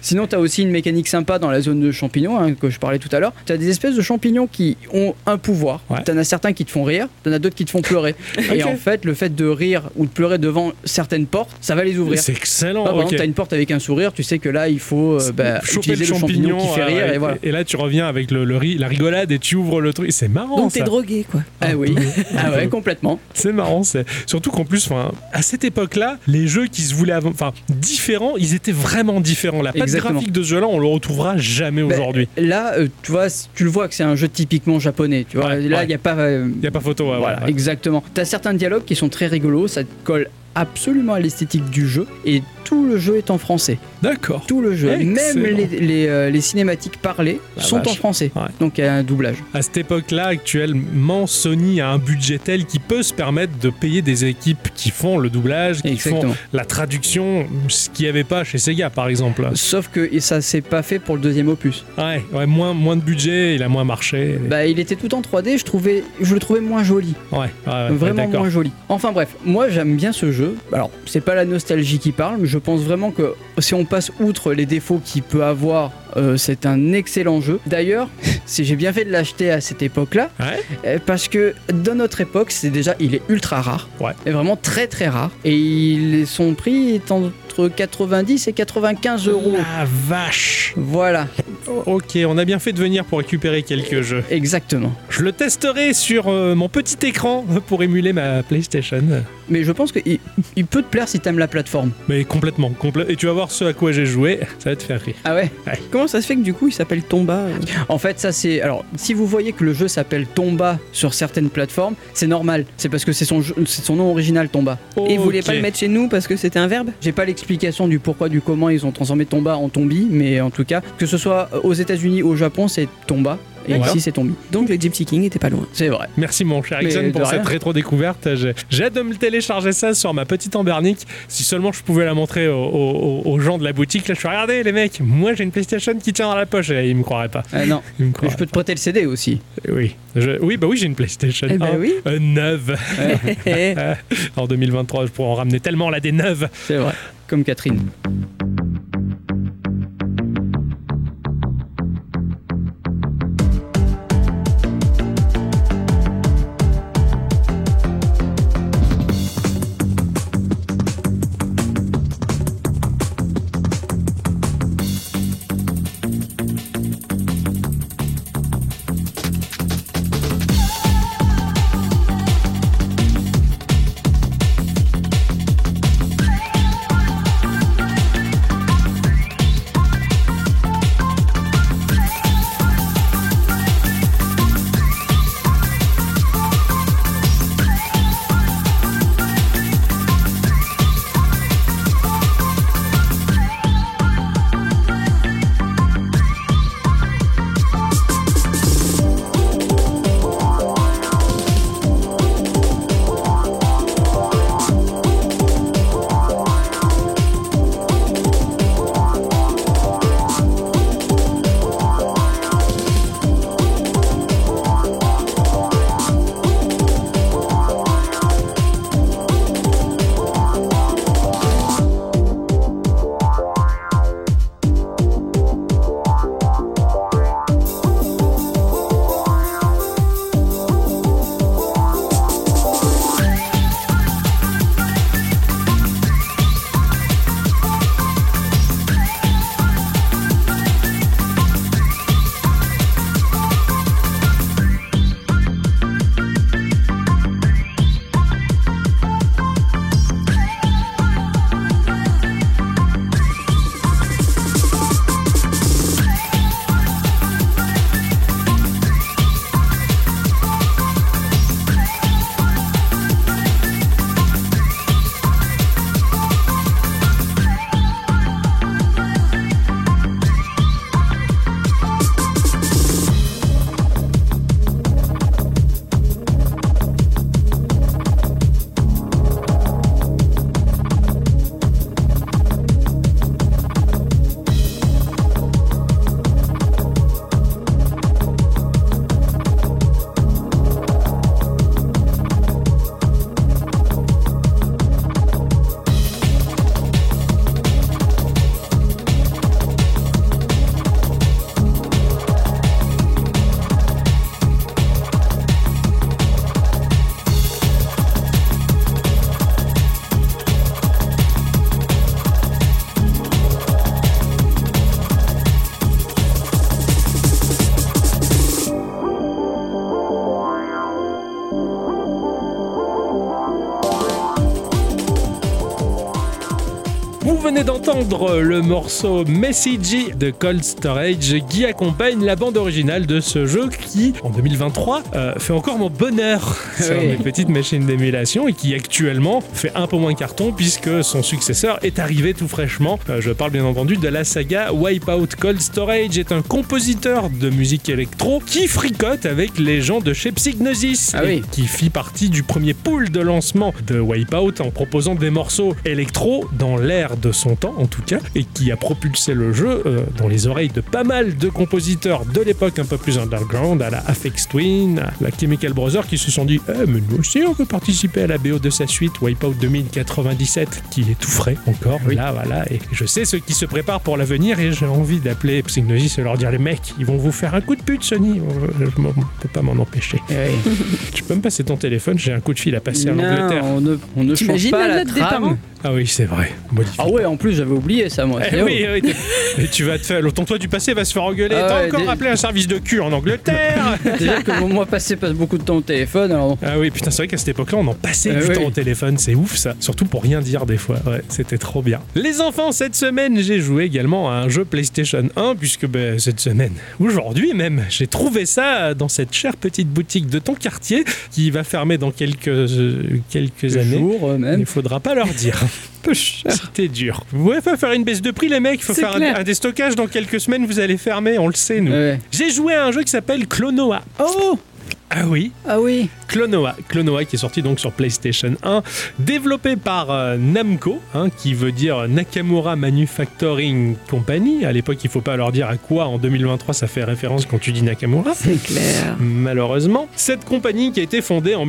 [SPEAKER 2] Sinon, t'as aussi une mécanique sympa dans la zone de champignons hein, que je parlais tout à l'heure. T'as des espèces de champignons qui ont un pouvoir.
[SPEAKER 1] Ouais.
[SPEAKER 2] T'en as certains qui te font rire, t'en as d'autres qui te
[SPEAKER 1] [LAUGHS]
[SPEAKER 2] font pleurer. Et en fait, le fait de rire ou de pleurer devant certaines portes, ça va les
[SPEAKER 1] Ouais.
[SPEAKER 2] ouvrir. Bah,
[SPEAKER 1] C'est excellent.
[SPEAKER 2] Par
[SPEAKER 1] ok.
[SPEAKER 2] exemple, t'as une porte avec un sourire, tu sais que là, il faut euh, bah,
[SPEAKER 1] Choper
[SPEAKER 2] utiliser le champignon, qui fait
[SPEAKER 1] euh,
[SPEAKER 2] rire. et voilà.
[SPEAKER 1] là, tu reviens avec le, le ri- la rigolade et tu ouvres le truc. C'est marrant.
[SPEAKER 3] Donc
[SPEAKER 1] ça.
[SPEAKER 3] t'es drogué, quoi.
[SPEAKER 2] Ah oui, ah ouais, complètement.
[SPEAKER 1] C'est marrant, c'est surtout qu'en plus, enfin, à cette époque-là, les jeux qui se voulaient, avant- enfin, différents, ils étaient vraiment différents. La patte
[SPEAKER 2] Exactement.
[SPEAKER 1] graphique de ce jeu-là, on le retrouvera jamais
[SPEAKER 2] Ben,
[SPEAKER 1] aujourd'hui.
[SPEAKER 2] Là, euh, tu vois, tu le vois que c'est un jeu typiquement japonais. Tu vois,
[SPEAKER 1] Ouais,
[SPEAKER 2] là, il
[SPEAKER 1] ouais.
[SPEAKER 2] n'y a pas. euh,
[SPEAKER 1] Il y a pas photo. ouais,
[SPEAKER 2] voilà,
[SPEAKER 1] ouais, ouais.
[SPEAKER 2] exactement. T'as certains dialogues qui sont très rigolos, ça te colle absolument à l'esthétique du jeu et tout le jeu est en français.
[SPEAKER 1] D'accord.
[SPEAKER 2] Tout le jeu,
[SPEAKER 1] Excellent.
[SPEAKER 2] même les, les, euh, les cinématiques parlées
[SPEAKER 1] La
[SPEAKER 2] sont en
[SPEAKER 1] vache.
[SPEAKER 2] français.
[SPEAKER 1] Ouais.
[SPEAKER 2] Donc il y a un doublage.
[SPEAKER 1] À cette époque-là, actuellement, Sony a un budget tel qu'il peut se permettre de payer des équipes qui font le doublage, qui
[SPEAKER 2] Exactement.
[SPEAKER 1] font la traduction, ce qu'il n'y avait pas chez Sega, par exemple.
[SPEAKER 2] Sauf que ça s'est pas fait pour le deuxième opus.
[SPEAKER 1] Ouais, ouais, moins, moins de budget, il a moins marché.
[SPEAKER 2] Bah il était tout en 3D, je trouvais je le trouvais moins joli,
[SPEAKER 1] Ouais, ouais, ouais,
[SPEAKER 2] vraiment
[SPEAKER 1] d'accord.
[SPEAKER 2] moins joli. Enfin bref, moi j'aime bien ce jeu. Alors, c'est pas la nostalgie qui parle, mais je pense vraiment que si on passe outre les défauts qu'il peut avoir, euh, c'est un excellent jeu. D'ailleurs, [LAUGHS] si j'ai bien fait de l'acheter à cette époque-là,
[SPEAKER 1] Ouais.
[SPEAKER 2] Euh, Parce que dans notre époque, c'est déjà, il est ultra rare.
[SPEAKER 1] Ouais.
[SPEAKER 2] Et vraiment très très rare. Et il- son prix est entre 90 et 95 euros.
[SPEAKER 1] La Ah, vache
[SPEAKER 2] Voilà,
[SPEAKER 1] Ok, on a bien fait de venir pour récupérer quelques jeux.
[SPEAKER 2] exactement.
[SPEAKER 1] Je le testerai sur euh, mon petit écran [LAUGHS] pour émuler ma PlayStation.
[SPEAKER 2] Mais je pense qu'il il peut te plaire si t'aimes la plateforme.
[SPEAKER 1] Mais complètement, complè- Et tu vas voir ce à quoi j'ai joué, ça va te faire rire.
[SPEAKER 2] Ah ouais
[SPEAKER 3] Comment ça se fait que du coup il s'appelle Tomba euh
[SPEAKER 2] En fait, ça c'est. Alors, si vous voyez que le jeu s'appelle Tomba sur certaines plateformes, c'est normal. C'est parce que c'est son, jeu- c'est son nom original, Tomba.
[SPEAKER 3] Et ils voulaient pas
[SPEAKER 1] Ok.
[SPEAKER 3] le mettre chez nous parce que c'était un verbe
[SPEAKER 2] J'ai pas l'explication du pourquoi, du comment ils ont transformé Tomba en Tombi, mais en tout cas, que ce soit aux États-Unis ou au Japon, c'est Tomba. Et
[SPEAKER 1] D'accord.
[SPEAKER 2] ici, c'est Tombi.
[SPEAKER 3] Donc le Gypsy King était pas loin.
[SPEAKER 2] C'est vrai.
[SPEAKER 1] Merci mon cher
[SPEAKER 2] Mais
[SPEAKER 1] Ixon
[SPEAKER 2] de
[SPEAKER 1] pour cette
[SPEAKER 2] rien.
[SPEAKER 1] rétro-découverte. J'ai j'ai hâte de me télécharger ça sur ma petite Ambernic. Si seulement je pouvais la montrer aux, aux- aux gens de la boutique. Là, je suis regardez les mecs, moi j'ai une PlayStation qui tient dans la poche. Et ils me croiraient pas.
[SPEAKER 2] Ah non.
[SPEAKER 1] [LAUGHS] Ils me
[SPEAKER 2] Mais
[SPEAKER 1] croiraient
[SPEAKER 2] je peux te prêter le CD aussi.
[SPEAKER 1] pas. Oui. Je- oui, bah oui, j'ai une PlayStation
[SPEAKER 3] Eh ben
[SPEAKER 1] un,
[SPEAKER 3] oui.
[SPEAKER 1] euh,
[SPEAKER 2] [LAUGHS]
[SPEAKER 1] neuve.
[SPEAKER 3] Eh,
[SPEAKER 1] En 2023, je pourrais en ramener tellement là des neuves.
[SPEAKER 2] C'est vrai. Comme Catherine.
[SPEAKER 1] Vous venez d'entendre le morceau Message de Cold Storage qui accompagne la bande originale de ce jeu qui, en 2023, euh, fait encore mon bonheur [LAUGHS] sur
[SPEAKER 2] Oui.
[SPEAKER 1] mes petites machines d'émulation et qui actuellement fait un peu moins carton puisque son successeur est arrivé tout fraîchement. Euh, je parle bien entendu de la saga Wipeout. Cold Storage est un compositeur de musique électro qui fricote avec les gens de chez Psygnosis
[SPEAKER 2] Ah
[SPEAKER 1] et
[SPEAKER 2] oui.
[SPEAKER 1] qui fit partie du premier pool de lancement de Wipeout en proposant des morceaux électro dans l'air de son temps en tout cas et qui a propulsé le jeu euh, dans les oreilles de pas mal de compositeurs de l'époque un peu plus underground à la Aphex Twin, à la Chemical Brothers qui se sont dit eh, mais nous aussi on peut participer à la BO de sa suite Wipeout 2097 qui est tout frais encore
[SPEAKER 2] Oui.
[SPEAKER 1] là voilà et je sais ce qui se prépare pour l'avenir et j'ai envie d'appeler Psygnosis et leur dire les mecs ils vont vous faire un coup de pute Sony Euh, je, je m'en- peux pas m'en empêcher tu peux me passer ton téléphone, j'ai un coup de fil à passer à l'Angleterre.
[SPEAKER 2] on ne, on ne change
[SPEAKER 3] T'imagines
[SPEAKER 2] pas
[SPEAKER 3] la
[SPEAKER 2] la
[SPEAKER 3] note des
[SPEAKER 2] trame.
[SPEAKER 3] parents
[SPEAKER 1] Ah oui, c'est vrai. Modifie.
[SPEAKER 2] Ah ouais, en plus j'avais oublié ça moi.
[SPEAKER 1] Eh
[SPEAKER 2] C'est
[SPEAKER 1] oui, oui, t'es- et tu vas te faire. Ton toit du passé va se faire engueuler.
[SPEAKER 2] Ah
[SPEAKER 1] T'as
[SPEAKER 2] ouais,
[SPEAKER 1] encore
[SPEAKER 2] des-
[SPEAKER 1] appelé un service de cul en
[SPEAKER 2] [LAUGHS]
[SPEAKER 1] Angleterre
[SPEAKER 2] haut. Déjà que mon mois passé passe beaucoup de temps au téléphone, alors
[SPEAKER 1] Ah oui, putain, c'est vrai qu'à cette époque-là, on en passait
[SPEAKER 2] Eh
[SPEAKER 1] du
[SPEAKER 2] oui.
[SPEAKER 1] temps au téléphone, c'est ouf ça. Surtout pour rien dire des fois, ouais, c'était trop bien. Les enfants, cette semaine, j'ai joué également à un jeu PlayStation 1, puisque ben, cette semaine, aujourd'hui même, j'ai trouvé ça dans cette chère petite boutique de ton quartier, qui va fermer dans quelques, euh, quelques années.
[SPEAKER 2] jour euh, même.
[SPEAKER 1] Il faudra pas leur dire. Peu C'était dur. Ouais, faut faire une baisse de prix, les mecs. Faut
[SPEAKER 3] C'est
[SPEAKER 1] faire un,
[SPEAKER 3] clair.
[SPEAKER 1] un déstockage dans quelques semaines. Vous allez fermer, on le sait, nous.
[SPEAKER 2] Ouais.
[SPEAKER 1] J'ai joué à un jeu qui s'appelle Clonoa. Oh Ah oui
[SPEAKER 2] Ah oui.
[SPEAKER 1] Clonoa, Clonoa qui est sorti donc sur PlayStation 1, développé par euh, Namco, hein, qui veut dire Nakamura Manufacturing Company. À l'époque, il faut pas leur dire à quoi en 2023 ça fait référence quand tu dis Nakamura.
[SPEAKER 3] C'est clair.
[SPEAKER 1] Malheureusement, cette compagnie qui a été fondée en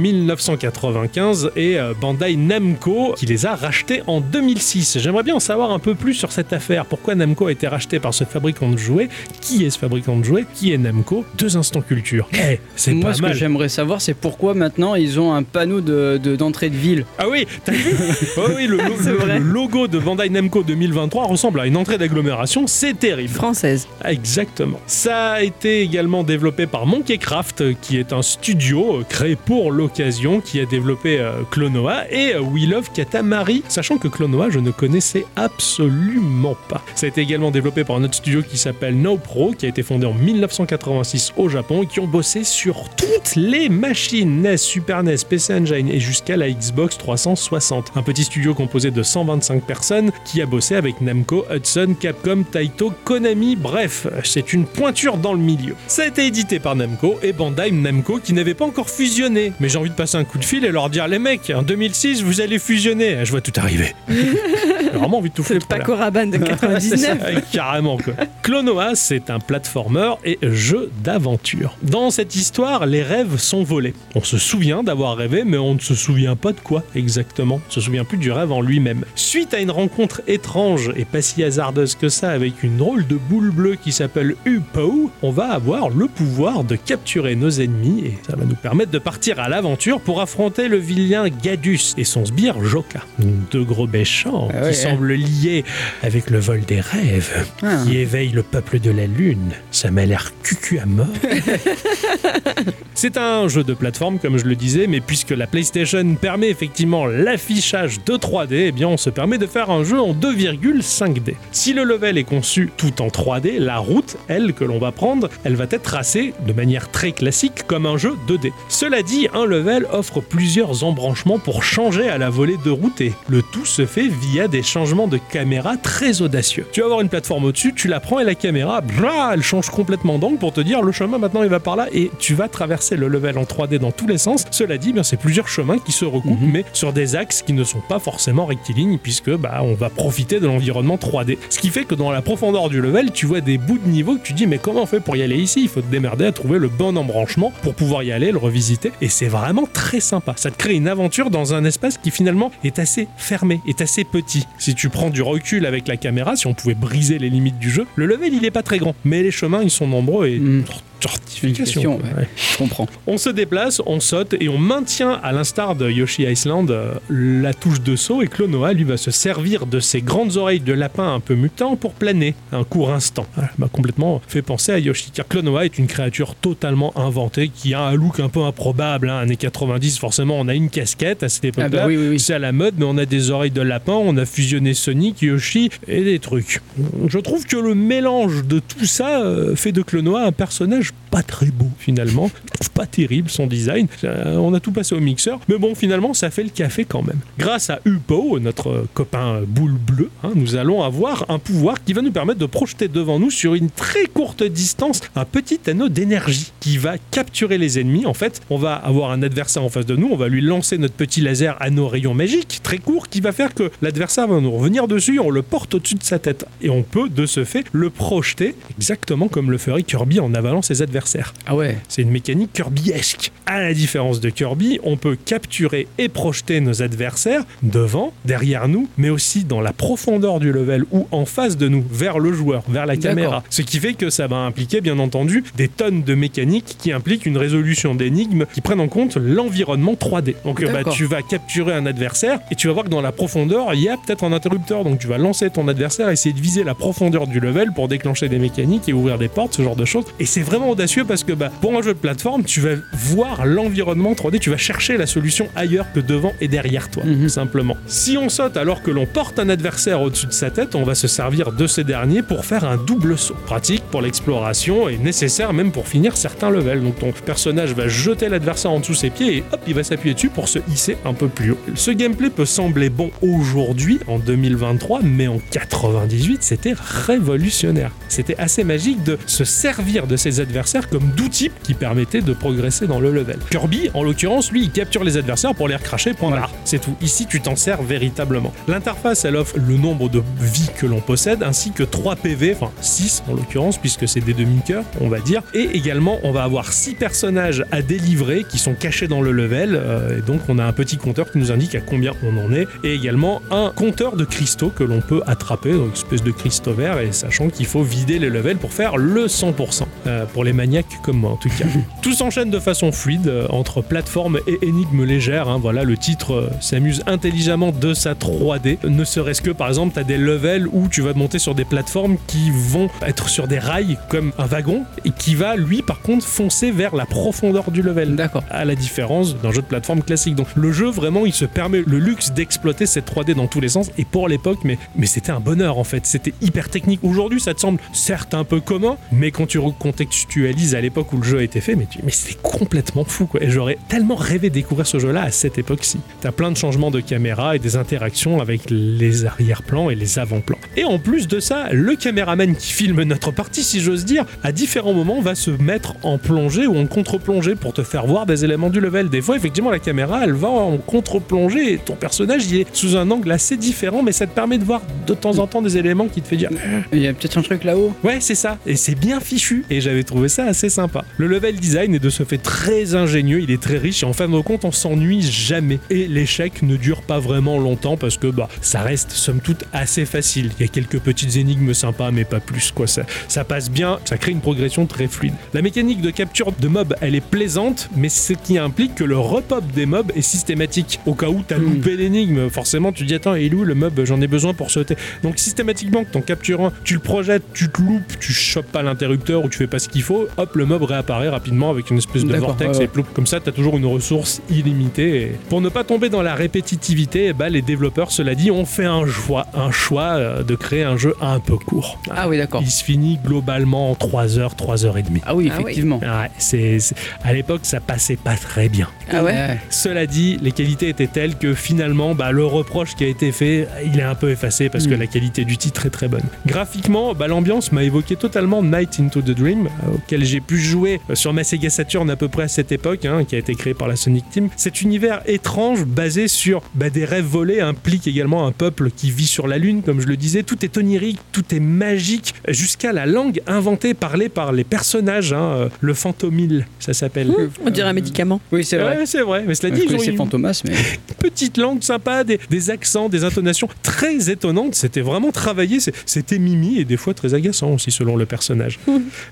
[SPEAKER 1] 1995 et euh, Bandai Namco qui les a rachetés en 2006. J'aimerais bien en savoir un peu plus sur cette affaire. Pourquoi Namco a été racheté par ce fabricant de jouets Qui est ce fabricant de jouets Qui est Namco Deux instants culture. Eh, c'est
[SPEAKER 2] Moi
[SPEAKER 1] pas
[SPEAKER 2] ce
[SPEAKER 1] mal.
[SPEAKER 2] que j'aimerais savoir c'est pourquoi maintenant ils ont un panneau de de- d'entrée de, ville.
[SPEAKER 1] Ah oui, t'as vu
[SPEAKER 3] [LAUGHS]
[SPEAKER 1] Ah oui, le, lo-
[SPEAKER 3] C'est
[SPEAKER 1] le-
[SPEAKER 3] vrai.
[SPEAKER 1] le logo de Bandai Namco 2023 ressemble à une entrée d'agglomération, c'est terrible.
[SPEAKER 3] Française.
[SPEAKER 1] Ah, Exactement. Ça a été également développé par Monkey Craft, euh, qui est un studio euh, créé pour l'occasion, qui a développé euh, Clonoa et euh, We Love Katamari, sachant que Clonoa, je ne connaissais absolument pas. Ça a été également développé par un autre studio qui s'appelle No Pro, qui a été fondé en 1986 au Japon, et qui ont bossé sur toutes les machines NES, E Super NES, PC Engine et jusqu'à la Xbox 360. Un petit studio composé de 125 personnes qui a bossé avec Namco, Hudson, Capcom, Taito, Konami, bref, c'est une pointure dans le milieu. Ça a été édité par Namco et Bandai Namco qui n'avait pas encore fusionné. Mais j'ai envie de passer un coup de fil et leur dire les mecs, en 2006 vous allez fusionner, je vois tout arriver. j'ai vraiment envie de tout
[SPEAKER 3] C'est le
[SPEAKER 1] foutre. là.
[SPEAKER 3] Paco Rabanne [LAUGHS] de 99.
[SPEAKER 1] Ouais, [LAUGHS] Carrément quoi. Clonoa, c'est un platformer et jeu d'aventure. Dans cette histoire, les rêves sont volés. On se souvient d'avoir rêvé, mais on ne se souvient pas de quoi exactement. On se souvient plus du rêve en lui-même. Suite à une rencontre étrange et pas si hasardeuse que ça avec une drôle de boule bleue qui s'appelle Upo, on va avoir le pouvoir de capturer nos ennemis et ça va nous permettre de partir à l'aventure pour affronter le vilain Gadus et son sbire Joka. Deux gros méchants
[SPEAKER 2] Ah
[SPEAKER 1] qui
[SPEAKER 2] ouais,
[SPEAKER 1] semblent liés avec le vol des rêves
[SPEAKER 2] Ah.
[SPEAKER 1] qui éveille le peuple de la lune. Ça m'a l'air cucu à mort. C'est un jeu de plateforme, comme je le disais, mais puisque la PlayStation permet effectivement l'affichage de 3D, eh bien on se permet de faire un jeu en 2,5D. Si le level est conçu tout en 3D, la route, elle, que l'on va prendre, elle va être tracée de manière très classique comme un jeu 2D. Cela dit, un level offre plusieurs embranchements pour changer à la volée de route et le tout se fait via des changements de caméra très audacieux. Tu vas avoir une plateforme au-dessus, tu la prends et la caméra, blah, elle change complètement d'angle pour te dire le chemin maintenant il va par là et tu vas traverser le level en 3D dans tous les sens. Cela dit, bien, c'est plusieurs chemins qui se recoupent mais sur des axes qui ne sont pas forcément rectilignes puisque bah, on va profiter de l'environnement 3D. Ce qui fait que dans la profondeur du level, tu vois des bouts de niveau que tu dis mais comment on fait pour y aller ici Il faut te démerder à trouver le bon embranchement pour pouvoir y aller, le revisiter et c'est vraiment très sympa. Ça te crée une aventure dans un espace qui finalement est assez fermé, est assez petit. Si tu prends du recul avec la caméra, si on pouvait briser les limites du jeu, le level il est pas très grand mais les chemins ils sont nombreux et
[SPEAKER 2] Mhm.
[SPEAKER 1] tu Tortification.
[SPEAKER 2] Tortification,
[SPEAKER 1] ouais.
[SPEAKER 2] Je comprends.
[SPEAKER 1] On se déplace, on saute et on maintient, à l'instar de Yoshi Island, euh, la touche de saut et Clonoa, lui, va se servir de ses grandes oreilles de lapin un peu mutant pour planer un court instant. Voilà, m'a complètement fait penser à Yoshi. Car Clonoa est une créature totalement inventée qui a un look un peu improbable. Hein. Années 90, forcément, on a une casquette à cette époque-là.
[SPEAKER 2] Ah bah oui, oui, oui.
[SPEAKER 1] C'est à la mode, mais on a des oreilles de lapin, on a fusionné Sonic, Yoshi et des trucs. Je trouve que le mélange de tout ça euh, fait de Clonoa un personnage pas très beau finalement. Je trouve pas terrible son design. Euh, on a tout passé au mixeur, mais bon, finalement, ça fait le café quand même. Grâce à Upo, notre euh, copain euh, boule bleue, hein, nous allons avoir un pouvoir qui va nous permettre de projeter devant nous sur une très courte distance un petit anneau d'énergie qui va capturer les ennemis. En fait, on va avoir un adversaire en face de nous, on va lui lancer notre petit laser à nos rayons magiques, très court, qui va faire que l'adversaire va nous revenir dessus, on le porte au-dessus de sa tête. Et on peut, de ce fait, le projeter exactement comme le ferait Kirby en avalant ses adversaires.
[SPEAKER 2] Ah ouais.
[SPEAKER 1] C'est une mécanique Kirbyesque. À la différence de Kirby, on peut capturer et projeter nos adversaires devant, derrière nous, mais aussi dans la profondeur du level ou en face de nous, vers le joueur, vers la
[SPEAKER 2] D'accord.
[SPEAKER 1] caméra. Ce qui fait que ça va impliquer, bien entendu, des tonnes de mécaniques qui impliquent une résolution d'énigmes qui prennent en compte l'environnement 3D. Donc euh, bah,
[SPEAKER 2] D'accord.
[SPEAKER 1] tu vas capturer un adversaire et tu vas voir que dans la profondeur, il y a peut-être un interrupteur. Donc tu vas lancer ton adversaire, essayer de viser la profondeur du level pour déclencher des mécaniques et ouvrir des portes, ce genre de choses. Et c'est vraiment audacieux parce que bah, pour un jeu de plateforme, tu vas voir l'environnement 3D, tu vas chercher la solution ailleurs que devant et derrière toi,
[SPEAKER 2] Mhm.
[SPEAKER 1] simplement. Si on saute alors que l'on porte un adversaire au-dessus de sa tête, on va se servir de ces derniers pour faire un double saut. Pratique pour l'exploration et nécessaire même pour finir certains levels. Donc ton personnage va jeter l'adversaire en dessous de ses pieds et hop, il va s'appuyer dessus pour se hisser un peu plus haut. Ce gameplay peut sembler bon aujourd'hui, en 2023, mais en 98, c'était révolutionnaire. C'était assez magique de se servir de ses adversaires comme d'outils qui permettaient de progresser dans le level. Kirby, en l'occurrence, lui, il capture les adversaires pour les recracher, point
[SPEAKER 2] Ouais.
[SPEAKER 1] barre. C'est tout. Ici, tu t'en sers véritablement. L'interface, elle offre le nombre de vies que l'on possède, ainsi que 3 PV, enfin 6 en l'occurrence, puisque c'est des demi-cœurs, on va dire. Et également, on va avoir 6 personnages à délivrer qui sont cachés dans le level. euh, et donc, on a un petit compteur qui nous indique à combien on en est. Et également, un compteur de cristaux que l'on peut attraper, donc une espèce de cristaux vert, et sachant qu'il faut vider les levels pour faire le 100%. euh, pour les maniaques comme moi, en tout cas. Tout s'enchaîne de façon fluide euh, entre plateforme et énigme légère. hein. voilà, le titre euh, s'amuse intelligemment de sa 3D. Ne serait-ce que, par exemple, tu as des levels où tu vas monter sur des plateformes qui vont être sur des rails comme un wagon et qui va, lui, par contre, foncer vers la profondeur du level
[SPEAKER 2] D'accord.
[SPEAKER 1] à la différence d'un jeu de plateforme classique. Donc le jeu vraiment il se permet le luxe d'exploiter cette 3D dans tous les sens et pour l'époque mais, mais c'était un bonheur en fait, c'était hyper technique. Aujourd'hui ça te semble certes un peu commun mais quand tu recontextualises à l'époque où le jeu a été fait mais, tu- mais c'était complètement fou quoi et j'aurais tellement rêvé de découvrir ce jeu là à cette époque-ci. T'as plein de changements de caméra et des interactions avec les arrière-plans et les avant-plans. Et en plus de ça, le caméraman qui filme notre partie, si j'ose dire, à différents moments va se mettre en plongée ou en contre-plongée pour te faire voir des éléments du level. Des fois, effectivement, la caméra, elle va en contre-plongée et ton personnage il est sous un angle assez différent, mais ça te permet de voir de temps en temps des éléments qui te fait dire
[SPEAKER 2] Il y a peut-être un truc là-haut.
[SPEAKER 1] Ouais, c'est ça. Et c'est bien fichu. Et j'avais trouvé ça assez sympa. Le level design est de ce fait très ingénieux. Il est très riche. Et en fin de compte, on s'ennuie jamais. Et l'échec ne dure pas vraiment longtemps parce que bah, ça reste, somme toute, assez facile. Il y a quelques petites énigmes sympas, mais pas plus. quoi. Ça, ça passe bien. Ça crée une progression très fluide. La mécanique de capture de mobs, elle est plaisante, mais ce qui implique que le repop des mobs est systématique. Au cas où t'as
[SPEAKER 2] Hmm.
[SPEAKER 1] loupé l'énigme, forcément, tu dis Attends, il est où le mob J'en ai besoin pour sauter. Donc systématiquement, que t'en capturant, tu le projettes, tu te loupes, tu chopes pas l'interrupteur ou tu fais pas ce qu'il faut, hop, le mob réapparaît rapidement avec une espèce de
[SPEAKER 2] D'accord,
[SPEAKER 1] vortex
[SPEAKER 2] ouais, ouais.
[SPEAKER 1] et ploup. Comme ça, t'as toujours une ressource illimitée. et- Pour ne pas tomber dans la répétitivité, eh ben, les développeurs, cela dit, ont fait un choix, un choix euh, de créer un jeu un peu court.
[SPEAKER 2] Ah oui, d'accord.
[SPEAKER 1] Il se finit globalement en 3 heures, 3 heures et demie.
[SPEAKER 2] Ah oui,
[SPEAKER 3] Ah oui.
[SPEAKER 2] effectivement.
[SPEAKER 1] Ouais, c'est, c'est- à l'époque, ça passait pas très bien.
[SPEAKER 3] Ah ouais
[SPEAKER 1] Cela dit, les qualités étaient telles que finalement, bah, le reproche qui a été fait, il est un peu effacé parce que
[SPEAKER 2] Mm.
[SPEAKER 1] la qualité du titre est très bonne. Graphiquement, bah, l'ambiance m'a évoqué totalement Night into the Dream, euh, auquel j'ai pu jouer euh, sur ma Sega Saturn à peu près à cette époque, hein, qui a été créé par la Sonic Team. Cet univers étrange basé sur bah, des rêves volés implique également un peuple qui vit sur la Lune, comme je le disais. Tout est onirique, tout est magique, jusqu'à la langue inventée, parlée par les personnages. hein, euh, le Fantomil, ça s'appelle.
[SPEAKER 3] Hum, On dirait un médicament.
[SPEAKER 2] Oui, Mmh. c'est vrai.
[SPEAKER 1] Ah Ouais, c'est vrai, mais cela
[SPEAKER 2] Je
[SPEAKER 1] dit, ils ont
[SPEAKER 2] connaissais
[SPEAKER 1] une-
[SPEAKER 2] Fantomas, mais
[SPEAKER 1] petite langue sympa, des, des accents, des intonations très étonnantes. C'était vraiment travaillé. C'est- C'était mimi et des fois très agaçant aussi selon le personnage.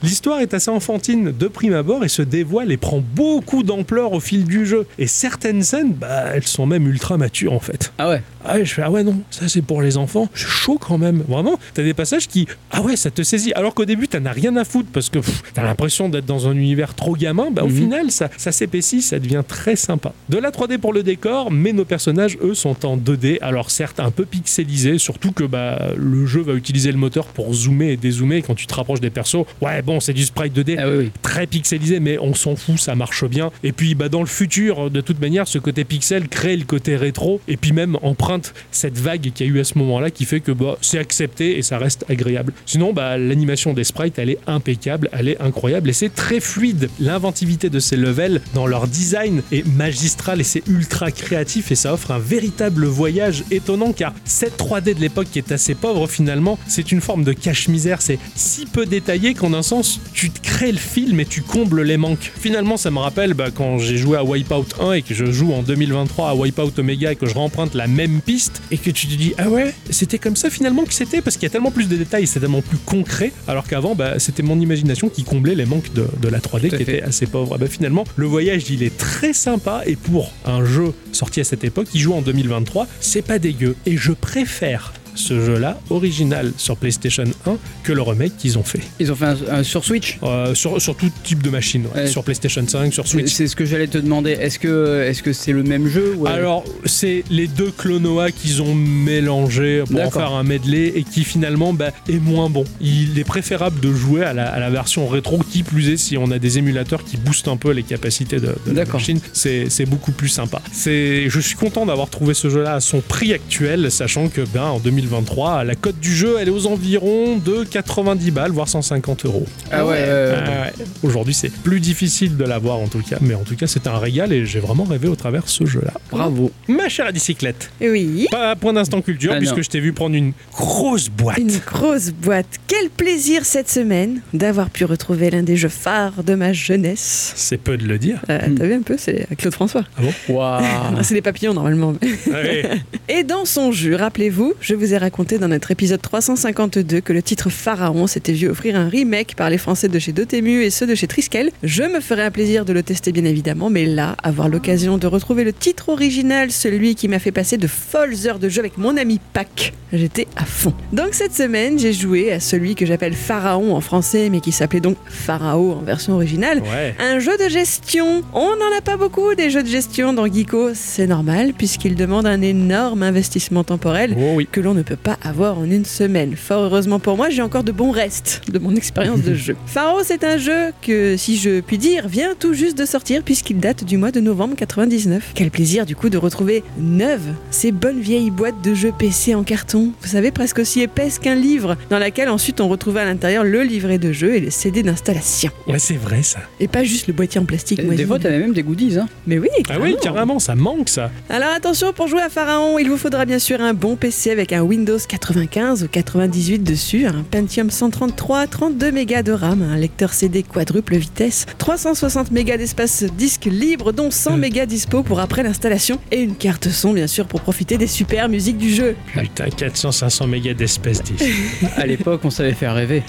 [SPEAKER 1] L'histoire est assez enfantine de prime abord et se dévoile et prend beaucoup d'ampleur au fil du jeu. Et certaines scènes, bah, elles sont même ultra matures en fait.
[SPEAKER 2] Ah ouais.
[SPEAKER 1] Ah ouais, je fais, ah ouais, non, ça c'est pour les enfants, c'est chaud quand même. Vraiment, t'as des passages qui, ah ouais, ça te saisit. Alors qu'au début, t'en as rien à foutre parce que pff, t'as l'impression d'être dans un univers trop gamin. Bah, au
[SPEAKER 2] Mhm.
[SPEAKER 1] final, ça, ça s'épaissit, ça devient très sympa. De la 3D pour le décor, mais nos personnages, eux, sont en 2D. Alors certes, un peu pixelisés, surtout que bah, le jeu va utiliser le moteur pour zoomer et dézoomer. Et Quand tu te rapproches des persos, ouais, bon, c'est du sprite 2D
[SPEAKER 2] Ah oui, oui.
[SPEAKER 1] très pixelisé, mais on s'en fout, ça marche bien. Et puis, bah, dans le futur, de toute manière, ce côté pixel crée le côté rétro, et puis même emprunte cette vague qu'il y a eu à ce moment-là, qui fait que bah, c'est accepté et ça reste agréable. Sinon, bah, l'animation des sprites, elle est impeccable, elle est incroyable, et c'est très fluide. L'inventivité de ces levels dans leur design est magistrale, et c'est ultra créatif, et ça offre un véritable voyage étonnant, car cette 3D de l'époque qui est assez pauvre, finalement, c'est une forme de cache-misère, c'est si peu détaillé qu'en un sens, tu te crées le film et tu combles les manques. Finalement, ça me rappelle bah, quand j'ai joué à Wipeout 1 et que je joue en 2023 à Wipeout Omega et que je remprunte la même piste et que tu te dis, ah ouais, c'était comme ça finalement que c'était parce qu'il y a tellement plus de détails, c'est tellement plus concret, alors qu'avant, bah, c'était mon imagination qui comblait les manques de, de la 3D
[SPEAKER 2] Tout à
[SPEAKER 1] qui
[SPEAKER 2] fait.
[SPEAKER 1] était assez pauvre. Ah bah, finalement, le voyage, il est très sympa et pour un jeu sorti à cette époque, qui joue en 2023, c'est pas dégueu. Et je préfère ce jeu-là, original sur PlayStation 1, que le remake qu'ils ont fait.
[SPEAKER 2] Ils ont fait un, un sur Switch.
[SPEAKER 1] Euh, sur, sur tout type de machine, ouais.
[SPEAKER 2] Ouais.
[SPEAKER 1] sur PlayStation 5, sur Switch.
[SPEAKER 2] C'est ce que j'allais te demander. Est-ce que est-ce que c'est le même jeu ou-
[SPEAKER 1] Alors, c'est les deux Clonoa qu'ils ont mélangés pour en
[SPEAKER 2] D'accord.
[SPEAKER 1] faire un medley et qui finalement bah, est moins bon. Il est préférable de jouer à la, à la version rétro, qui plus est si on a des émulateurs qui boostent un peu les capacités de, de la
[SPEAKER 2] D'accord.
[SPEAKER 1] machine. C'est c'est beaucoup plus sympa. C'est- Je suis content d'avoir trouvé ce jeu-là à son prix actuel, sachant que ben, en 2023, la cote du jeu, elle est aux environs de 90 balles, voire 150 euros.
[SPEAKER 2] Ah ouais. euh,
[SPEAKER 1] Ah ouais. Aujourd'hui, c'est plus difficile de l'avoir en tout cas, mais en tout cas, c'est un régal et j'ai vraiment rêvé au travers de ce jeu-là.
[SPEAKER 2] Bravo.
[SPEAKER 1] Ma chère à bicyclette,
[SPEAKER 3] Eh Oui.
[SPEAKER 1] pas à point d'instant culture
[SPEAKER 2] Ah
[SPEAKER 1] puisque
[SPEAKER 2] non.
[SPEAKER 1] je t'ai vu prendre une grosse boîte.
[SPEAKER 3] Une grosse boîte. Quel plaisir cette semaine d'avoir pu retrouver l'un des jeux phares de ma jeunesse.
[SPEAKER 1] C'est peu de le
[SPEAKER 3] [LAUGHS]
[SPEAKER 1] dire.
[SPEAKER 3] Euh,
[SPEAKER 2] Hmm.
[SPEAKER 3] T'as vu un peu, c'est Claude François.
[SPEAKER 2] Waouh.
[SPEAKER 3] C'est les papillons normalement.
[SPEAKER 1] Ouais.
[SPEAKER 3] Et dans son jus, rappelez-vous, je vous ai raconté dans notre épisode 352 que le titre Pharaon s'était vu offrir un remake par les Français de chez Dotemu et ceux de chez Triskel. Je me ferai un plaisir de le tester bien évidemment, mais là, avoir l'occasion de retrouver le titre original, celui qui m'a fait passer de folles heures de jeu avec mon ami Pac, j'étais à fond. Donc cette semaine, j'ai joué à celui que j'appelle Pharaon en français, mais qui s'appelait donc Pharaon en version originale.
[SPEAKER 1] ouais.
[SPEAKER 3] Un jeu de gestion. On n'en a pas beaucoup des jeux de gestion dans Geeko, c'est normal puisqu'il demande un énorme investissement temporel
[SPEAKER 1] Oh oui.
[SPEAKER 3] que l'on ne peut pas avoir en une semaine. Fort heureusement pour moi, j'ai encore de bons restes de mon expérience de jeu. Pharo, c'est un jeu que, si je puis dire, vient tout juste de sortir puisqu'il date du mois de novembre 99. Quel plaisir du coup de retrouver neuve ces bonnes vieilles boîtes de jeux PC en carton. Vous savez, presque aussi épaisse qu'un livre, dans laquelle ensuite on retrouvait à l'intérieur le livret de jeu et les CD d'installation.
[SPEAKER 1] Ouais, c'est vrai ça.
[SPEAKER 3] Et pas juste le boîtier en plastique.
[SPEAKER 2] Euh, Des
[SPEAKER 3] moisi.
[SPEAKER 2] fois, t'avais même des goodies. Hein.
[SPEAKER 3] Mais oui,
[SPEAKER 1] Ah oui, carrément, ça manque ça.
[SPEAKER 3] Alors attention, pour jouer à Pharaon, il vous faudra bien sûr un bon PC avec un Windows 95 ou 98 dessus, un Pentium 133, 32 mégas de RAM, un lecteur CD quadruple vitesse, 360 mégas d'espace disque libre, dont
[SPEAKER 1] Euh.
[SPEAKER 3] 100 mégas dispo pour après l'installation, et une carte son bien sûr pour profiter des super musiques du jeu.
[SPEAKER 1] Putain, 400-500 mégas d'espèces 10.
[SPEAKER 3] [LAUGHS]
[SPEAKER 2] À l'époque, on savait faire rêver.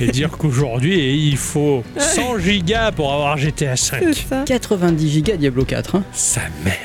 [SPEAKER 1] Et dire qu'aujourd'hui, eh, il faut 100 gigas pour avoir GTA 5.
[SPEAKER 2] 90 gigas Diablo 4. Hein.
[SPEAKER 1] Sa mère.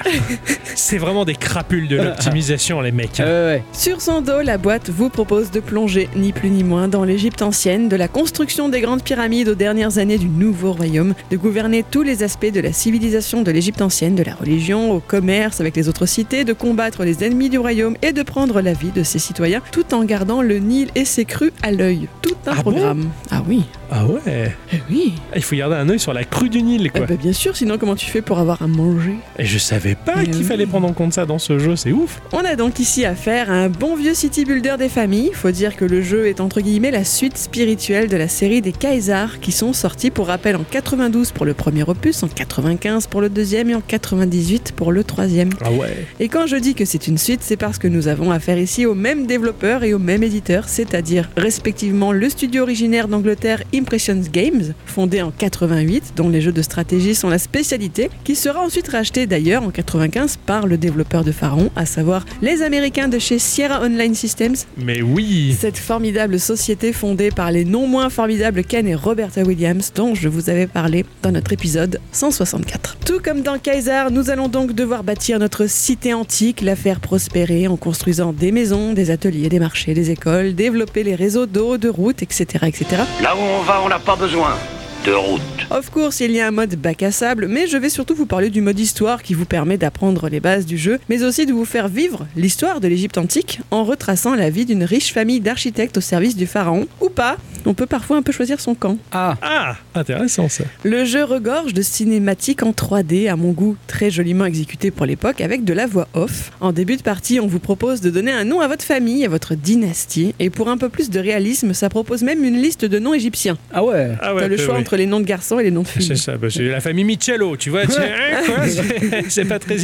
[SPEAKER 1] C'est vraiment des crapules de l'optimisation, les mecs. hein.
[SPEAKER 2] Ah
[SPEAKER 3] Euh.
[SPEAKER 2] ouais, ouais.
[SPEAKER 3] Sur son dos, la boîte vous propose de plonger, ni plus ni moins, dans l'Égypte ancienne, de la construction des grandes pyramides aux dernières années du nouveau royaume, de gouverner tous les aspects de la civilisation de l'Égypte ancienne, de la religion au commerce avec les autres cités, de combattre les ennemis du royaume et de prendre la vie de ses citoyens, tout en gardant le Nil et ses crues à l'œil. Tout un
[SPEAKER 1] Ah bon
[SPEAKER 3] programme. ah oui,
[SPEAKER 1] Ah ouais.
[SPEAKER 3] eh oui.
[SPEAKER 1] Il faut garder un œil sur la crue du Nil,
[SPEAKER 3] Eh
[SPEAKER 1] quoi.
[SPEAKER 3] ben, bien sûr, sinon comment tu fais pour avoir à manger
[SPEAKER 1] Et je savais pas
[SPEAKER 3] Mais
[SPEAKER 1] qu'il
[SPEAKER 3] oui.
[SPEAKER 1] fallait prendre en compte ça dans ce jeu, c'est ouf.
[SPEAKER 3] On a donc ici affaire à un bon vieux city builder des familles. Faut dire que le jeu est entre guillemets la suite spirituelle de la série des Kaisars qui sont sortis pour rappel en 92 pour le premier opus, en 95 pour le deuxième et en 98 pour le troisième.
[SPEAKER 1] Ah ouais.
[SPEAKER 3] Et quand je dis que c'est une suite, c'est parce que nous avons affaire ici au même développeur et au même éditeur, c'est-à-dire respectivement le studio originaire d'Angleterre Impressions Games, fondée en 88, dont les jeux de stratégie sont la spécialité, qui sera ensuite racheté d'ailleurs en 95 par le développeur de Pharaon, à savoir les Américains de chez Sierra Online Systems,
[SPEAKER 1] Mais oui
[SPEAKER 3] cette formidable société fondée par les non moins formidables Ken et Roberta Williams dont je vous avais parlé dans notre épisode 164. Tout comme dans Kaiser, nous allons donc devoir bâtir notre cité antique, la faire prospérer en construisant des maisons, des ateliers, des marchés, des écoles, développer les réseaux d'eau, de routes, etc. etc.
[SPEAKER 6] Là où on va, on n'a pas besoin de route.
[SPEAKER 3] Of course, il y a un mode bac à sable, mais je vais surtout vous parler du mode histoire qui vous permet d'apprendre les bases du jeu, mais aussi de vous faire vivre l'histoire de l'Égypte antique en retraçant la vie d'une riche famille d'architectes au service du pharaon, ou pas. On peut parfois un peu choisir son camp.
[SPEAKER 2] Ah,
[SPEAKER 1] Ah Intéressant ça
[SPEAKER 3] Le jeu regorge de cinématiques en 3D, à mon goût très joliment exécutées pour l'époque, avec de la voix off. En début de partie, on vous propose de donner un nom à votre famille, à votre dynastie, et pour un peu plus de réalisme, ça propose même une liste de noms égyptiens.
[SPEAKER 2] ah ouais.
[SPEAKER 1] Ah
[SPEAKER 3] T'as le
[SPEAKER 1] oui,
[SPEAKER 3] choix
[SPEAKER 1] oui.
[SPEAKER 3] entre les noms de garçons et les noms de filles.
[SPEAKER 1] C'est ça, bah, c'est la famille Michello, tu vois. tu- hein, quoi,
[SPEAKER 3] [LAUGHS]
[SPEAKER 1] c'est- c'est pas très.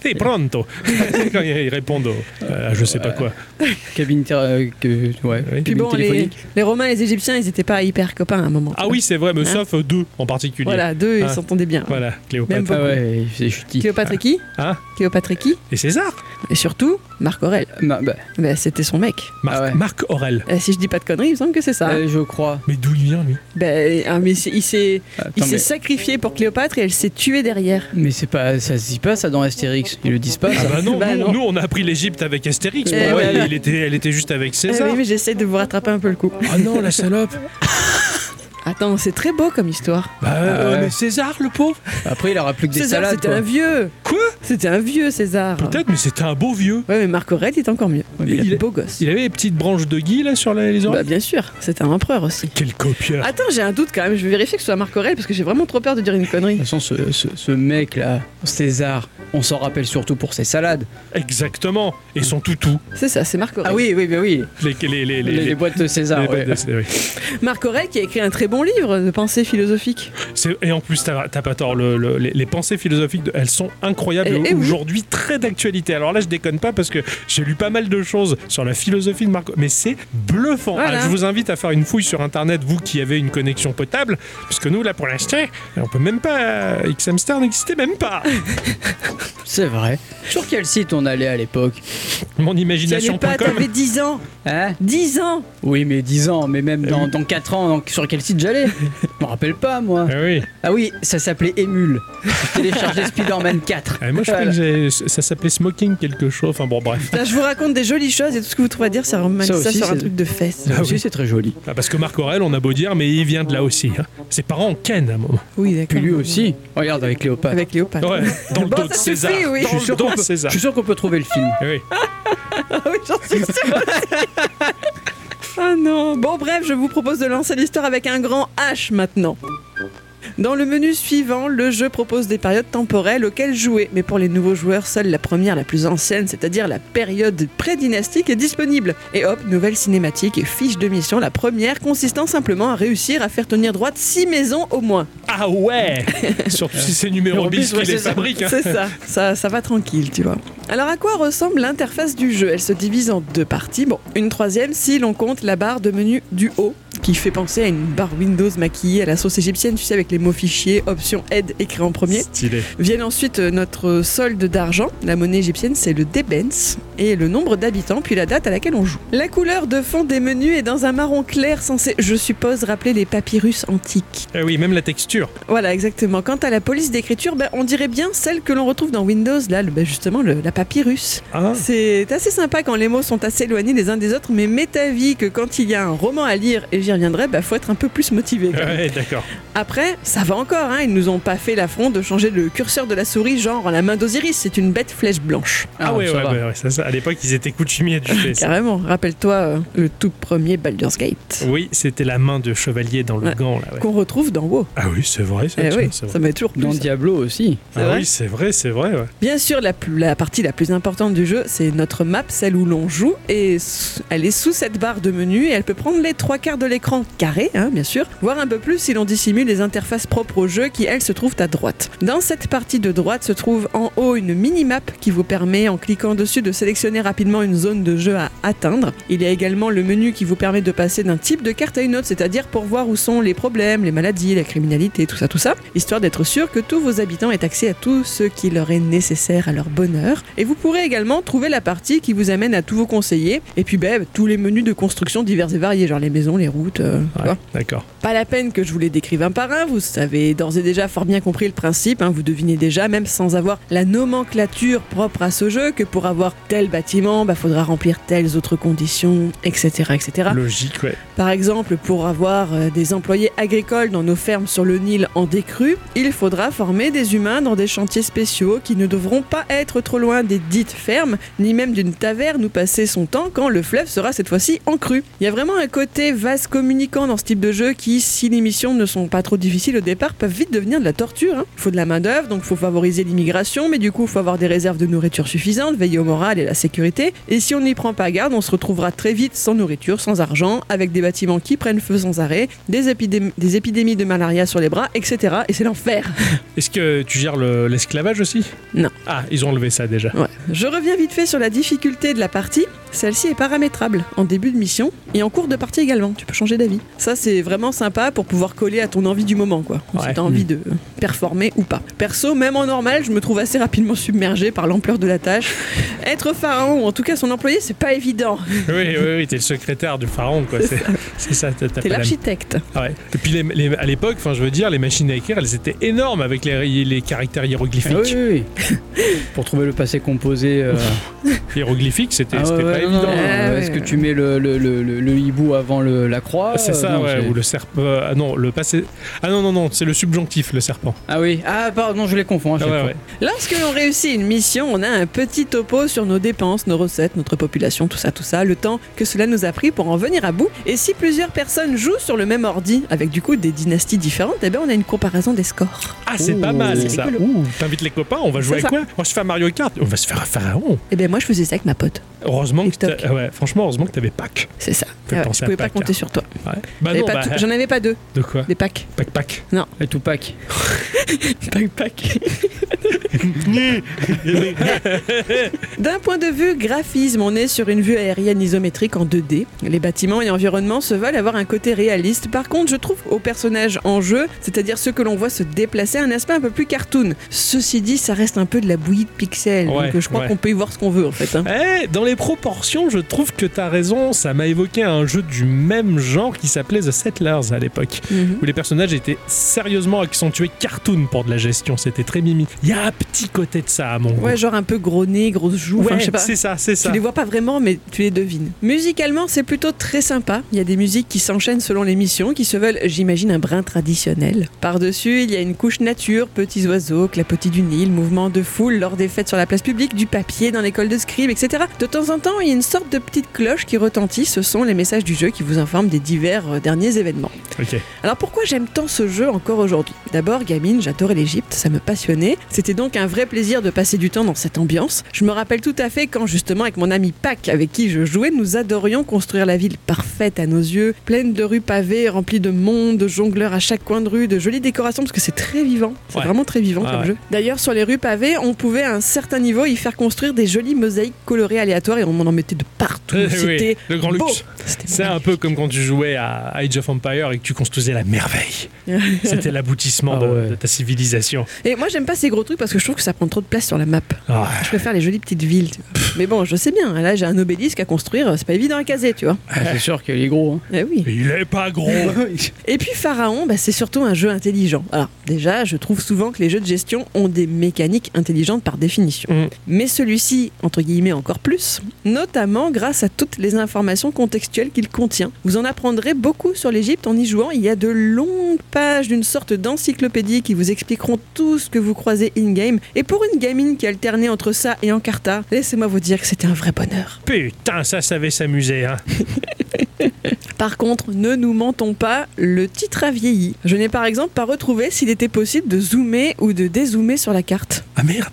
[SPEAKER 1] T'es pronto [LAUGHS] Quand ils répondent au. euh, je sais pas quoi.
[SPEAKER 2] Cabine, ter- euh, que-
[SPEAKER 1] Oui.
[SPEAKER 2] ouais,
[SPEAKER 3] Puis
[SPEAKER 2] cabine
[SPEAKER 3] bon, les,
[SPEAKER 2] téléphonique.
[SPEAKER 3] les Romains et les Égyptiens, ils n'étaient pas hyper copains à un moment.
[SPEAKER 1] Ah oui, c'est vrai, mais
[SPEAKER 3] Hein
[SPEAKER 1] sauf euh, deux en particulier.
[SPEAKER 3] Voilà, deux, ils
[SPEAKER 1] Ah.
[SPEAKER 3] s'entendaient bien.
[SPEAKER 1] Voilà,
[SPEAKER 3] Même
[SPEAKER 1] Cléopâtre.
[SPEAKER 2] Ah ouais, il faisait chutis.
[SPEAKER 3] Cléopâtre et qui
[SPEAKER 1] Hein
[SPEAKER 3] Cléopâtre et qui
[SPEAKER 1] Et César
[SPEAKER 3] Et surtout, Marc Aurel.
[SPEAKER 2] Ma- bah,
[SPEAKER 3] Bah, c'était son mec.
[SPEAKER 1] Marc,
[SPEAKER 2] Ah ouais.
[SPEAKER 1] Marc Aurel.
[SPEAKER 3] Euh, si je dis pas de conneries, il me semble que c'est ça.
[SPEAKER 2] euh, je crois.
[SPEAKER 1] Mais d'où il vient, lui
[SPEAKER 3] Ben, ah, mais c'est- il s'est il
[SPEAKER 2] Attends,
[SPEAKER 3] s'est
[SPEAKER 2] mais,
[SPEAKER 3] sacrifié pour Cléopâtre et elle s'est tuée derrière.
[SPEAKER 2] mais c'est pas, ça se dit pas ça dans Astérix. Ils le disent pas.
[SPEAKER 1] Ah
[SPEAKER 2] Ça.
[SPEAKER 1] bah non,
[SPEAKER 3] Bah
[SPEAKER 1] nous,
[SPEAKER 3] non.
[SPEAKER 1] nous, on a appris l'Égypte avec Astérix.
[SPEAKER 3] Eh
[SPEAKER 1] mais
[SPEAKER 3] ouais,
[SPEAKER 1] ouais,
[SPEAKER 3] ouais.
[SPEAKER 1] il était, elle était juste avec
[SPEAKER 3] Ah
[SPEAKER 1] César.
[SPEAKER 3] oui, mais j'essaie de vous rattraper un peu le coup.
[SPEAKER 1] Ah non, la salope
[SPEAKER 3] Attends, c'est très beau comme histoire.
[SPEAKER 1] Bah euh,
[SPEAKER 2] ouais.
[SPEAKER 1] mais César, le pauvre
[SPEAKER 2] Après, il aura plus que des
[SPEAKER 3] César,
[SPEAKER 2] salades.
[SPEAKER 3] c'était
[SPEAKER 2] quoi.
[SPEAKER 3] un vieux.
[SPEAKER 1] Quoi
[SPEAKER 3] C'était un vieux César.
[SPEAKER 1] Peut-être, mais c'était un beau vieux.
[SPEAKER 3] Ouais, mais Marc Aurel est encore mieux.
[SPEAKER 1] mais il
[SPEAKER 3] Il
[SPEAKER 1] est-
[SPEAKER 3] est beau gosse.
[SPEAKER 1] Il avait les petites branches de gui, là, sur la- les
[SPEAKER 3] Bah,
[SPEAKER 1] oreilles
[SPEAKER 3] bien sûr, c'était un empereur aussi.
[SPEAKER 1] Quel copieur
[SPEAKER 3] Attends, j'ai un doute quand même. Je vais vérifier que ce soit Marc Aurel parce que j'ai vraiment trop peur de dire une
[SPEAKER 2] De
[SPEAKER 3] connerie.
[SPEAKER 2] toute façon, ce, ce- ce mec-là, César, on s'en rappelle surtout pour ses salades.
[SPEAKER 1] Exactement Et son toutou
[SPEAKER 3] C'est ça, c'est Marc Aurel.
[SPEAKER 2] Ah oui, oui, bah oui.
[SPEAKER 1] Les, les, les, les,
[SPEAKER 2] Les, les
[SPEAKER 1] les-
[SPEAKER 2] boîtes de César.
[SPEAKER 1] les-
[SPEAKER 2] ouais.
[SPEAKER 1] les- oui.
[SPEAKER 3] Marc Aurel qui a écrit un très bon livre de pensée philosophique.
[SPEAKER 1] C'est- Et en plus, t'as t'as pas tort, le- le- les, les pensées philosophiques, de- elles sont incroyables
[SPEAKER 3] Eh, eh oui.
[SPEAKER 1] aujourd'hui, très d'actualité. Alors là, je déconne pas parce que j'ai lu pas mal de choses sur la philosophie de Marco, mais c'est bluffant.
[SPEAKER 3] Voilà.
[SPEAKER 1] Ah, je vous invite à faire une fouille sur internet, vous qui avez une connexion potable, parce que nous, là, pour l'instant, on peut même pas. XMstar n'existait même pas.
[SPEAKER 2] C'est vrai. Sur quel site on allait à l'époque
[SPEAKER 1] Mon
[SPEAKER 3] Tu allais pas,
[SPEAKER 1] imagination.com.
[SPEAKER 3] t'avais 10 ans.
[SPEAKER 2] Hein
[SPEAKER 3] 10 ans
[SPEAKER 2] Oui, mais 10 ans, mais même dans,
[SPEAKER 1] Eh oui.
[SPEAKER 2] dans 4 ans, dans- sur quel site j'allais Je me rappelle pas, moi.
[SPEAKER 1] Ah oui,
[SPEAKER 2] Ah oui, ça s'appelait Emule. Je téléchargeais Spider-Man 4.
[SPEAKER 1] Ah, moi je crois que j'ai- ça s'appelait Smoking quelque chose, enfin bon bref.
[SPEAKER 3] Putain, je vous raconte des jolies choses et tout ce que vous trouvez à dire, ça remet
[SPEAKER 2] Ça
[SPEAKER 3] ça,
[SPEAKER 2] aussi,
[SPEAKER 3] sur un
[SPEAKER 2] c'est-
[SPEAKER 3] truc de fesses.
[SPEAKER 1] Ah oui.
[SPEAKER 2] c'est très joli.
[SPEAKER 1] Ah, parce que Marc Aurel, on a beau dire, mais il vient de là aussi. hein. Ses parents ont Ken à un moment.
[SPEAKER 3] Oui, d'accord.
[SPEAKER 2] Puis lui aussi. Regarde avec Cléopâtre.
[SPEAKER 3] Avec Léopâtre.
[SPEAKER 1] Ouais, dans le
[SPEAKER 3] Ah, Bon,
[SPEAKER 1] dos de
[SPEAKER 3] ça
[SPEAKER 1] César.
[SPEAKER 3] suffit, oui.
[SPEAKER 1] Dans
[SPEAKER 2] Je suis
[SPEAKER 1] le
[SPEAKER 2] sûr
[SPEAKER 1] dos
[SPEAKER 2] qu'on
[SPEAKER 1] de
[SPEAKER 2] peut- Je
[SPEAKER 1] César.
[SPEAKER 2] suis sûr qu'on peut trouver le film.
[SPEAKER 1] Ah oui.
[SPEAKER 3] Ah oui, j'en suis sûre Ah non Bon, bref, je vous propose de lancer l'histoire avec un grand H maintenant. Dans le menu suivant, le jeu propose des périodes temporelles auxquelles jouer, mais pour les nouveaux joueurs, seule la première, la plus ancienne, c'est-à-dire la période pré-dynastique, est disponible. Et hop, nouvelle cinématique et fiche de mission, la première consistant simplement à réussir à faire tenir droite 6 maisons au moins.
[SPEAKER 1] Ah ouais Surtout si c'est numéro
[SPEAKER 2] Numéro bis,
[SPEAKER 1] 10
[SPEAKER 2] ouais,
[SPEAKER 1] qui les
[SPEAKER 2] c'est ça.
[SPEAKER 1] fabrique. hein.
[SPEAKER 3] C'est ça, ça, ça va tranquille, tu vois. Alors à quoi ressemble l'interface du jeu Elle se divise en deux parties. Bon, une troisième si l'on compte la barre de menu du haut, qui fait penser à une barre Windows maquillée à la sauce égyptienne, tu sais, avec les mots fichiers, option aide écrit en premier.
[SPEAKER 1] Stylé.
[SPEAKER 3] Viennent ensuite euh, notre solde d'argent, la monnaie égyptienne c'est le débens, et le nombre d'habitants, puis la date à laquelle on joue. La couleur de fond des menus est dans un marron clair censé, je suppose, rappeler les papyrus antiques.
[SPEAKER 1] Ah oui, même la texture.
[SPEAKER 3] Voilà, exactement. Quant à la police d'écriture, ben, on dirait bien celle que l'on retrouve dans Windows, là, le- ben, justement, le- la papyrus.
[SPEAKER 1] Hein
[SPEAKER 3] C'est assez sympa quand les mots sont assez éloignés les uns des autres, mais m'est avis que quand il y a un roman à lire, et j'y reviendrai, ben, faut être un peu plus motivé. quand même.
[SPEAKER 1] Ouais, d'accord.
[SPEAKER 3] Ah, Après, ça va encore, hein, ils nous ont pas fait l'affront de changer le curseur de la souris, genre la main d'Osiris, c'est une bête flèche blanche.
[SPEAKER 1] Ah, ouais,
[SPEAKER 2] ça
[SPEAKER 1] ouais,
[SPEAKER 2] va.
[SPEAKER 1] ouais, ouais, ça, ça, à l'époque, ils étaient coutumiers de jouer
[SPEAKER 3] [LAUGHS]
[SPEAKER 1] ça.
[SPEAKER 3] Carrément, rappelle-toi euh, le tout premier Baldur's Gate.
[SPEAKER 1] Oui, c'était la main de chevalier dans le
[SPEAKER 3] Ouais.
[SPEAKER 1] gant, là. ouais.
[SPEAKER 3] Qu'on retrouve dans WoW.
[SPEAKER 1] Ah oui, c'est vrai, ça.
[SPEAKER 3] Eh
[SPEAKER 1] tiens,
[SPEAKER 3] oui,
[SPEAKER 1] c'est vrai.
[SPEAKER 3] ça m'a toujours plu.
[SPEAKER 2] Dans
[SPEAKER 3] ça.
[SPEAKER 2] Diablo aussi.
[SPEAKER 3] c'est
[SPEAKER 1] Ah
[SPEAKER 3] vrai
[SPEAKER 1] oui, c'est vrai, c'est vrai. ouais.
[SPEAKER 3] Bien sûr, la, plus- la partie la plus importante du jeu, c'est notre map, celle où l'on joue, et s- elle est sous cette barre de menu et elle peut prendre les trois quarts de l'éc- écran carré, hein, bien sûr, voire un peu plus si l'on dissimule les interfaces propres au jeu qui, elles, se trouvent à droite. Dans cette partie de droite se trouve en haut une mini-map qui vous permet, en cliquant dessus, de sélectionner rapidement une zone de jeu à atteindre. Il y a également le menu qui vous permet de passer d'un type de carte à une autre, c'est-à-dire pour voir où sont les problèmes, les maladies, la criminalité, tout ça, tout ça, histoire d'être sûr que tous vos habitants aient accès à tout ce qui leur est nécessaire à leur bonheur. Et vous pourrez également trouver la partie qui vous amène à tous vos conseillers, et puis ben, tous les menus de construction divers et variés, genre les maisons, les routes, euh, tu
[SPEAKER 1] Ouais,
[SPEAKER 3] vois.
[SPEAKER 1] D'accord.
[SPEAKER 3] Pas la peine que je vous les décrive un par un, vous savez d'ores et déjà fort bien compris le principe, hein, vous devinez déjà, même sans avoir la nomenclature propre à ce jeu, que pour avoir tel bâtiment, bah, faudra remplir telles autres conditions, etc. etc.
[SPEAKER 1] Logique, ouais.
[SPEAKER 3] Par exemple, pour avoir euh, des employés agricoles dans nos fermes sur le Nil en décrue, il faudra former des humains dans des chantiers spéciaux qui ne devront pas être trop loin des dites fermes, ni même d'une taverne où passer son temps quand le fleuve sera cette fois-ci en crue. Il y a vraiment un côté vase communicant dans ce type de jeu qui, si les missions ne sont pas trop difficiles au départ, peuvent vite devenir de la torture. hein. Il faut de la main-d'œuvre, donc il faut favoriser l'immigration, mais du coup, il faut avoir des réserves de nourriture suffisantes, veiller au moral et à la sécurité. Et si on n'y prend pas garde, on se retrouvera très vite sans nourriture, sans argent, avec des bâtiments qui prennent feu sans arrêt, des, épidém- des épidémies de malaria sur les bras, etc. Et c'est l'enfer.
[SPEAKER 1] Est-ce que tu gères le- l'esclavage aussi
[SPEAKER 3] Non.
[SPEAKER 1] Ah, ils ont enlevé ça
[SPEAKER 3] [LAUGHS]
[SPEAKER 1] déjà.
[SPEAKER 3] Ouais. Je reviens vite fait sur la difficulté de la partie. Celle-ci est paramétrable en début de mission et en cours de partie également. Tu peux changer d'avis. Ça, c'est vraiment sympa pour pouvoir coller à ton envie du moment, quoi.
[SPEAKER 1] Ouais.
[SPEAKER 3] Si t'as envie de performer ou pas. Perso, même en normal, je me trouve assez rapidement submergé par l'ampleur de la tâche. Être pharaon, ou en tout cas son employé, c'est pas évident.
[SPEAKER 1] oui, oui, oui, t'es le secrétaire du pharaon, quoi. C'est c'est ça, t'as t'as
[SPEAKER 3] T'es
[SPEAKER 1] pas la-
[SPEAKER 3] l'architecte.
[SPEAKER 1] Ah ouais. Et puis les- les- à l'époque, enfin, je veux dire, les machines à écrire, elles étaient énormes avec les, les caractères hiéroglyphiques.
[SPEAKER 2] Ah oui, oui, oui. Pour trouver le passé composé.
[SPEAKER 1] [LAUGHS]
[SPEAKER 2] euh,
[SPEAKER 1] Hiéroglyphiques, c'était
[SPEAKER 2] ah ouais,
[SPEAKER 1] c'était pas
[SPEAKER 2] ouais, non,
[SPEAKER 1] évident.
[SPEAKER 2] non,
[SPEAKER 3] Ah
[SPEAKER 2] Est-ce
[SPEAKER 3] ouais.
[SPEAKER 2] que tu mets le, le, le, le- le hibou avant le, la croix
[SPEAKER 1] C'est
[SPEAKER 2] euh,
[SPEAKER 1] ça,
[SPEAKER 2] non,
[SPEAKER 1] ouais,
[SPEAKER 2] c'est-
[SPEAKER 1] ou le serpent. euh, ah non, le passé. Ah non, non, non, c'est le subjonctif, le serpent.
[SPEAKER 2] Ah oui, ah pardon, je les confonds à
[SPEAKER 1] Ah
[SPEAKER 2] chaque
[SPEAKER 1] ouais,
[SPEAKER 2] fois.
[SPEAKER 1] ouais.
[SPEAKER 3] Lorsque l'on réussit une mission, on a un petit topo sur nos dépenses, nos recettes, notre population, tout ça, tout ça, le temps que cela nous a pris pour en venir à bout. Et si plusieurs personnes jouent sur le même ordi, avec du coup des dynasties différentes, eh ben on a une comparaison des scores.
[SPEAKER 1] Ah, c'est
[SPEAKER 2] Ouh.
[SPEAKER 1] pas mal ça.
[SPEAKER 2] rigolo.
[SPEAKER 1] Ouh, T'invites les copains, on va jouer à
[SPEAKER 3] C'est ça.
[SPEAKER 1] quoi On va se faire Mario Kart, on va se faire un pharaon.
[SPEAKER 3] Et ben moi je faisais ça avec ma pote,
[SPEAKER 1] Heureusement
[SPEAKER 3] Et
[SPEAKER 1] que t'as-
[SPEAKER 3] toc.
[SPEAKER 1] ah ouais, franchement, heureusement que t'avais Pâques.
[SPEAKER 3] c'est ça.
[SPEAKER 1] Fait
[SPEAKER 3] Ah ouais,
[SPEAKER 1] penser
[SPEAKER 3] je
[SPEAKER 1] à
[SPEAKER 3] pouvais pas
[SPEAKER 1] Pâques,
[SPEAKER 3] compter
[SPEAKER 1] hein.
[SPEAKER 3] sur toi.
[SPEAKER 1] Ouais. Bah
[SPEAKER 3] J'avais
[SPEAKER 1] non,
[SPEAKER 3] pas
[SPEAKER 1] bah,
[SPEAKER 3] tout- J'en avais pas deux,
[SPEAKER 1] de quoi
[SPEAKER 3] des packs.
[SPEAKER 1] Pâques, Pâques.
[SPEAKER 2] Et Tupac.
[SPEAKER 3] Pack, pack. [LAUGHS] D'un point de vue graphisme, on est sur une vue aérienne isométrique en 2D. Les bâtiments et environnements se veulent avoir un côté réaliste. Par contre, je trouve aux personnages en jeu, c'est-à-dire ceux que l'on voit se déplacer, un aspect un peu plus cartoon. Ceci dit, ça reste un peu de la bouillie de pixels.
[SPEAKER 1] Ouais,
[SPEAKER 3] donc je crois
[SPEAKER 1] ouais.
[SPEAKER 3] qu'on peut y voir ce qu'on veut en
[SPEAKER 1] [LAUGHS]
[SPEAKER 3] fait. hein.
[SPEAKER 1] Eh, dans les proportions, je trouve que t'as raison. Ça m'a évoqué un jeu du même genre qui s'appelait The Settlers à l'époque,
[SPEAKER 3] Mhm.
[SPEAKER 1] où les personnages étaient sérieusement accentués cartoon pour de la gestion. C'était très mimi. Il y a un petit côté de ça à mon goût.
[SPEAKER 3] Ouais, genre un peu gros nez, grosse joue. enfin,
[SPEAKER 1] Ouais,
[SPEAKER 3] je sais pas.
[SPEAKER 1] c'est ça, c'est ça.
[SPEAKER 3] Tu les vois pas vraiment, mais tu les devines. Musicalement, c'est plutôt très sympa. Il y a des musiques qui s'enchaînent selon les missions, qui se veulent, j'imagine, un brin traditionnel. Par-dessus, il y a une couche nature, petits oiseaux, clapotis du Nil, mouvements de foule lors des fêtes sur la place publique, du papier dans l'école de scribe, etc. De temps en temps, il y a une sorte de petite cloche qui retentit. Ce sont les messages du jeu qui vous informent des divers euh, derniers événements.
[SPEAKER 1] Ok.
[SPEAKER 3] Alors pourquoi j'aime tant ce jeu encore aujourd'hui D'abord, gamine, j'adorais l'Égypte, ça me passionnait. C'était donc un vrai plaisir de passer du temps dans cette ambiance. Je me rappelle tout à fait quand justement avec mon ami Pac, avec qui je jouais, nous adorions construire la ville parfaite à nos yeux, pleine de rues pavées, remplie de monde, de jongleurs à chaque coin de rue, de jolies décorations parce que c'est très vivant. C'est
[SPEAKER 1] Ouais.
[SPEAKER 3] vraiment très vivant
[SPEAKER 1] Ah
[SPEAKER 3] comme
[SPEAKER 1] ouais.
[SPEAKER 3] jeu. D'ailleurs, sur les rues pavées, on pouvait à un certain niveau y faire construire des jolies mosaïques colorées aléatoires et on en mettait de partout.
[SPEAKER 1] Eh [LAUGHS] oui,
[SPEAKER 3] C'était
[SPEAKER 1] le grand
[SPEAKER 3] beau.
[SPEAKER 1] luxe.
[SPEAKER 3] C'était
[SPEAKER 1] C'est un peu comme quand tu jouais à Age of Empire et que tu construisais la
[SPEAKER 3] [LAUGHS]
[SPEAKER 1] merveille. C'était l'aboutissement de,
[SPEAKER 2] Ah ouais.
[SPEAKER 1] de ta civilisation.
[SPEAKER 3] Et moi, j'aime pas ces gros trucs parce que je trouve que ça prend trop de place sur la map.
[SPEAKER 1] Ah,
[SPEAKER 3] Je préfère les jolies petites villes. tu vois. Mais bon, je sais bien, hein, là j'ai un obélisque à construire, c'est pas évident à caser, tu vois.
[SPEAKER 2] Ah, c'est sûr qu'il
[SPEAKER 1] [LAUGHS]
[SPEAKER 2] est gros.
[SPEAKER 3] Eh oui.
[SPEAKER 1] il est pas gros.
[SPEAKER 3] [LAUGHS]
[SPEAKER 2] Hein.
[SPEAKER 3] Et puis Pharaon, bah, c'est surtout un jeu intelligent. Alors déjà, je trouve souvent que les jeux de gestion ont des mécaniques intelligentes par définition.
[SPEAKER 1] Mm.
[SPEAKER 3] Mais celui-ci, entre guillemets encore plus, notamment grâce à toutes les informations contextuelles qu'il contient. Vous en apprendrez beaucoup sur l'Égypte en y jouant. Il y a de longues pages d'une sorte d'encyclopédie qui vous expliqueront tout ce que vous croisez in-game. Et pour une gamine qui alternait entre ça et Encarta, laissez-moi vous dire que c'était un vrai bonheur.
[SPEAKER 1] Putain, ça savait s'amuser. Hein.
[SPEAKER 3] Par contre, ne nous mentons pas, le titre a vieilli. Je n'ai par exemple pas retrouvé s'il était possible de zoomer ou de dézoomer sur la carte.
[SPEAKER 1] Ah merde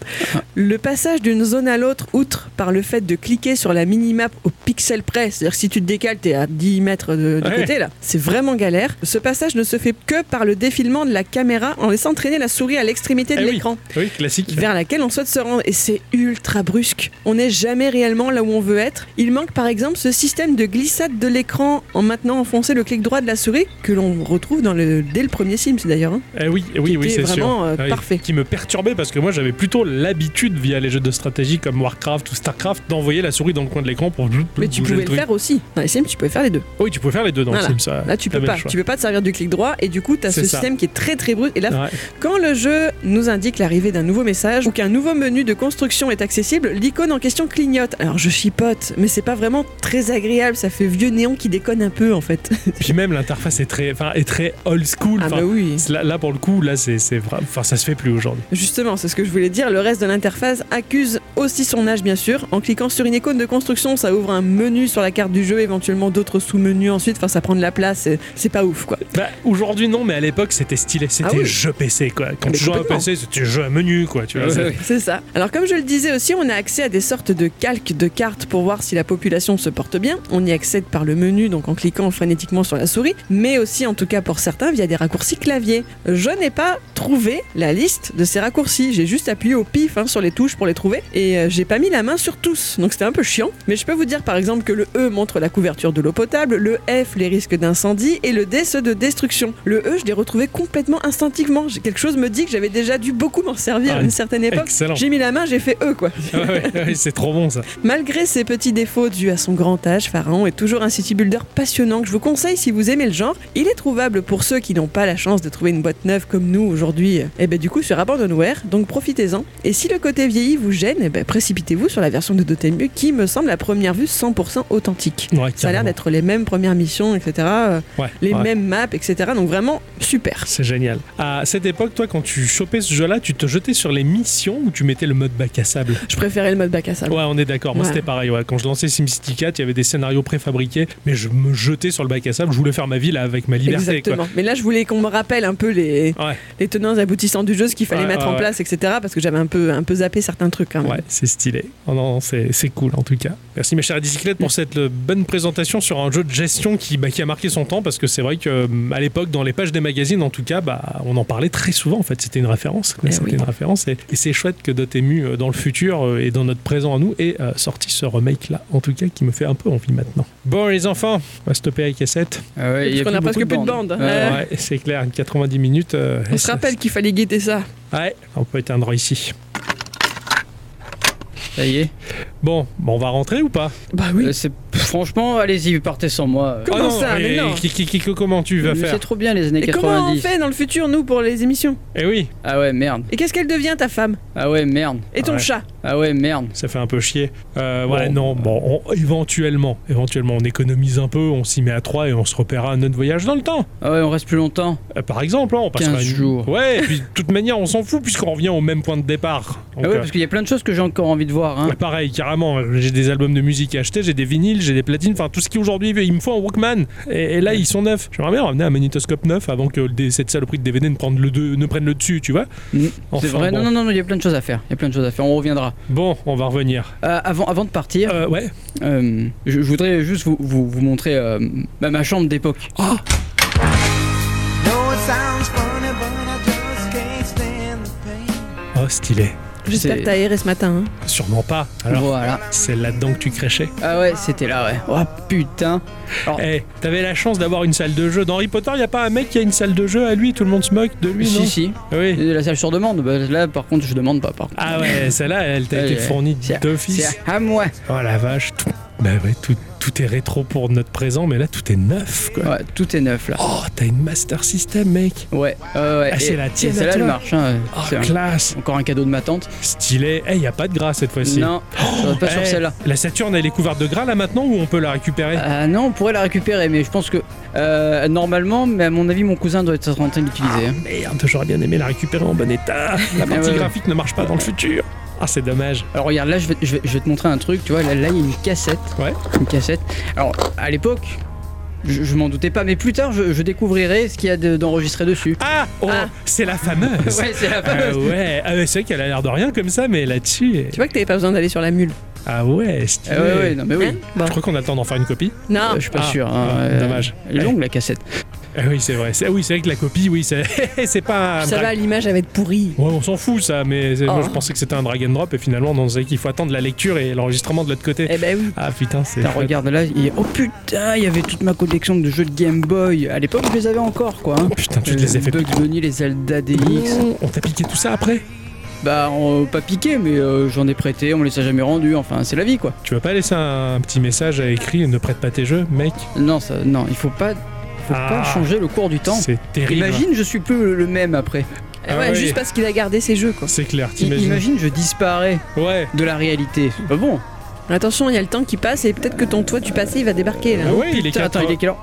[SPEAKER 3] Le passage d'une zone à l'autre, outre par le fait de cliquer sur la minimap au pixel près, c'est-à-dire que si tu te décales, t'es à 10 mètres de, du
[SPEAKER 1] Ouais.
[SPEAKER 3] côté là, c'est vraiment galère. Ce passage ne se fait que par le défilement de la caméra en laissant traîner la souris à l'extrémité de
[SPEAKER 1] Eh oui.
[SPEAKER 3] l'écran,
[SPEAKER 1] Oui, classique.
[SPEAKER 3] vers laquelle on souhaite se rendre, et c'est ultra brusque. On n'est jamais réellement là où on veut être. Il manque par exemple ce système de glissade de l'écran en maintenant enfoncer le clic droit de la souris, que l'on retrouve dans le, dès le premier Sims d'ailleurs. hein.
[SPEAKER 1] Eh oui, eh oui,
[SPEAKER 3] Qui
[SPEAKER 1] oui,
[SPEAKER 3] était
[SPEAKER 1] c'est sûr.
[SPEAKER 3] vraiment, euh,
[SPEAKER 1] Ah oui,
[SPEAKER 3] parfait.
[SPEAKER 1] Qui me perturbait parce que moi j'avais plutôt l'habitude via les jeux de stratégie comme Warcraft ou Starcraft d'envoyer la souris dans le coin de l'écran pour
[SPEAKER 3] Mais
[SPEAKER 1] bouger
[SPEAKER 3] tu pouvais
[SPEAKER 1] le
[SPEAKER 3] le
[SPEAKER 1] truc.
[SPEAKER 3] faire aussi. Dans les Sims, tu pouvais faire les deux.
[SPEAKER 1] Oui, tu pouvais faire les deux dans
[SPEAKER 3] Voilà.
[SPEAKER 1] le Sims. ça,
[SPEAKER 3] Là, tu peux
[SPEAKER 1] t'avais
[SPEAKER 3] pas.
[SPEAKER 1] le choix.
[SPEAKER 3] Tu peux pas te servir du clic droit et du coup, tu as
[SPEAKER 1] C'est
[SPEAKER 3] ce
[SPEAKER 1] ça. Ah.
[SPEAKER 3] système qui est très très brut. Et là,
[SPEAKER 1] Ouais.
[SPEAKER 3] quand le jeu nous indique l'arrivée d'un nouveau message ou qu'un nouveau menu de construction est accessible, l'icône en question clignote. Alors, je chipote, mais c'est pas vraiment très agréable. Ça fait vieux néon qui déconne un peu en fait.
[SPEAKER 1] Puis même l'interface est très, enfin, est très old school.
[SPEAKER 3] [LAUGHS] Ah
[SPEAKER 1] Enfin,
[SPEAKER 3] bah oui.
[SPEAKER 1] Là, là, pour le coup, là, c'est, c'est vra- enfin, ça se fait plus aujourd'hui.
[SPEAKER 3] Justement, c'est ce que je voulais dire. Le reste de l'interface accuse aussi son âge, bien sûr. En cliquant sur une icône de construction, ça ouvre un menu sur la carte du jeu, éventuellement d'autres sous-menus ensuite. Enfin, ça prend de la place. C'est- C'est pas ouf, quoi.
[SPEAKER 1] Bah, aujourd'hui non, mais à l'époque, c'était stylé, c'était
[SPEAKER 3] Ah oui. Ah,
[SPEAKER 1] jeu PC quoi. Quand
[SPEAKER 3] Mais
[SPEAKER 1] tu jouais à un
[SPEAKER 3] complètement.
[SPEAKER 1] PC, c'était jeu à menu quoi. Tu vois, ça-
[SPEAKER 3] C'est ça. Alors comme je le disais aussi, on a accès à des sortes de calques de cartes pour voir si la population se porte bien. On y accède par le menu, donc en cliquant frénétiquement sur la souris, mais aussi en tout cas pour certains via des raccourcis clavier. Je n'ai pas trouvé la liste de ces raccourcis. J'ai juste appuyé au pif hein, sur les touches pour les trouver et euh, j'ai pas mis la main sur tous. Donc c'était un peu chiant. Mais je peux vous dire par exemple que le E montre la couverture de l'eau potable, le F les risques d'incendie et le D ceux de destruction. Le E je l'ai retrouvé complètement instinctivement. J'ai- Quelque chose me dit que j'avais déjà dû beaucoup m'en servir
[SPEAKER 1] Ah,
[SPEAKER 3] à une certaine époque.
[SPEAKER 1] Excellent.
[SPEAKER 3] J'ai mis la main, j'ai fait eux quoi.
[SPEAKER 1] Ouais, ouais, ouais, c'est trop bon ça.
[SPEAKER 3] Malgré ses petits défauts dus à son grand âge, Pharaon est toujours un city builder passionnant que je vous conseille si vous aimez le genre. Il est trouvable pour ceux qui n'ont pas la chance de trouver une boîte neuve comme nous aujourd'hui. Et ben du coup sur Abandonware, donc profitez-en. Et si le côté vieilli vous gêne, eh ben, précipitez-vous sur la version de Dotemu qui me semble à première vue 100% authentique.
[SPEAKER 1] Ouais,
[SPEAKER 3] Ça a l'air
[SPEAKER 1] carrément.
[SPEAKER 3] d'être les mêmes premières missions, etc. euh,
[SPEAKER 1] Ouais,
[SPEAKER 3] Les
[SPEAKER 1] ouais.
[SPEAKER 3] mêmes maps, etc. Donc vraiment super.
[SPEAKER 1] C'est génial. À cette époque, toi, quand tu chopais ce jeu-là, tu te jetais sur les missions ou tu mettais le mode bac à sable
[SPEAKER 3] Je préférais le mode bac à sable.
[SPEAKER 1] Ouais, on est d'accord. Moi,
[SPEAKER 3] Ouais.
[SPEAKER 1] c'était pareil. Ouais. Quand je lançais SimCity 4, il y avait des scénarios préfabriqués, mais je me jetais sur le bac à sable. Je voulais faire ma ville avec ma liberté.
[SPEAKER 3] Exactement. Mais là, je voulais qu'on me rappelle un peu les,
[SPEAKER 1] Ouais.
[SPEAKER 3] les tenants et aboutissants du jeu, ce qu'il fallait
[SPEAKER 1] Ouais,
[SPEAKER 3] mettre
[SPEAKER 1] ouais,
[SPEAKER 3] en
[SPEAKER 1] ouais.
[SPEAKER 3] place, etc. Parce que j'avais un peu, un peu zappé certains trucs. Quand même.
[SPEAKER 1] Quoi. Ouais, c'est stylé. Oh non, c'est c'est cool en tout cas. Merci, mes chers bicyclettes, pour cette euh, bonne présentation sur un jeu de gestion qui, bah, qui a marqué son temps parce que c'est vrai que euh, à l'époque, dans les pages des magazines, en tout cas, bah, on en parlait très souvent. En fait, c'était une référence. quoi.
[SPEAKER 3] Eh
[SPEAKER 1] C'était
[SPEAKER 3] oui.
[SPEAKER 1] une référence. Et, et c'est chouette que Dotemu, euh, dans le futur euh, et dans notre présent à nous, ait euh, sorti ce remake là, en tout cas, qui me fait un peu envie maintenant. Bon, les enfants, on va stopper avec S7.
[SPEAKER 2] [LAUGHS] Ah ouais, il y
[SPEAKER 3] Parce qu'on a presque
[SPEAKER 2] beaucoup
[SPEAKER 3] plus de
[SPEAKER 1] hein.
[SPEAKER 3] bandes.
[SPEAKER 2] Ouais.
[SPEAKER 3] Euh,
[SPEAKER 1] Ouais, c'est clair, 90 minutes. euh,
[SPEAKER 3] On
[SPEAKER 1] et
[SPEAKER 3] se
[SPEAKER 1] ça-
[SPEAKER 3] rappelle qu'il fallait guetter ça.
[SPEAKER 1] Ouais, on peut éteindre ici.
[SPEAKER 2] Ça y est.
[SPEAKER 1] Bon, bon, on va rentrer ou pas
[SPEAKER 3] Bah oui.
[SPEAKER 2] Euh, c'est- Franchement, allez-y, partez sans moi.
[SPEAKER 3] Comment ça Mais
[SPEAKER 1] et-
[SPEAKER 3] non.
[SPEAKER 1] Ah qui- qui- qui- Comment tu vas
[SPEAKER 2] Mais
[SPEAKER 1] faire
[SPEAKER 2] C'est trop bien les années
[SPEAKER 3] Et comment on
[SPEAKER 2] 90.
[SPEAKER 3] fait dans le futur, nous, pour les émissions
[SPEAKER 1] Eh oui,
[SPEAKER 2] ah ouais, merde.
[SPEAKER 3] Et qu'est-ce qu'elle devient, ta femme
[SPEAKER 2] Ah ouais, merde.
[SPEAKER 3] Et ton
[SPEAKER 1] Ouais.
[SPEAKER 3] chat
[SPEAKER 2] Ah ouais, merde.
[SPEAKER 1] ça fait un peu chier. Euh,
[SPEAKER 2] Bon.
[SPEAKER 1] ouais, non, bon, on- éventuellement, éventuellement, on économise un peu, on s'y met à trois et on se repérera à notre voyage dans le temps.
[SPEAKER 2] Ah ouais, on reste plus longtemps.
[SPEAKER 1] Euh, par exemple, hein, on passera
[SPEAKER 2] 15
[SPEAKER 1] une-
[SPEAKER 2] jours.
[SPEAKER 1] Ouais, et puis de toute manière, on s'en fout puisqu'on revient au même point de départ. Donc,
[SPEAKER 2] Ah ouais,
[SPEAKER 1] euh,
[SPEAKER 2] parce qu'il y a plein de choses que j'ai encore envie de voir.
[SPEAKER 1] [LAUGHS]
[SPEAKER 2] Hein.
[SPEAKER 1] ouais, pareil, carrément, j'ai des albums de musique à acheter, j'ai des vinyles, j'ai des platines, enfin tout ce qui aujourd'hui il me faut un Walkman. Et, et là ils sont neufs. J'aimerais bien ramener un magnétoscope neuf avant que le dé- cette saloperie de DVD ne, prenne le, de- ne prenne le dessus, tu vois.
[SPEAKER 2] Mm.
[SPEAKER 1] Enfin,
[SPEAKER 2] c'est vrai.
[SPEAKER 1] bon.
[SPEAKER 2] Non, non, non, non, il y a plein de choses à faire. Il y a plein de choses à faire. On reviendra.
[SPEAKER 1] Bon, on va revenir.
[SPEAKER 2] Euh, avant, avant de partir,
[SPEAKER 1] Euh, ouais.
[SPEAKER 2] euh, je, je voudrais juste vous, vous, vous montrer euh, bah, ma chambre d'époque.
[SPEAKER 1] Oh,
[SPEAKER 7] No, it sounds funny, but I just can't stand the pain.
[SPEAKER 1] Oh, stylé.
[SPEAKER 3] J'espère
[SPEAKER 2] C'est-
[SPEAKER 3] que t'as aéré ce matin. hein.
[SPEAKER 1] Sûrement pas. Alors,
[SPEAKER 2] Voilà.
[SPEAKER 1] c'est là-dedans que tu créchais.
[SPEAKER 2] Ah ouais, c'était là, ouais. Oh putain.
[SPEAKER 1] Eh, t'avais la chance d'avoir une salle de jeu. Dans Harry Potter, y a pas un mec qui a une salle de jeu à lui, tout le monde se moque de lui, non
[SPEAKER 2] si, si.
[SPEAKER 1] Oui.
[SPEAKER 2] De la salle sur demande. Bah, là, par contre, je demande pas. Par contre.
[SPEAKER 1] Ah ouais, celle-là, elle t'a
[SPEAKER 2] Ouais,
[SPEAKER 1] été
[SPEAKER 2] ouais.
[SPEAKER 1] fournie
[SPEAKER 2] C'est-
[SPEAKER 1] d'office.
[SPEAKER 2] C'est à moi.
[SPEAKER 1] Oh la vache, tout... Bah ouais, tout, tout est rétro pour notre présent, mais là, tout est neuf, quoi.
[SPEAKER 2] Ouais, tout est neuf là.
[SPEAKER 1] Oh, t'as une Master System, mec.
[SPEAKER 2] Ouais, ouais, ouais.
[SPEAKER 1] Ah,
[SPEAKER 2] Et-
[SPEAKER 1] c'est la
[SPEAKER 2] et
[SPEAKER 1] tienne à
[SPEAKER 2] Celle-là,
[SPEAKER 1] toi.
[SPEAKER 2] elle marche. hein.
[SPEAKER 1] Oh,
[SPEAKER 2] C'est un-
[SPEAKER 1] classe.
[SPEAKER 2] Encore un cadeau de ma tante.
[SPEAKER 1] Stylé. Eh, y a pas de gras cette fois-ci.
[SPEAKER 2] Non, ça va pas sur
[SPEAKER 1] Eh,
[SPEAKER 2] celle-là.
[SPEAKER 1] La Saturne, elle est couverte de gras là maintenant ou on peut la récupérer
[SPEAKER 2] Ah non, on pourrait la récupérer, mais je pense que euh, normalement, mais à mon avis, mon cousin doit être en train de l'utiliser.
[SPEAKER 1] Ah.
[SPEAKER 2] hein.
[SPEAKER 1] Merde, j'aurais bien aimé la récupérer en bon état. La partie
[SPEAKER 2] ouais.
[SPEAKER 1] graphique ne marche pas dans le futur. Ah, c'est dommage.
[SPEAKER 2] Alors regarde, là, je vais, je vais- je vais te montrer un truc. Tu vois, là, là, il y a une cassette.
[SPEAKER 1] Ouais.
[SPEAKER 2] Une cassette. Alors, à l'époque, Je, je m'en doutais pas, mais plus tard, je, je découvrirai ce qu'il y a de-
[SPEAKER 1] [LAUGHS]
[SPEAKER 2] d'enregistré dessus.
[SPEAKER 1] Ah, oh,
[SPEAKER 3] Ah.
[SPEAKER 1] c'est la fameuse.
[SPEAKER 2] [LAUGHS] ouais, c'est la
[SPEAKER 1] Ah
[SPEAKER 2] fameuse.
[SPEAKER 1] ouais, ah, ouais, c'est vrai qu'elle a l'air de rien comme ça, mais là-dessus.
[SPEAKER 3] Tu vois que t'avais pas besoin d'aller sur la mule.
[SPEAKER 1] Ah ouais, stylé.
[SPEAKER 2] Ah ouais, ouais, non, mais oui.
[SPEAKER 3] Hein Bon.
[SPEAKER 1] Je crois qu'on a le temps d'en faire une copie.
[SPEAKER 3] Non.
[SPEAKER 2] Euh, Je suis pas
[SPEAKER 1] Ah,
[SPEAKER 2] sûr. hein,
[SPEAKER 1] ah,
[SPEAKER 2] euh,
[SPEAKER 1] dommage.
[SPEAKER 2] elle est Longue la cassette.
[SPEAKER 1] Ah oui, c'est vrai. C'est- ah oui, c'est vrai que la copie, oui, c'est [LAUGHS] c'est pas. un
[SPEAKER 3] Ça
[SPEAKER 1] drag-
[SPEAKER 3] va, l'image elle va être pourrie.
[SPEAKER 1] Ouais, on s'en fout ça, mais c'est- moi
[SPEAKER 3] Oh.
[SPEAKER 1] je pensais que c'était un drag and drop et finalement on sait qu'il faut attendre la lecture et l'enregistrement de l'autre côté.
[SPEAKER 3] Eh ben oui.
[SPEAKER 1] Ah putain, c'est.
[SPEAKER 2] Putain, regarde là, il y a- oh putain, il y avait toute ma collection de jeux de Game Boy. À l'époque, je les avais encore quoi. hein.
[SPEAKER 1] Oh, putain, tu te les as fait.
[SPEAKER 2] Bugs Bunny, les Zelda DX.
[SPEAKER 1] On t'a piqué tout ça après
[SPEAKER 2] Bah, on- pas piqué, mais euh, j'en ai prêté, on me les a jamais rendus. Enfin, c'est la vie quoi.
[SPEAKER 1] Tu vas pas laisser un petit message à écrit ne prête pas tes jeux, mec
[SPEAKER 2] Non, ça, non, il faut pas, faut pas
[SPEAKER 1] Ah.
[SPEAKER 2] changer le cours du temps.
[SPEAKER 1] C'est terrible.
[SPEAKER 2] Imagine, je suis plus le- le même après.
[SPEAKER 1] Ah
[SPEAKER 3] ouais,
[SPEAKER 1] ouais.
[SPEAKER 3] juste parce qu'il a gardé ses jeux quoi.
[SPEAKER 1] C'est clair,
[SPEAKER 2] I-
[SPEAKER 1] t'imagines
[SPEAKER 2] Imagine, je disparais
[SPEAKER 1] Ouais.
[SPEAKER 2] de la réalité. C'est Pas bon.
[SPEAKER 3] Attention, il y a le temps qui passe et peut-être que ton toit du passé il va débarquer là.
[SPEAKER 1] Ah ouais, il est
[SPEAKER 2] Putain, attends,
[SPEAKER 1] 4h30.
[SPEAKER 2] il est quelle heure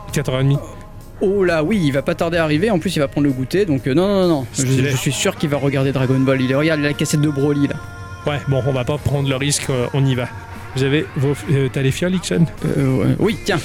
[SPEAKER 2] Oh là oui, il va pas tarder à arriver, en plus il va prendre le goûter, donc euh, non, non, non, non. Je,
[SPEAKER 1] Stylé.
[SPEAKER 2] je suis sûr qu'il va regarder Dragon Ball, il regarde la cassette de Broly là.
[SPEAKER 1] Ouais, bon, on va pas prendre le risque, euh, on y va. Vous avez vos. euh, T'as les fioles, Ixon
[SPEAKER 2] Euh, ouais. Oui, tiens.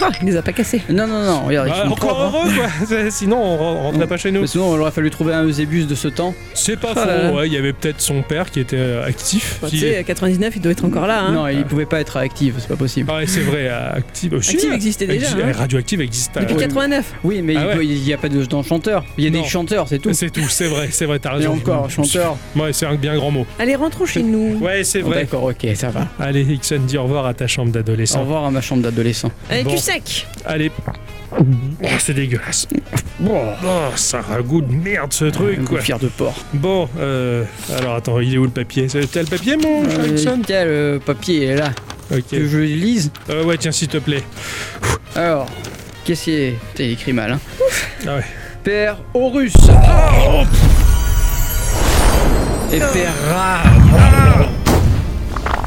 [SPEAKER 3] Ah, il les a pas cassés.
[SPEAKER 2] Non, non, non, regarde, ils
[SPEAKER 1] Bah,
[SPEAKER 2] sont
[SPEAKER 1] Encore
[SPEAKER 2] propres, hein.
[SPEAKER 1] heureux, quoi [LAUGHS] C'est- Sinon, on re- rentrait pas chez nous.
[SPEAKER 2] Mais sinon, il aurait fallu trouver un Eusebius de ce temps.
[SPEAKER 1] C'est pas
[SPEAKER 2] Ah là Bah, là.
[SPEAKER 1] faux, ouais, il y avait peut-être son père qui était euh, actif.
[SPEAKER 3] Enfin,
[SPEAKER 1] qui-
[SPEAKER 3] tu sais, à 99, il doit être encore là. Hein.
[SPEAKER 2] non, il pouvait pas être actif, c'est pas possible.
[SPEAKER 1] Ah ouais, c'est vrai, euh, actif. euh, si,
[SPEAKER 3] Active
[SPEAKER 1] euh,
[SPEAKER 3] existait déjà,
[SPEAKER 1] Acti-
[SPEAKER 3] hein.
[SPEAKER 1] euh, Radioactive existe. euh,
[SPEAKER 3] Depuis
[SPEAKER 1] oui.
[SPEAKER 3] 89.
[SPEAKER 2] Oui, mais
[SPEAKER 1] Ah
[SPEAKER 2] il
[SPEAKER 1] ouais.
[SPEAKER 2] peut- il y a pas de chanteurs. Il y a
[SPEAKER 1] Non.
[SPEAKER 2] des chanteurs, c'est tout.
[SPEAKER 1] C'est tout, c'est vrai, c'est vrai, t'as
[SPEAKER 2] Et
[SPEAKER 1] raison.
[SPEAKER 2] encore, chanteur.
[SPEAKER 1] Ouais, c'est un bien grand mot.
[SPEAKER 3] Allez, rentrons chez nous.
[SPEAKER 1] Ouais, c'est
[SPEAKER 2] Oh,
[SPEAKER 1] vrai.
[SPEAKER 2] D'accord, ok, ça va.
[SPEAKER 1] Allez, Ixon, dis au revoir à ta chambre
[SPEAKER 2] Au
[SPEAKER 1] d'adolescent.
[SPEAKER 2] revoir à ma chambre d'adolescent.
[SPEAKER 3] Allez,
[SPEAKER 1] Bon.
[SPEAKER 3] tu sec.
[SPEAKER 1] Allez. Oh, c'est dégueulasse. Oh, ça a un goût de merde ce truc, quoi.
[SPEAKER 2] Fier de porc.
[SPEAKER 1] Bon, euh, alors attends, il est où le papier C'est- T'as le papier, mon cher
[SPEAKER 2] Euh,
[SPEAKER 1] Ixon
[SPEAKER 2] tiens, le papier est là.
[SPEAKER 1] Ah, Ok.
[SPEAKER 2] Que je lise.
[SPEAKER 1] Euh, ouais, tiens, s'il te plaît.
[SPEAKER 2] Alors, qu'est-ce qui est. T'es écrit mal, hein.
[SPEAKER 1] Ah ouais.
[SPEAKER 2] Père Horus.
[SPEAKER 1] Ah,
[SPEAKER 2] et Père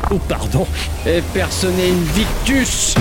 [SPEAKER 1] Oh, pardon.
[SPEAKER 2] et Personne Invictus.